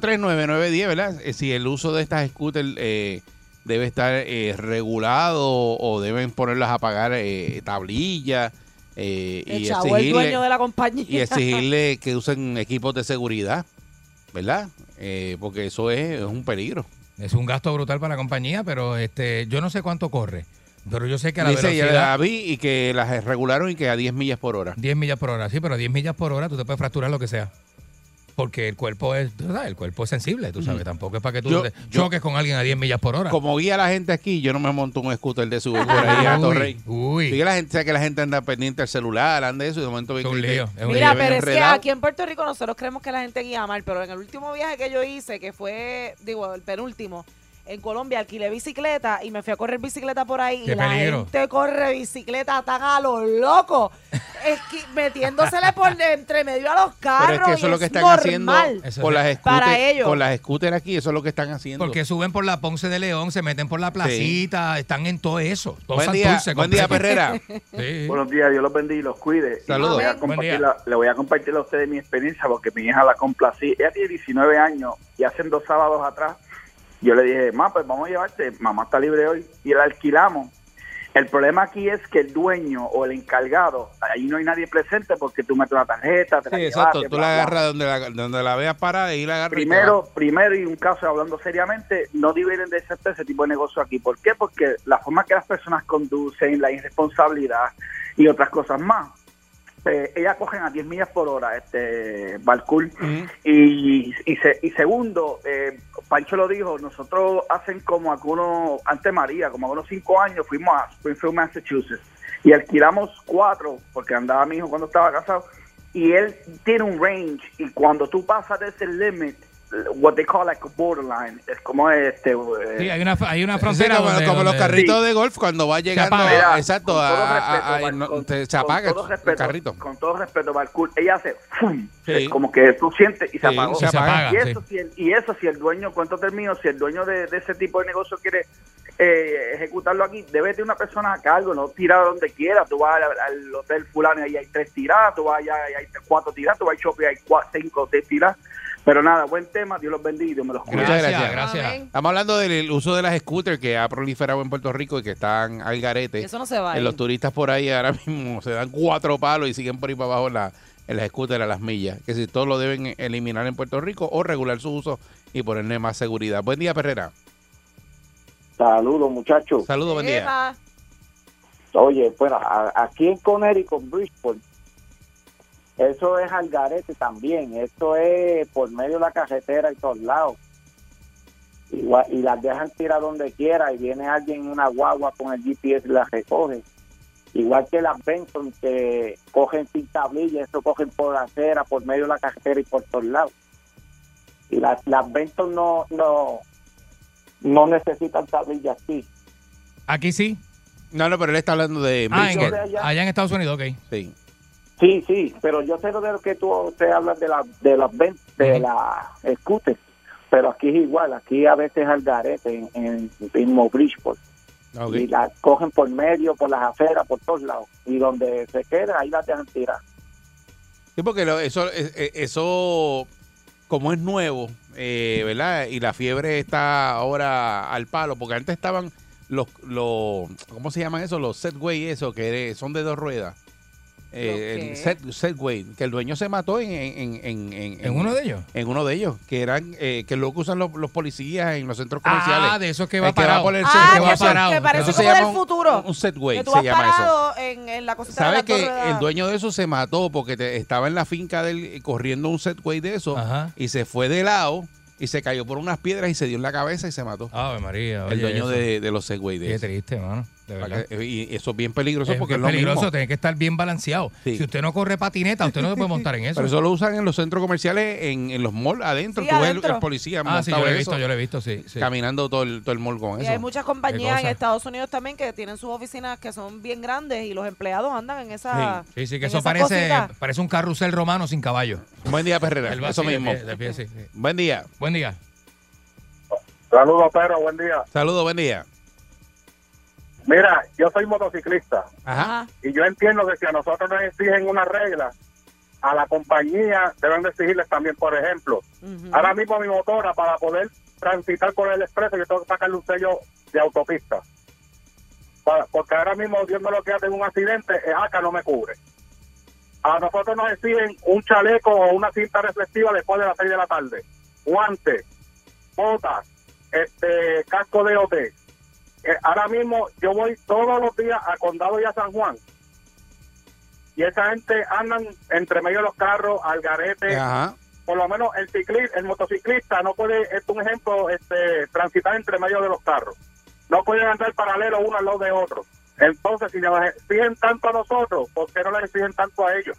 S2: 6539910, ¿verdad? Eh, si el uso de estas scooters eh, debe estar eh, regulado o deben ponerlas a pagar eh, tablillas eh,
S1: El
S2: y
S1: chavo, el
S2: exigirle-
S1: dueño de la compañía.
S2: y exigirle que usen equipos de seguridad, ¿verdad? Eh, porque eso es, es un peligro.
S4: Es un gasto brutal para la compañía, pero este, yo no sé cuánto corre. Pero yo sé que a la
S2: Dice, ya
S4: velocidad.
S2: la vi y que las regularon y que a 10 millas por hora.
S4: 10 millas por hora, sí, pero a 10 millas por hora tú te puedes fracturar lo que sea. Porque el cuerpo es, tú sabes, el cuerpo es sensible, tú sabes,
S2: Ujú.
S4: tampoco es para que tú
S2: Yo-
S4: te
S2: yo-
S4: choques con alguien a 10 millas por hora.
S2: Como guía la gente aquí, yo no me monto un scooter de subir por ahí a
S4: Ah, Uy,
S2: Torrey.
S4: Uy.
S2: la gente sabe que la gente anda pendiente al celular, anda eso y de momento ve que- que- que
S1: Mira,
S2: ven
S1: pero es que
S2: enredado.
S1: aquí en Puerto Rico nosotros creemos que la gente guía mal, pero en el último viaje que yo hice, que fue, digo, el penúltimo, en Colombia alquilé bicicleta y me fui a correr bicicleta por ahí
S4: Qué
S1: y la
S4: peligro.
S1: gente corre bicicleta tan a los locos. esqui- metiéndosele por entre medio a los carros.
S2: Pero es que eso
S1: y
S2: es lo que están
S1: normal.
S2: haciendo con las scooters,
S1: Para ellos.
S2: con las scooters aquí, eso es lo que están haciendo.
S4: Porque suben por la Ponce de León, se meten por la placita, están en todo eso. Todo
S2: Buen día,
S4: Santurce
S2: buen día,
S4: completo.
S2: Perrera.
S4: Sí.
S17: Buenos días, Dios los bendiga y los cuide.
S4: Saludos.
S17: Le voy, a
S4: Amén. Buen
S17: compartir
S4: día.
S17: la- le voy a compartir a ustedes mi experiencia porque mi hija la complací. Ella tiene 19 años y hace dos sábados atrás yo le dije, mamá, pues vamos a llevarte, mamá está libre hoy y la alquilamos. El problema aquí es que el dueño o el encargado, ahí no hay nadie presente porque tú metes la tarjeta, te
S2: Sí,
S17: la
S2: exacto.
S17: llevaste,
S2: Tú
S17: bla,
S2: la
S17: bla.
S2: agarras donde la, donde la veas parada y la agarras. y te vas.
S17: Primero, primero y un caso hablando seriamente, no deben de aceptar ese tipo de negocio aquí. ¿Por qué? Porque la forma que las personas conducen, la irresponsabilidad y otras cosas más. Eh, ellas cogen a 10 millas por hora, este Balcool. Y, y, se- y segundo, eh, Pancho lo dijo, nosotros hacen como algunos, antes María, como algunos cinco años, fuimos a Springfield, Massachusetts, y alquilamos cuatro, porque andaba mi hijo cuando estaba casado, y él tiene un range, y cuando tú pasas de ese limit, what they call like a borderline, es como este... eh,
S4: Sí, hay una, hay una
S2: Sí,
S4: frontera
S2: como,
S4: donde-
S2: como los
S4: donde-
S2: carritos de golf cuando va llegando.
S4: apaga. Mira,
S2: exacto.
S17: con todo
S2: a- a-
S17: respeto,
S2: a-
S17: Bar-
S2: no,
S17: con-
S2: te- se apaga
S17: con todo respeto,
S2: el carrito.
S17: Con todo respeto, Barcourt, ella hace ¡fum!
S2: Sí.
S17: como que tú sientes y se
S2: Sí,
S17: apagó.
S2: se apaga,
S17: y, eso,
S2: sí.
S17: si el, y eso si el dueño, cuento termino, si el dueño de, de ese tipo de negocio quiere eh, ejecutarlo aquí, debe tener una persona a cargo, no tirar donde quiera. Tú vas al, al hotel fulano y ahí hay tres tiradas, tú vas allá y hay cuatro tiradas, tú vas al shopping y hay cuatro, cinco o seis tiradas. Pero nada, buen tema, Dios los bendiga y Dios me los cuide.
S2: Muchas gracias. Estamos hablando del uso de las scooters que ha proliferado en Puerto Rico y que están al garete.
S1: Eso no se va a
S2: Eh,
S1: ir.
S2: Los turistas por ahí ahora mismo se dan cuatro palos y siguen por ahí para abajo en, la- en las scooters a las millas. Que si todo lo deben eliminar en Puerto Rico o regular su uso y ponerle más seguridad. Buen día, Perrera.
S5: Saludos, muchachos.
S2: Saludos, buen día.
S5: Oye, bueno, a- aquí en Connecticut, Bridgeport, eso es al garete también. Esto es por medio de la carretera y todos lados. Igual- y las dejan tirar donde quiera y viene alguien en una guagua con el GPS y las recoge. Igual que las Benson que cogen sin tablilla, eso cogen por la acera, por medio de la carretera y por todos lados. Y las, las Benson no, no, no necesitan tablilla aquí.
S4: Aquí sí.
S2: No, no, pero él está hablando de
S4: Ah, en-
S5: Bridgeport.
S4: allá en Estados Unidos, ok.
S2: Sí.
S5: Sí, sí, pero yo sé lo de lo que tú usted hablas de la de las ven- de la scooter, pero aquí es igual, aquí a veces al garete en, en mismo Bridgeport.
S12: Ah,
S5: Y la cogen por medio, por las aceras, por todos lados. Y donde se queda, ahí la dejan tirar.
S2: Sí, porque lo- eso, eh, eh, eso, como es nuevo, eh, ¿verdad? Y la fiebre está ahora al palo, porque antes estaban los, los ¿cómo se llaman eso? Los setway, eso, que son de dos ruedas. Eh,
S4: ¿Los qué?
S2: el set- setway, que el dueño se mató en, en, en, en,
S4: ¿En uno de ellos?
S2: En uno de ellos, que eran, eh, que es lo que usan los, los policías en los centros
S4: Ah,
S2: comerciales.
S4: de esos que
S2: El
S4: va parado.
S2: por el
S4: Ah,
S2: centro
S4: que va
S2: comercial.
S4: parado, que parece
S2: Eso se
S4: como
S2: llama
S4: del
S2: un-
S1: futuro.
S2: Un, setway,
S1: que tú
S2: se
S1: vas
S2: llama eso.
S1: parado en, en la cosita
S2: ¿Sabe
S1: de
S2: que
S1: las dos ruedas.
S2: el dueño de eso se mató porque te- estaba en la finca del eh, corriendo un setway de eso y se fue de lado y se cayó por unas piedras y se dio en la cabeza y se mató.
S4: Ah, Ave María.
S2: el
S4: oye,
S2: dueño
S4: eso.
S2: de, de los segway de
S4: Qué
S2: eso.
S4: triste, mano. De
S2: Para
S4: verdad.
S2: que- y eso es bien peligroso
S4: Es
S2: porque es, lo
S4: peligroso,
S2: mismo.
S4: tiene que estar bien balanceado. Si usted no corre patineta, usted no se puede montar en eso.
S2: Pero eso lo usan en los centros comerciales, en, en los malls adentro.
S1: Sí,
S2: Tú ves el,
S1: adentro.
S2: el policía
S4: Ah, sí, yo
S2: montado
S4: lo he
S2: en
S4: visto,
S2: eso,
S4: yo lo he visto, sí. sí.
S2: caminando todo el, todo el mall con
S1: Y
S2: eso.
S1: hay muchas compañías en Estados Unidos también que tienen sus oficinas que son bien grandes y los empleados andan en esa.
S4: Sí, sí, que
S1: Ah, en
S4: eso
S1: esa
S4: parece,
S1: cosita.
S4: parece un carrusel romano sin caballo.
S2: Buen día, Perrera.
S4: El va
S2: Eso
S4: así de
S2: mismo.
S4: pie- de pie, sí, sí.
S2: Buen día.
S4: Buen día.
S18: Saludos, Pedro, buen día.
S2: Saludos, buen día.
S18: Mira, yo soy motociclista
S2: Ajá.
S18: y yo entiendo que si a nosotros nos exigen una regla, a la compañía deben de exigirles también, por ejemplo. Ahora mismo a mi motora, para poder transitar por el expreso, yo tengo que sacarle un sello de autopista. Para- porque ahora mismo, Dios me lo que tengo un accidente, es acá no me cubre. A nosotros nos exigen un chaleco o una cinta reflectiva después de las 6 de la tarde. Guantes, botas, este, casco de OT. Eh, ahora mismo yo voy todos los días a Condado y a San Juan. Y esa gente andan entre medio de los carros, al garete.
S2: Ajá.
S18: Por lo menos el ciclista, el motociclista no puede, es un ejemplo, este, transitar entre medio de los carros. No pueden andar paralelo uno al lado de otro. Entonces, si nos exigen tanto a nosotros, ¿por qué no les exigen tanto a ellos?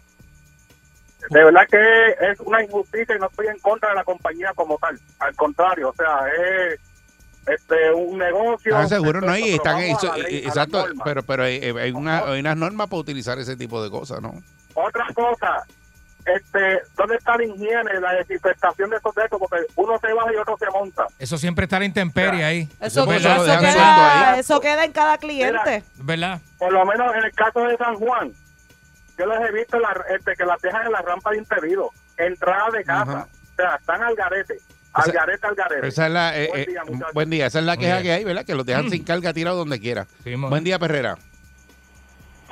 S18: De verdad que es una injusticia y no estoy en contra de la compañía como tal. Al contrario, o sea, es este, un negocio.
S2: Ah, seguro no, y
S18: Entonces,
S2: están
S18: vamos a la
S2: eso-
S18: ley, a la
S2: exacto,
S18: norma.
S2: pero pero hay, hay una, hay unas normas para utilizar ese tipo de cosas, ¿no?
S18: Otra cosa, este, ¿dónde está la higiene, la desinfectación de esos dedos? Porque uno se baja y otro se monta.
S3: Eso siempre está la intemperie ahí.
S18: Eso-
S3: ¿verdad?
S18: eso- eso
S3: Dejan
S18: queda-
S3: suelto ahí.
S1: Ah, eso queda en cada cliente.
S3: ¿Verdad?
S18: Por lo menos en el caso de San Juan, yo les he visto la, este, que las dejan en la rampa de impedido, entrada de casa. O sea, están al garete, al
S2: Esa-
S18: garete, al garete.
S2: Esa es la, eh,
S18: Buen
S2: eh,
S18: día, muchachos.
S2: buen día, esa es la
S18: Buen
S2: queja
S18: día. Mm.
S2: que hay, ¿verdad? Que los dejan sin carga tirado donde quiera. buen día, Perrera.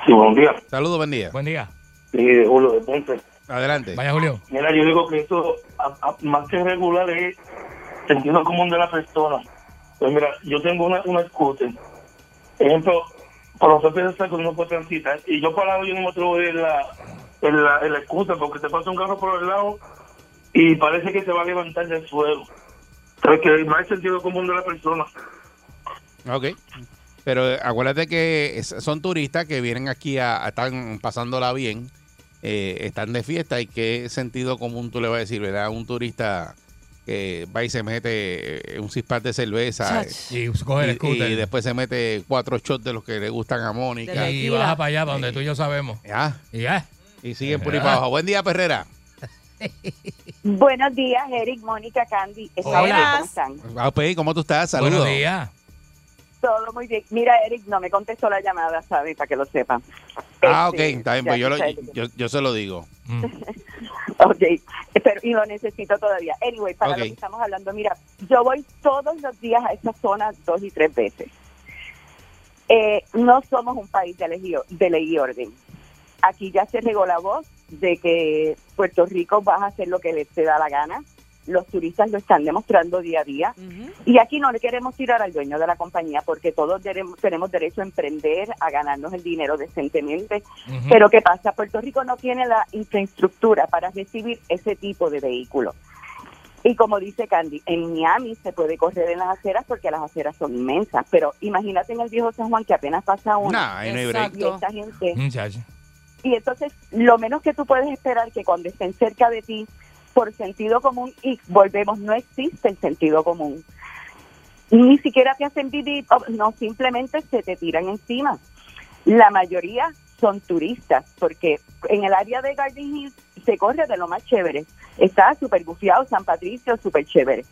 S19: Sí, buen día.
S2: Saludos, buen día.
S3: Buen día.
S19: Sí, Julio de Ponce.
S2: Adelante.
S3: Vaya, Julio.
S19: Mira, yo digo que eso, a- a- más que regular, es sentido común de la persona. Pues mira, yo tengo una, una scooter. Ejemplo, por los propios sacos no puedo transitar. Y yo parado, yo no me atrevo a ir en la, en la, en la scooter porque te pasa un carro por el lado y parece que se va a levantar del suelo. Porque que más sentido común de la persona.
S2: Ok. Pero eh, acuérdate que es- son turistas que vienen aquí a, a- están pasándola bien, eh, están de fiesta y qué sentido común tú le vas a decir, ¿verdad? A Un turista que va y se mete eh, un cispat de cerveza eh,
S3: Chach. Y coge el
S2: y-
S3: scooter.
S2: y después se mete cuatro shots de los que le gustan a Mónica.
S3: Y baja para allá, para donde tú y yo sabemos.
S2: Ya.
S3: Y ya.
S2: Y siguen por ahí para abajo. Buen día, Perrera.
S20: Buenos días, Eric, Mónica, Candy. Esta
S2: Hola.
S20: hora, ¿cómo están?
S2: Ah, pues, ¿cómo tú estás? Saludos.
S3: Buenos días.
S20: Todo muy bien. Mira, Eric, no me contestó la llamada, ¿sabes? Para que lo sepan.
S2: Ah, ok,
S20: Este,
S2: está bien,
S20: ya
S2: pues yo,
S20: tú
S2: lo-
S20: sabes lo
S2: yo, yo se lo digo.
S3: Mm.
S20: Ok, pero, y lo necesito todavía. Anyway, para
S2: Ok.
S20: lo que estamos hablando, mira, yo voy todos los días a esa zona dos y tres veces. Eh, no somos un país de, ley, y- de ley y orden. Aquí ya se regó la voz de que Puerto Rico va a hacer lo que le se da la gana. Los turistas lo están demostrando día a día. Y aquí no le queremos tirar al dueño de la compañía porque todos dere- tenemos derecho a emprender, a ganarnos el dinero decentemente. Pero ¿qué pasa? Puerto Rico no tiene la infraestructura para recibir ese tipo de vehículo. Y como dice Candy, en Miami se puede correr en las aceras porque las aceras son inmensas. Pero imagínate en el viejo San Juan que apenas pasa uno.
S2: Nah, ahí no hay break.
S20: Y esta gente
S3: Muchacho.
S20: y entonces lo menos que tú puedes esperar que cuando estén cerca de ti por sentido común y volvemos no existe el sentido común ni siquiera te hacen vivir no simplemente se te tiran encima la mayoría son turistas porque en el área de Garden Hills se corre de lo más chévere está súper bufiado San Patricio súper chévere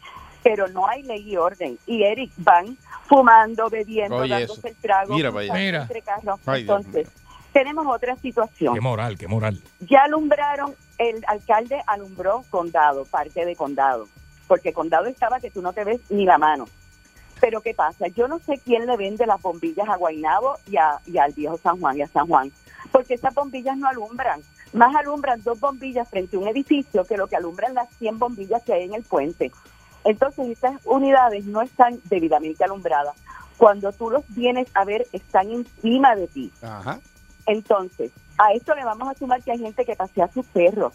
S20: pero no hay ley y orden y Eric van fumando bebiendo
S3: Oye,
S20: dándose
S3: eso.
S20: el trago
S3: Mira para allá.
S20: cruzando
S3: Mira.
S20: entre carros
S3: Ay, Dios
S20: entonces tenemos otra situación
S3: Qué moral, qué moral.
S20: ya alumbraron, el alcalde alumbró condado, parte de condado, porque condado estaba que tú no te ves ni la mano. Pero ¿qué pasa? Yo no sé quién le vende las bombillas a Guainabo y, a- y al viejo San Juan y a San Juan, porque esas bombillas no alumbran. Más alumbran dos bombillas frente a un edificio que lo que alumbran las 100 bombillas que hay en el puente. Entonces, estas unidades no están debidamente alumbradas. Cuando tú los vienes a ver, están encima de ti.
S2: Ajá.
S20: Entonces, a esto le vamos a sumar que hay gente que pasea a sus perros.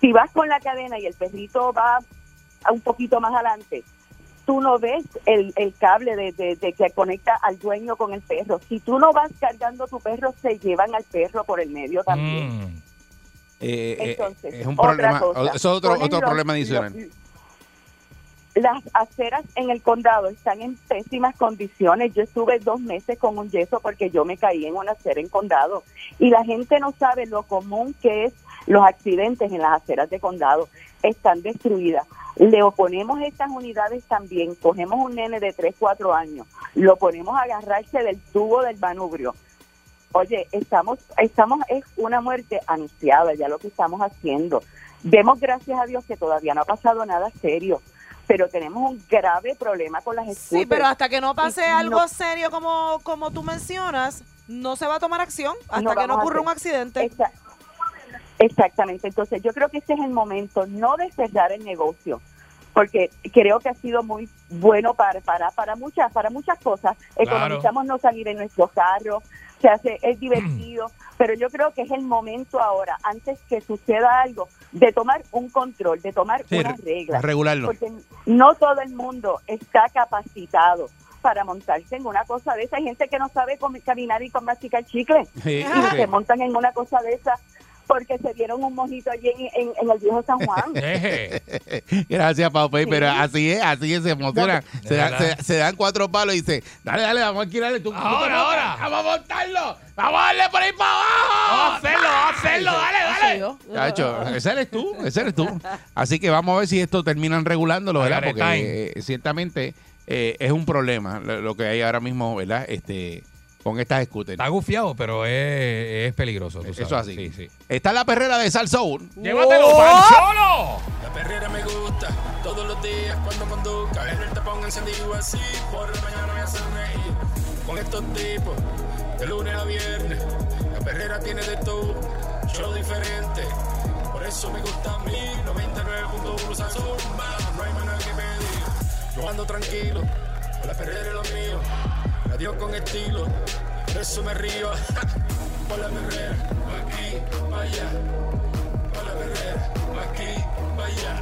S20: Si vas con la cadena y el perrito va a un poquito más adelante, tú no ves el, el cable de, de- de que conecta al dueño con el perro. Si tú no vas cargando tu perro, se llevan al perro por el medio también.
S3: Mm.
S2: Eh, eh,
S20: Entonces,
S2: es un
S20: otra
S2: problema,
S20: cosa.
S2: eso es otro,
S20: Ponen
S2: otro
S20: los-
S2: problema
S20: los-
S2: adicional.
S20: Las aceras en el condado están en pésimas condiciones. Yo estuve dos meses con un yeso porque yo me caí en una acera en condado. Y la gente no sabe lo común que es los accidentes en las aceras de condado. Están destruidas. Le oponemos estas unidades también. Cogemos un nene de 3, 4 años. Lo ponemos a agarrarse del tubo del manubrio. Oye, estamos, estamos, es una muerte anunciada ya lo que estamos haciendo. Demos gracias a Dios que todavía no ha pasado nada serio, pero tenemos un grave problema con las
S1: Sí,
S20: scooters.
S1: pero hasta que no pase
S20: Y
S1: algo
S20: no-
S1: serio como, como tú mencionas, no se va a tomar acción hasta
S20: No
S1: que no
S20: vamos a
S1: ocurra
S20: hacer.
S1: un accidente.
S20: Exactamente, entonces yo creo que este es el momento, no de cerrar el negocio, porque creo que ha sido muy bueno para para, para muchas para muchas cosas.
S21: Claro.
S20: Economizamos no salir en nuestros carros, se hace es divertido, pero yo creo que es el momento ahora, antes que suceda algo, de tomar un control, de tomar
S2: Sí,
S20: unas
S2: re-
S20: reglas,
S2: regularlo.
S20: porque no todo el mundo está capacitado para montarse en una cosa de esa. Hay gente que no sabe comi- caminar y con masticar chicle.
S2: Sí,
S20: Y
S2: sí.
S20: se montan en una cosa de esa. porque se dieron un mojito allí en, en- en el viejo San Juan.
S22: Gracias, Papey,
S20: Sí.
S22: pero así es, así es, se emocionan.
S2: No,
S22: se,
S2: de
S22: da-
S2: verdad.
S22: se- se dan cuatro palos y dicen, dale, dale, vamos a alquilarle tú.
S12: Ahora, ahora.
S22: Vamos a montarlo. Vamos a darle por ahí para abajo.
S12: Vamos a hacerlo, vamos a hacerlo, dale, dale.
S2: Chacho, ese eres tú, ese eres tú. Así que vamos a ver si esto terminan regulándolo, ¿verdad? Porque eh, ciertamente eh, es un problema lo, lo que hay ahora mismo, ¿verdad? Este, con estas scooters.
S3: Está gufiado, pero es, es peligroso. tú
S2: Eso
S3: sabes.
S2: así.
S3: Sí, sí.
S2: Está la perrera de Sal Soul.
S12: Uh.
S2: Oh.
S16: ¡Llévatelo,
S3: Pancholo!
S12: La perrera me gusta todos los días cuando conduzca. En el tapón encendido así, por la mañana me hace reír. Con estos tipos, de lunes a viernes, la perrera tiene de todo, show diferente. Por eso me gusta a mí, 99.1 Samsung, más, no hay manera que pedir. Yo ando tranquilo, con la perrera es lo mío. Adiós con estilo, por eso me río. Por la perrera, pa' aquí, pa' allá. Por la perrera, pa' aquí, pa' allá.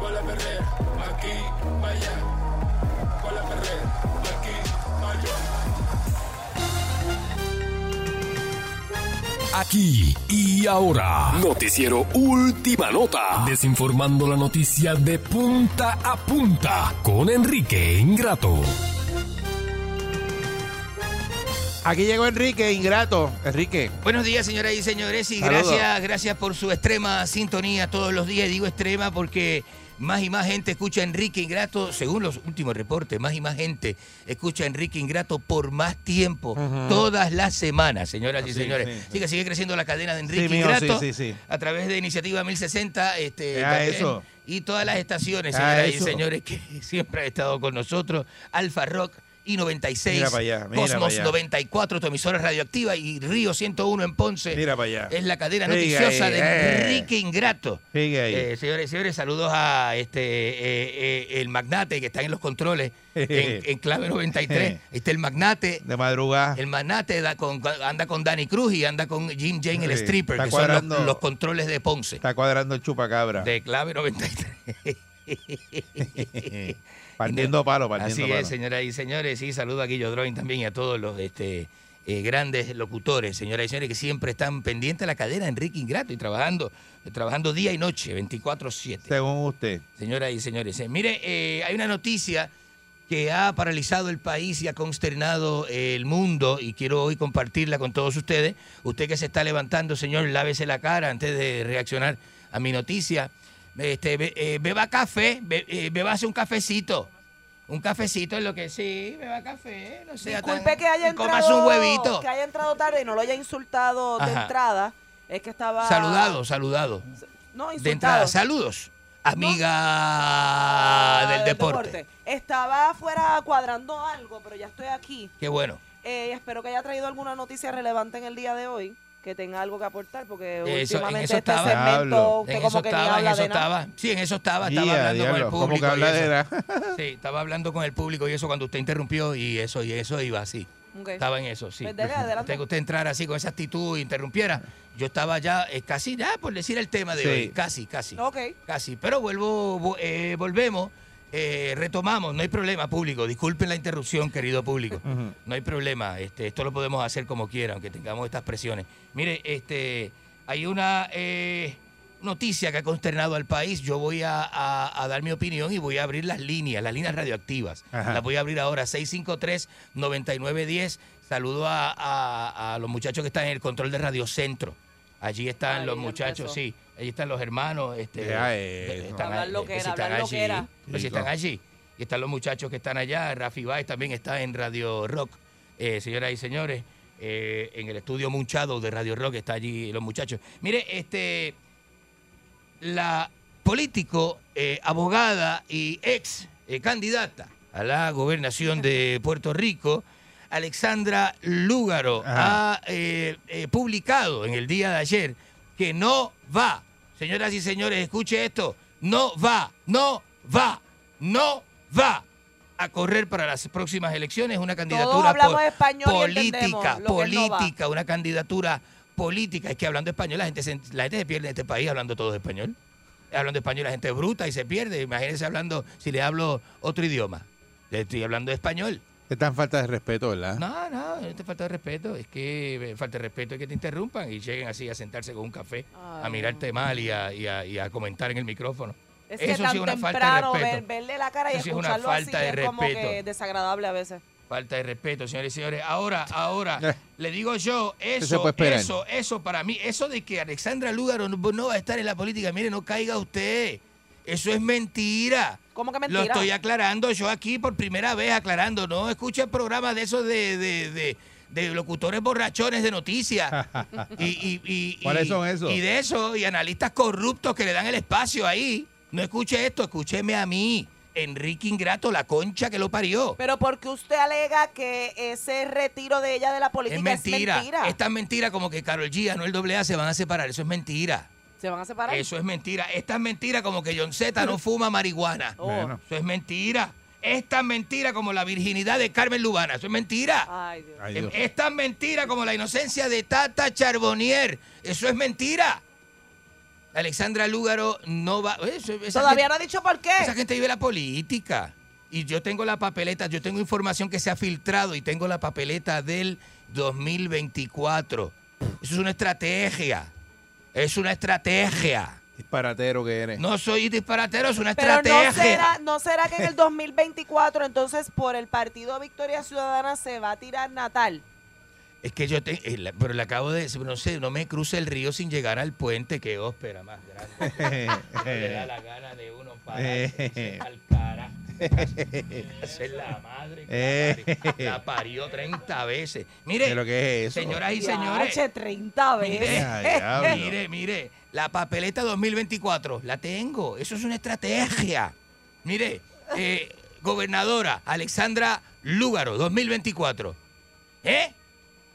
S12: Por la perrera, pa' aquí, pa' allá. Por la perrera, pa' aquí, pa' allá.
S13: Aquí y ahora, noticiero Última Nota, desinformando la noticia de punta a punta con Enrique Ingrato.
S2: Aquí llegó Enrique Ingrato. Enrique.
S4: Buenos días, señoras y señores, y
S2: Saludos.
S4: gracias, gracias por su extrema sintonía todos los días. Digo extrema porque más y más gente escucha a Enrique Ingrato, según los últimos reportes, más y más gente escucha a Enrique Ingrato por más tiempo, todas las semanas, señoras y
S2: Sí,
S4: señores.
S2: sí, sí.
S4: Así que sigue creciendo la cadena de Enrique
S2: mijo,
S4: Ingrato
S2: sí, sí, sí.
S4: a través de Iniciativa 1060 este,
S2: Vea
S4: también,
S2: eso.
S4: y todas las estaciones,
S2: Vea
S4: señoras y
S2: eso.
S4: señores, que siempre han estado con nosotros, Alfa Rock. Y 96,
S2: Mira pa' allá, mira pa'
S4: Cosmos
S2: allá.
S4: 94, tu emisora radioactiva y Río 101 en Ponce.
S2: Mira para allá.
S4: Es la cadena
S2: Sigue
S4: noticiosa
S2: ahí,
S4: de
S2: eh.
S4: Enrique Ingrato.
S2: Sigue ahí.
S4: Eh, señores y señores, saludos a este eh, eh, el magnate que está en los controles en, en clave 93. Está el magnate.
S2: De madrugada.
S4: El magnate da con- anda con Danny Cruz y anda con Jim Jane, el
S2: Sí,
S4: stripper,
S2: está
S4: que son los-
S2: cuadrando.
S4: los controles de Ponce.
S2: Está cuadrando el chupacabra.
S4: De clave 93.
S2: Partiendo palo, partiendo
S4: Así
S2: palo.
S4: es, señoras y señores. Y saludo a Guillo Droin también y a todos los este, eh, grandes locutores, señoras y señores, que siempre están pendientes a la cadena Enrique Ingrato y trabajando, trabajando día y noche, 24-7.
S2: Según usted.
S4: Señoras y señores, eh, mire, eh, hay una noticia que ha paralizado el país y ha consternado eh, el mundo y quiero hoy compartirla con todos ustedes. Usted que se está levantando, señor, lávese la cara antes de reaccionar a mi noticia. Este, be- eh, beba café, be- eh, bebase un cafecito. Un cafecito es lo que sí, beba café, no sea tan-
S1: Disculpe que haya
S4: y
S1: entrado.
S4: comas un huevito.
S1: Que haya entrado tarde y no lo haya insultado de
S4: Ajá.
S1: entrada. Es que estaba.
S4: Saludado, saludado.
S1: No, insultado. Ah,
S4: De entrada, saludos. Amiga ah, del deporte.
S1: Estaba afuera cuadrando algo, pero ya estoy aquí.
S4: Qué bueno.
S1: Eh, espero que haya traído alguna noticia relevante en el día de hoy, que tenga algo que aportar, porque
S4: Eso- en
S1: últimamente
S4: eso
S1: este
S4: estaba.
S1: segmento usted
S4: en eso
S1: como que ni
S4: estaba, en
S1: habla
S4: eso
S1: de nada.
S4: estaba. Sí, en eso estaba. Estaba
S2: Yeah,
S4: hablando
S2: diablo,
S4: con
S2: ¿cómo
S4: el público.
S2: que habla
S4: y
S2: de
S4: eso. Sí, estaba hablando con el público y eso cuando usted interrumpió y eso, y eso iba así.
S1: Ok.
S4: Estaba en eso, sí.
S1: Pues dele, adelante.
S4: Usted que usted entrara así con esa actitud e interrumpiera. Yo estaba ya eh, casi, ya por decir el tema de
S1: Sí.
S4: hoy. Casi, casi.
S1: Ok.
S4: Casi. Pero vuelvo, vo- eh, volvemos. eh, retomamos, no hay problema público, disculpen la interrupción querido público, no hay problema, este, esto lo podemos hacer como quiera, aunque tengamos estas presiones. Mire, este, hay una eh, noticia que ha consternado al país, yo voy a, a- a dar mi opinión y voy a abrir las líneas, las líneas radioactivas,
S8: Ajá.
S4: las voy a abrir ahora, 653-9910, saludo a, a- a los muchachos que están en el control de Radio Centro, allí están
S8: Ahí
S4: los
S8: empezó.
S4: muchachos, sí, allí están los hermanos, este,
S2: Deja
S4: eh,
S2: eso.
S4: están
S8: Hablar
S4: ahí,
S8: loquera,
S4: eh, si están
S8: hablar
S4: allí,
S8: loquera.
S4: pues si
S8: Chico.
S4: están allí. Y están los muchachos que están allá. Rafi Baez también está en Radio Rock. Eh, señoras y señores, eh, en el estudio Munchado de Radio Rock está allí los muchachos. Mire, este, la político, eh, abogada y ex eh, candidata a la gobernación de Puerto Rico, Alexandra Lúgaro, ha eh, eh, publicado en el día de ayer que no va, señoras y señores, escuche esto, no va, no va, no va a correr para las próximas elecciones una
S1: Todos
S4: candidatura
S1: hablamos
S4: po-
S1: español y entendemos
S4: política,
S1: lo que él no va.
S4: política, una candidatura política. Es que hablando español la gente se, la gente se pierde en este país hablando todo español. Hablando español la gente es bruta y se pierde. Imagínense hablando, si le hablo otro idioma. Le estoy hablando español.
S2: Esta es falta de respeto, ¿verdad?
S4: No, no, no te falta de respeto. Es que eh, falta de respeto es que te interrumpan y lleguen así a sentarse con un café, a mirarte mal y a, y a- y a comentar en el micrófono.
S1: Es que
S4: Eso
S1: tan
S4: sí es una falta de
S1: temprano
S4: respeto.
S1: ver- verle la cara y
S4: Eso sí es una
S1: escucharlo
S4: falta
S1: así
S4: de
S1: es como
S4: respeto.
S1: que desagradable a veces.
S4: Falta de respeto, señores y señores. Ahora, ahora, le digo yo,
S2: Eh. se
S4: eso,
S2: puede esperar.
S4: eso, eso para mí, eso de que Alexandra Lúgaro no, no va a estar en la política, mire, no caiga usted. Eso es mentira.
S1: ¿Cómo que
S4: Lo
S1: mentira?
S4: estoy aclarando yo aquí por primera vez, aclarando. No escucha programas de esos de, de, de- de locutores borrachones de noticias. y, y- y- y-
S2: ¿Cuáles son esos?
S4: Y de eso, y analistas corruptos que le dan el espacio ahí. No escuche esto, escúcheme a mí. Enrique Ingrato, la concha que lo parió.
S1: Pero porque usted alega que ese retiro de ella de la política
S4: Es
S1: Pues es
S4: mentira.
S1: mentira. Este
S4: Es, tan mentira como que Carol G, Anuel AA se van a separar. Eso es mentira.
S1: ¿Se van a separar?
S4: Eso es mentira. Es tan mentira como que John Z no fuma marihuana.
S1: Oh. Bueno.
S4: Eso es mentira. Es tan mentira como la virginidad de Carmen Lubana. Eso es mentira. Em,
S1: Ay, Dios.
S2: Ay, Dios.
S4: Es tan mentira como la inocencia de Tata Charbonnier. Eso es mentira. Alexandra Lúgaro no va. eso- esa
S1: Todavía
S4: gente-
S1: no ha dicho por qué.
S4: esa gente vive la política. Y yo tengo la papeleta, yo tengo información que se ha filtrado y tengo la papeleta del 2024. Eso es una estrategia. Es una estrategia.
S2: Disparatero que eres.
S4: No soy disparatero, es una
S1: Pero
S4: estrategia.
S1: no será, no será que en el 2024 entonces por el partido Victoria Ciudadana se va a tirar Natal.
S4: Es que yo te, eh, la- pero le acabo de decir, no sé, no me cruce el río sin llegar al puente, que ópera más grande. No le da la gana de uno pararse, al cara. Esa es la madre
S2: Eh.
S4: que la parió, la parió 30 veces. Mire,
S2: ¿De lo que es eso?
S4: señoras y señores,
S1: H 30 veces.
S4: mire, mire, mire, la papeleta 2024, la tengo. Eso es una estrategia. Mire, eh, gobernadora Alexandra Lúgaro, 2024. ¿Eh?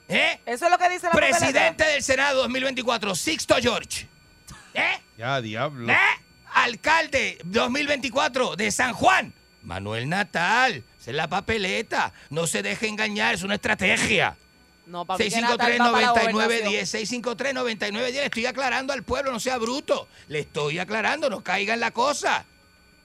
S4: ¿Eh?
S1: Eso es lo que dice la papeleta.
S4: Presidente del Senado 2024, Sixto George. ¿Eh?
S2: Ya, diablo.
S4: ¿Eh? Alcalde 2024 de San Juan, Manuel Natal. Esa es la papeleta. No se deje engañar, es una estrategia.
S1: No, para mí que Natal va para la
S4: 653-9910,
S1: gobernación.
S4: 653-9910. Le estoy aclarando al pueblo, no sea bruto. Le estoy aclarando, no caiga en la cosa.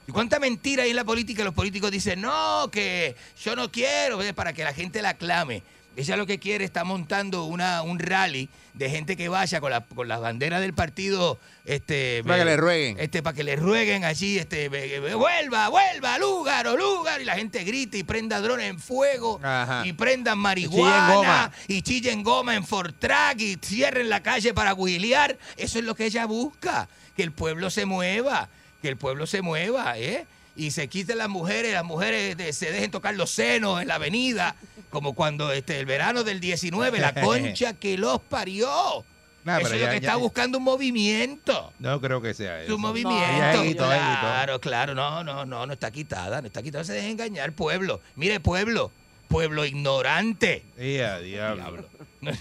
S4: ¿Y cuánta mentira hay en la política? Los políticos dicen, no, que yo no quiero, ¿ves? para que la gente la aclame. Ella lo que quiere está montando una, un rally de gente que vaya con, la- con las banderas del partido. Este,
S2: Para que
S4: eh,
S2: le rueguen.
S4: Este, para que le rueguen allí, este, eh, eh, vuelva, vuelva, lugar o lugar. Y la gente grita y prenda drones en fuego
S2: Ajá.
S4: y prendan
S2: chillen
S4: marihuana
S2: goma.
S4: y chillen goma en Fortrack y cierren la calle para guilear. Eso es lo que ella busca, que el pueblo se mueva, que el pueblo se mueva, ¿eh? Y se quiten las mujeres, las mujeres de- se dejen tocar los senos en la avenida, como cuando este, el verano del 19, la concha que los parió.
S2: Nah,
S4: Eso
S2: pero
S4: es
S2: ya-
S4: lo que
S2: ya-
S4: está buscimiento, buscando un movimiento.
S2: No creo que sea eso.
S4: Su movimiento.
S2: Ella quitó, ella quitó.
S4: claro, claro. No, no, no, no está quitada. No está quitada. No se deje engañar, pueblo. Mire, pueblo. Pueblo ignorante. diablo. No,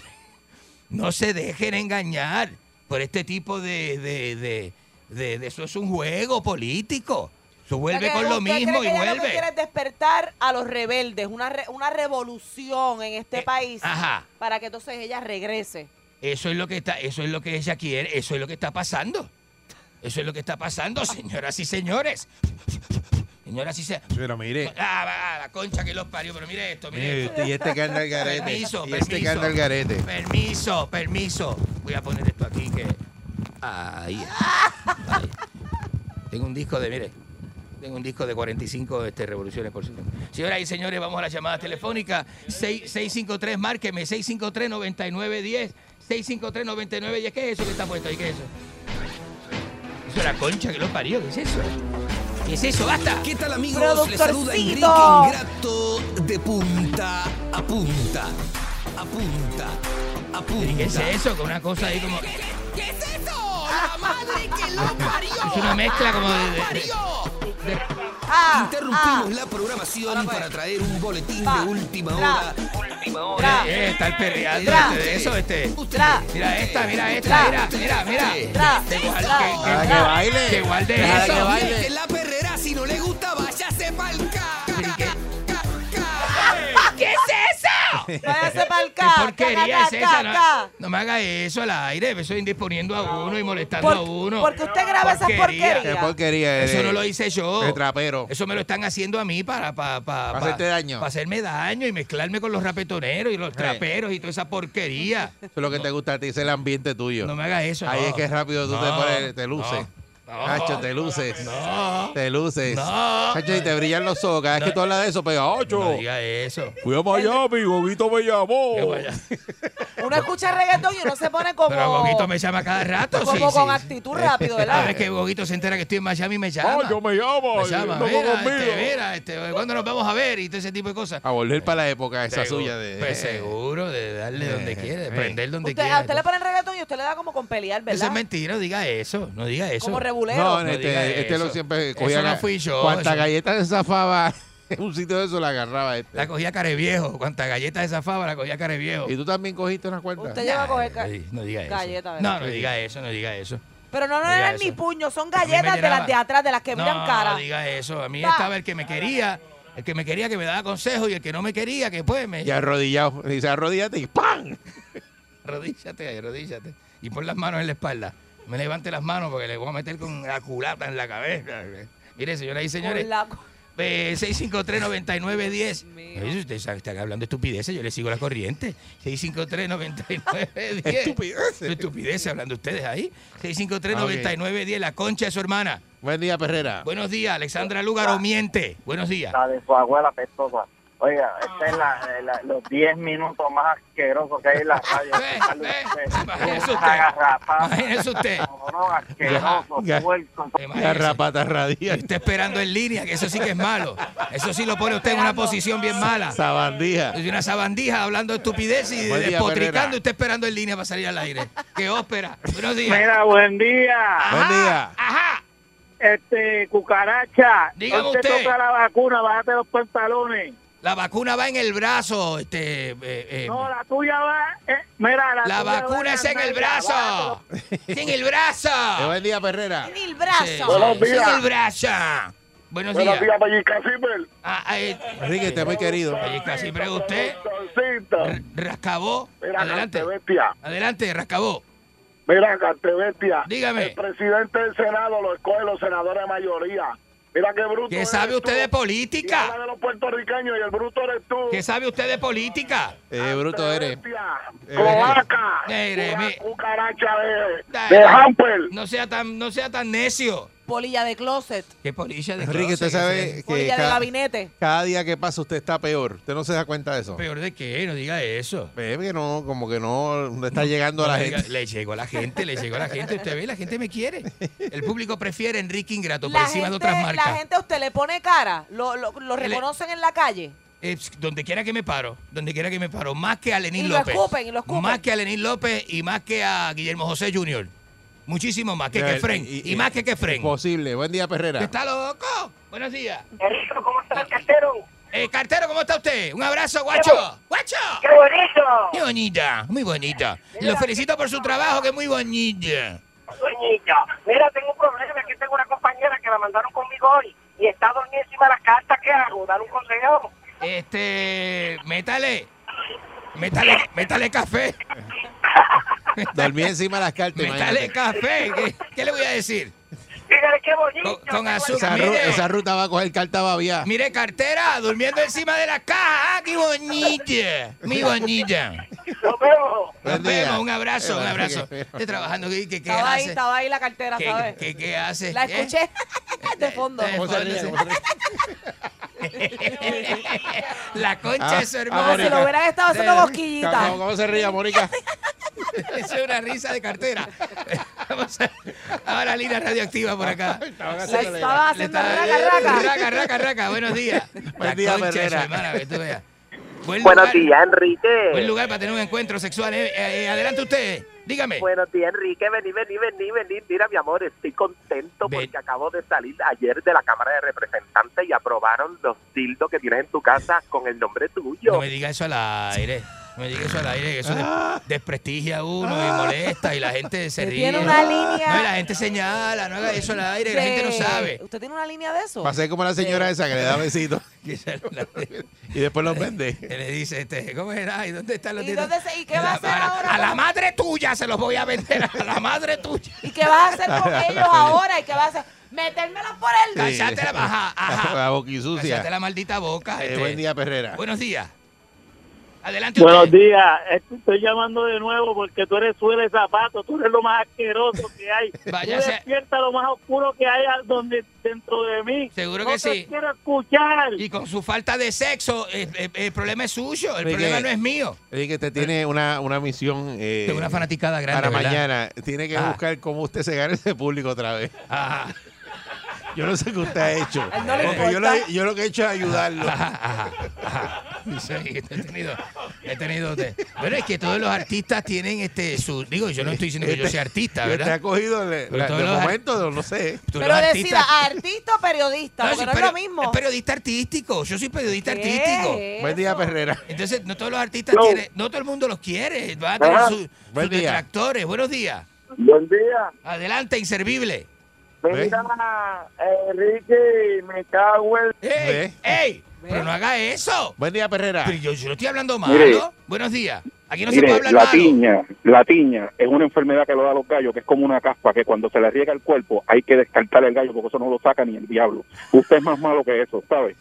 S4: no se dejen engañar por este tipo de. de, de, de- de- eso es un juego político. Eso vuelve
S1: O sea, que
S4: con lo
S1: usted
S4: mismo y
S1: cree que ella Lo que quiere
S4: vuelve.
S1: es despertar a los rebeldes, una, re- una revolución en este país
S4: ajá.
S1: para que entonces ella regrese.
S4: Eso es lo que está, eso es lo que ella quiere, eso es lo que está pasando. Eso es lo que está pasando, señoras y señores. Señoras y señores.
S2: Pero mire.
S4: Ah, ah, la concha que los parió, pero mire esto, mire.
S2: Mire,
S4: esto.
S2: y este que anda al garete.
S4: Permiso,
S2: Y este que
S4: permiso.
S2: anda al garete.
S4: Permiso, permiso. Voy a poner esto aquí que. Ahí. Ahí. Tengo un disco de, Este, mire. Tengo un disco de 45 este, revoluciones por segundo. Señoras y señores, vamos a la llamada telefónica. 6- 653, márqueme. 653-9910. 653-9910. ¿Qué es eso que está puesto ahí? ¿Qué es eso? Eso es la concha que lo parió. ¿Qué es eso? ¿Qué es eso? ¡Basta!
S8: ¿Qué tal, amigos? Les saluda Enrique
S4: Productorcito.
S8: Ingrato de punta a punta. A punta. A punta.
S4: ¿Qué es eso? Con una cosa ahí como.
S8: ¿Qué es eso? La madre que lo
S4: Es una mezcla como de- de- de
S8: Ah, Interrumpimos la programación para traer un boletín de última hora. Última
S4: Mira, eh, está el perreando
S8: Tra.
S4: este de eso, este.
S8: Tra.
S4: Mira esta, mira esta, mira, mira, mira. Que guarde, que- que-
S8: que baile.
S4: Que guarde
S8: Déjala
S4: eso.
S8: que baile. la perrera, si no le gusta, váyase pa'l ca. ¿Qué es eso?
S1: Váyase para el
S4: ¿Qué
S1: ca,
S4: porquería
S1: ca,
S4: es
S1: ca,
S4: esa?
S1: ca,
S4: No,
S1: ca.
S4: no me haga eso al aire, eso es indisponiendo a uno y molestando
S1: Por-
S4: a uno.
S1: porque usted graba esas porquerías.
S2: Qué porquería
S4: Eso
S2: eres.
S4: no lo hice yo.
S2: De trapero.
S4: Eso me lo están haciendo a mí para, para, para,
S2: hacerte Eh.
S4: daño. Para hacerme daño y mezclarme con los rapetoneros y los traperos y toda esa porquería.
S2: Eso es lo que te gusta a ti, es el ambiente tuyo.
S4: No me hagas eso,
S2: Ahí
S4: no.
S2: es que rápido tú
S4: No,
S2: te pones, te luces.
S4: no.
S2: Nacho, te luces.
S4: No.
S2: Te luces.
S4: No.
S2: Nacho, y te brillan los ojos. Cada vez que tú hablas de eso, pega ocho.
S4: No diga eso.
S2: Fui a Miami, Goguito me llamó.
S1: Uno escucha reggaetón y uno se pone como.
S4: Pero Goguito me llama cada rato. sí,
S1: Como
S4: sí,
S1: con
S4: sí.
S1: actitud rápido,
S4: Cada
S1: ¿verdad?
S4: vez que Goguito se entera que estoy en Miami, me llama.
S2: yo me llamo,
S4: Me llama.
S2: no
S4: Mira,
S2: conmigo.
S4: este, mira, este, ¿cuándo nos vamos a ver? Y todo ese tipo de cosas.
S2: A volver para la época esa
S4: Seguro.
S2: suya de.
S4: Pues seguro, de darle
S2: Eh,
S4: donde quiere, de prender donde
S1: Usted-
S4: quiera.
S1: a usted le ponen reggaetón y usted le da como con pelear,
S4: Eso es
S1: ¿verdad?
S4: mentira, no diga eso, no diga eso.
S1: Como rebuleo.
S2: No,
S4: No diga
S2: este, este
S4: eso.
S2: lo siempre
S4: Eso
S2: cogía.
S4: no
S2: ga-
S4: fui yo,
S2: Cuanta
S4: eso-
S2: galleta se zafaba en un sitio de eso la agarraba este.
S4: La cogía Careviejo, cuántas galletas de zafaba la cogía Careviejo.
S2: Y tú también cogiste una cuenta.
S1: Usted lleva a coger ca-
S4: Ay, No diga eso.
S1: galletas, ¿verdad?
S4: No, no diga eso, no diga eso.
S1: Pero no, no
S4: Diga
S1: eran
S4: eso.
S1: ni puños, son
S4: mí me
S1: galletas de
S4: llenaba.
S1: las de atrás, de las que miran
S4: No,
S1: cara.
S4: no diga eso. A mí
S1: Va.
S4: estaba el que me quería, el que me quería que me daba consejos y el que no me quería que pues me...
S2: Y arrodillado. Le dice arrodillate y ¡pam!
S4: Arrodíllate, ahí, arrodíllate. Y pon las manos en la espalda. Me levante las manos porque le voy a meter con la culata en la cabeza. Mire, señoras y señores.
S1: la-
S4: eh, 653-9910. Oye, usted sabe, está hablando estupideces, yo le sigo la corriente. 653-9910.
S2: Estupideces.
S4: Estupideces hablando ustedes ahí. 653-9910, la concha de su hermana.
S2: Buen día, Perrera.
S4: Buenos días, Alexandra Lúgaro miente. Buenos días.
S23: La de su abuela pestosa. Oiga, esta es la,
S4: Ah.
S23: la- los 10 minutos más asquerosos que hay en la radio.
S4: Eh, Imagínese usted. Imagínese usted.
S2: Garrapata radial.
S4: Está esperando en línea, que eso sí que es malo. Eso sí lo pone usted en una posición bien mala.
S2: Sabandija.
S4: Es una sabandija hablando de estupidez y
S2: Buen día, Perrera.
S4: despotricando y usted esperando en línea para salir al aire. ¡Qué ópera! Buenos días.
S15: Mira, buen día.
S2: Buen día.
S15: Este, cucaracha.
S4: Dígame
S15: no te
S4: usted.
S15: toca la vacuna, bájate los pantalones.
S4: La vacuna va en el brazo. Este, eh, eh,
S15: No, la tuya va. eh, mira, la,
S4: la
S15: tuya va
S4: vacuna es en
S15: la
S4: el
S15: nalga, bájate
S4: brazo. ¡En el brazo!
S2: Eh, Buen día, Perrera.
S1: En el brazo.
S4: Sí,
S15: Buenos
S4: sí,
S15: días.
S4: ¡En el brazo! Buenos días.
S15: Buenos días, Vallica Zimmer.
S4: Ah, ah, eh,
S2: Enrique, usted es muy querido.
S4: Oye, casi siempre usted.
S15: Dolcita.
S4: Rascabó.
S15: Mira,
S4: Adelante.
S15: Cantebestia.
S4: Adelante, Rascabó.
S15: Mira, Cantebestia.
S4: Dígame.
S15: El presidente del Senado lo escoge los senadores de mayoría. Mira qué bruto.
S4: ¿Qué sabe
S15: eres
S4: usted
S15: tú.
S4: de política?
S15: Y habla de los puertorriqueños y el bruto eres tú.
S4: ¿Qué sabe usted de política?
S2: Eh, bruto eres. Eh,
S15: Cloaca.
S4: Mire, mi-
S15: Cucaracha de,
S4: Dale.
S15: de Hamper.
S4: No sea tan, no sea tan necio.
S1: Polilla de closet,
S4: ¿Qué polilla de
S2: Enrique, usted
S4: closet que sea?
S2: sabe que
S1: polilla de
S2: cada,
S1: gabinete.
S2: cada día que pasa usted está peor. Usted no se da cuenta de eso.
S4: ¿Peor de qué? No diga eso.
S2: Ve que no, como que no le está llegando a la
S4: No diga-
S2: gente.
S4: Le llegó a la gente, le llegó a la gente. Usted ve, la gente me quiere. El público prefiere a Enrique Ingrato por
S1: La
S4: encima de
S1: gente,
S4: otras
S1: la
S4: marcas.
S1: gente a usted le pone cara, lo, lo- lo
S4: Le-
S1: reconocen en la calle.
S4: Eh, donde quiera que me paro, donde quiera que me paro, más que a Lenín
S1: Y lo
S4: López.
S1: escupen, y lo escupen.
S4: Más que a Lenín López y más que a Guillermo José Jr. Muchísimo más que
S2: Ya,
S4: Kefren.
S2: y-
S4: Y,
S2: y-
S4: más que Kefren.
S2: Imposible. Buen día, Perrera.
S4: ¿Está loco? Buenos días. ¿cómo está el cartero? Eh, cartero, ¿cómo está usted? Un abrazo, guacho. ¡Guacho!
S24: ¡Qué bonito!
S4: Muy bonita, muy bonita. Lo felicito por su trabajo, que es muy bonita.
S24: Sueñito. Mira, tengo un problema. Aquí tengo una compañera que la mandaron conmigo hoy y está dormida encima de las cartas. ¿Qué hago? ¿Dar un consejo?
S4: Este, métale. Métale, métale café.
S2: Dormí encima de las cartas.
S4: Métale
S2: imagínate.
S4: café. ¿Qué, qué le voy a decir?
S24: Dígale, qué bonito.
S4: Con, con azúcar.
S2: Esa, ru-
S4: Mire,
S2: esa ruta va a coger carta babia.
S4: mire, cartera, durmiendo encima de la caja. ¡Ah, qué bonita! Muy bonita.
S24: Nos vemos.
S4: Nos
S2: Buen día.
S4: vemos, un abrazo, un abrazo.
S2: Qué
S4: Estoy trabajando, ¿qué, qué, qué
S1: Estaba ahí,
S4: hace?
S1: estaba ahí la cartera,
S4: ¿Qué-
S1: ¿sabes?
S4: qué- qué hace?
S1: La
S4: ¿Eh?
S1: escuché de fondo.
S4: Eh, póngase. La concha
S2: Ah,
S4: de su
S2: ah,
S4: hermano.
S2: Mónica. Si lo hubieran
S1: estado haciendo cosquillitas.
S2: ¿Cómo, cómo se ríe, Mónica?
S4: Esa es una risa de cartera. Vamos a, ahora Lina Radioactiva por acá.
S1: haciendo- estaba haciendo raca, raca.
S4: Raca, raca, raca. Buenos días. La
S2: día,
S4: concha de su
S2: Ferrera.
S4: hermana, que tú veas. Buen
S24: Buenos
S4: lugar-
S24: días, Enrique.
S4: Buen lugar para tener un encuentro sexual. eh. Eh, eh, adelante usted. Dígame.
S24: Buenos días, Enrique. Vení, vení, vení, vení. Mira, mi amor, estoy contento porque acabo de salir ayer de la Cámara de Representantes y aprobaron los tildos que tienes en tu casa con el nombre tuyo.
S4: No me diga eso al aire. No me diga eso al aire, que eso des-
S2: Ah.
S4: desprestigia a uno y molesta y la gente se ríe.
S1: tiene una línea-
S4: No, y la gente señala, no haga eso al aire, la gente no
S1: de-
S4: sabe.
S1: ¿Usted tiene una línea de eso?
S2: Va a ser como la señora esa que le da besitos y después los vende.
S4: Que le dice, este, ¿cómo era? ¿Y dónde están los
S1: ¿Y,
S4: dientes?
S1: dónde se- y qué va a hacer ahora?
S4: A la madre tuya se los voy a vender, a la madre tuya.
S1: ¿Y qué vas a hacer con ellos ahora? ¿Y qué vas a hacer? Metérmela por el...
S4: Cállate la ajá, ajá.
S2: La boquisucia.
S4: Cállate la maldita boca.
S2: Eh,
S4: este.
S2: buen día, Perrera.
S4: Buenos días. Adelante
S5: Buenos
S4: usted.
S5: días, estoy llamando de nuevo porque tú eres suele zapato, tú eres lo más asqueroso que hay.
S4: Váyase.
S5: Tú despierta lo más oscuro que hay al- donde dentro de mí.
S4: Seguro
S5: No
S4: que
S5: te
S4: sí.
S5: quiero escuchar.
S4: Y con su falta de sexo, eh, eh, el, problema es suyo, el
S2: Oye,
S4: problema
S2: que-
S4: no es mío.
S2: Oye, que usted tiene una, una misión. eh,
S4: Eh. Tengo una fanaticada grande,
S2: Para
S4: ¿verdad?
S2: mañana. Tiene que
S4: Ah.
S2: buscar cómo usted se gana ese público otra vez. Yo no sé qué usted ha hecho.
S4: él no le
S2: Porque yo,
S4: importa.
S2: lo, yo lo que he hecho es ayudarlo.
S4: Sí, he tenido, he tenido de- Bueno, es que todos los artistas tienen este su. Digo, yo no estoy diciendo que yo
S2: Este-
S4: sea artista,
S2: yo
S4: ¿verdad?
S2: te ha cogido le-
S4: Pero
S2: la-
S4: todos
S2: de
S4: los ar-
S2: momento, no sé.
S4: todos
S1: Pero
S4: los
S1: decida,
S4: artistas-
S1: artista o periodista,
S4: No,
S1: porque
S4: sí,
S1: no
S4: pero-
S1: es lo mismo.
S4: Es periodista artístico. Yo soy periodista
S1: ¿Qué
S4: artístico.
S1: es
S2: Buen día, Perrera.
S4: Entonces, no todos los artistas
S2: No.
S4: tienen. No todo el mundo los quiere. Va a tener
S2: Ajá.
S4: su- sus
S2: Buen día.
S4: detractores. Buenos días.
S5: Buen día.
S4: Adelante, inservible.
S5: Mira, Enrique, me cago en...
S4: ¡Ey! ¡Ey! Pero no haga eso.
S2: Buen día, Perrera.
S4: Pero yo, yo no estoy hablando mal.
S10: Mire.
S4: ¿no? Buenos días. Aquí no se puede
S10: Mire,
S4: hablar malo.
S10: la tiña, la tiña es una enfermedad que lo da a los gallos, que es como una caspa, que cuando se le riega el cuerpo hay que descartar el gallo, porque eso no lo saca ni el diablo. Usted es más malo que eso, ¿sabe?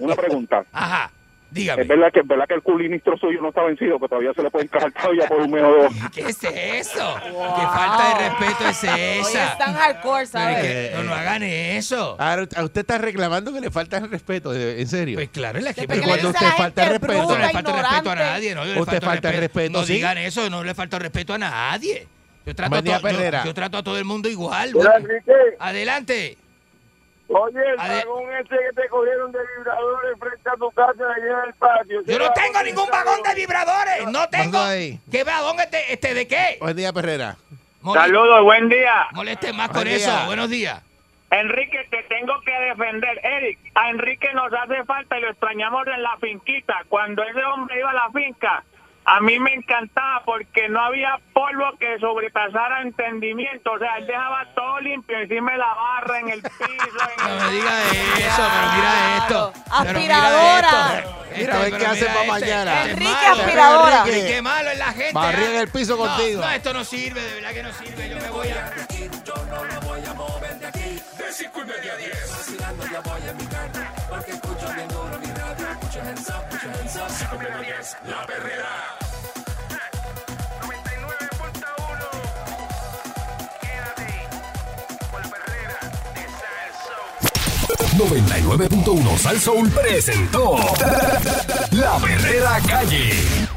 S10: Una pregunta.
S4: Ajá, dígame.
S10: ¿Es verdad que, es verdad que el culinistro suyo no está vencido, que todavía se le puede encajar todavía por un mes o dos?
S4: ¿Qué es eso? ¿Qué falta de respeto es
S1: Hoy
S4: esa?
S1: están hardcore,
S4: Pero es
S1: ¿sabes?
S2: Eh,
S4: que eh, no, no hagan eso.
S2: Ahora, a usted está reclamando que le falta el respeto, ¿en serio? Pues
S4: claro, es la que
S2: Porque cuando usted falta el respeto,
S4: no le falta el respeto a nadie. No, Yo le
S2: Usted
S4: falto
S2: falta el respeto,
S4: No
S2: sí.
S4: digan eso, no le falta el respeto a nadie. Yo trato, a
S2: Buen día,
S4: to- yo-
S2: Perrera.
S4: yo trato a todo el mundo igual.
S5: Mira,
S4: bueno.
S5: Enrique.
S4: Adelante.
S5: Oye, el
S4: Ade-
S5: vagón ese que te cogieron de vibrador enfrente a tu casa allí en el patio.
S4: Yo no tengo ningún vagón de vibradores. No tengo.
S2: Manda ahí.
S4: ¿Qué vagón este, este de qué?
S2: Buen día, Perrera.
S5: Saludos, buen día.
S4: Moleste más con
S2: Buen
S4: eso.
S5: día.
S4: Buenos días.
S5: Enrique, te tengo que defender. Eric, a Enrique nos hace falta y lo extrañamos en la finquita. Cuando ese hombre iba a la finca, a mí me encantaba porque no había polvo que sobrepasara entendimiento. O sea, él dejaba todo limpio encima de la barra, en el piso.
S4: No me diga eso, pero mira esto. Pero
S1: Aspiradora.
S4: Mira, esto.
S2: Mira, a ver
S4: pero
S2: qué hace
S4: mira
S2: pa'
S4: este.
S2: mañana.
S4: Este es
S2: Enrique
S4: malo.
S2: aspiradora.
S4: Enrique, Qué malo es la gente.
S2: Barriga
S4: ah.
S2: en el piso
S4: No,
S2: contigo.
S4: No, esto no sirve, de verdad que no sirve. Yo me voy a.
S12: Yo no me voy a mover de aquí. De 5 y media a 10. Vacilando ya voy en mi carro. Porque escucho bien duro mi radio. Escucho hands up, escucho hands up. 5 y media a 10. La perrera.
S13: Show.
S12: Oh.
S13: 99.1 Sal Soul presentó La Verdadera Calle.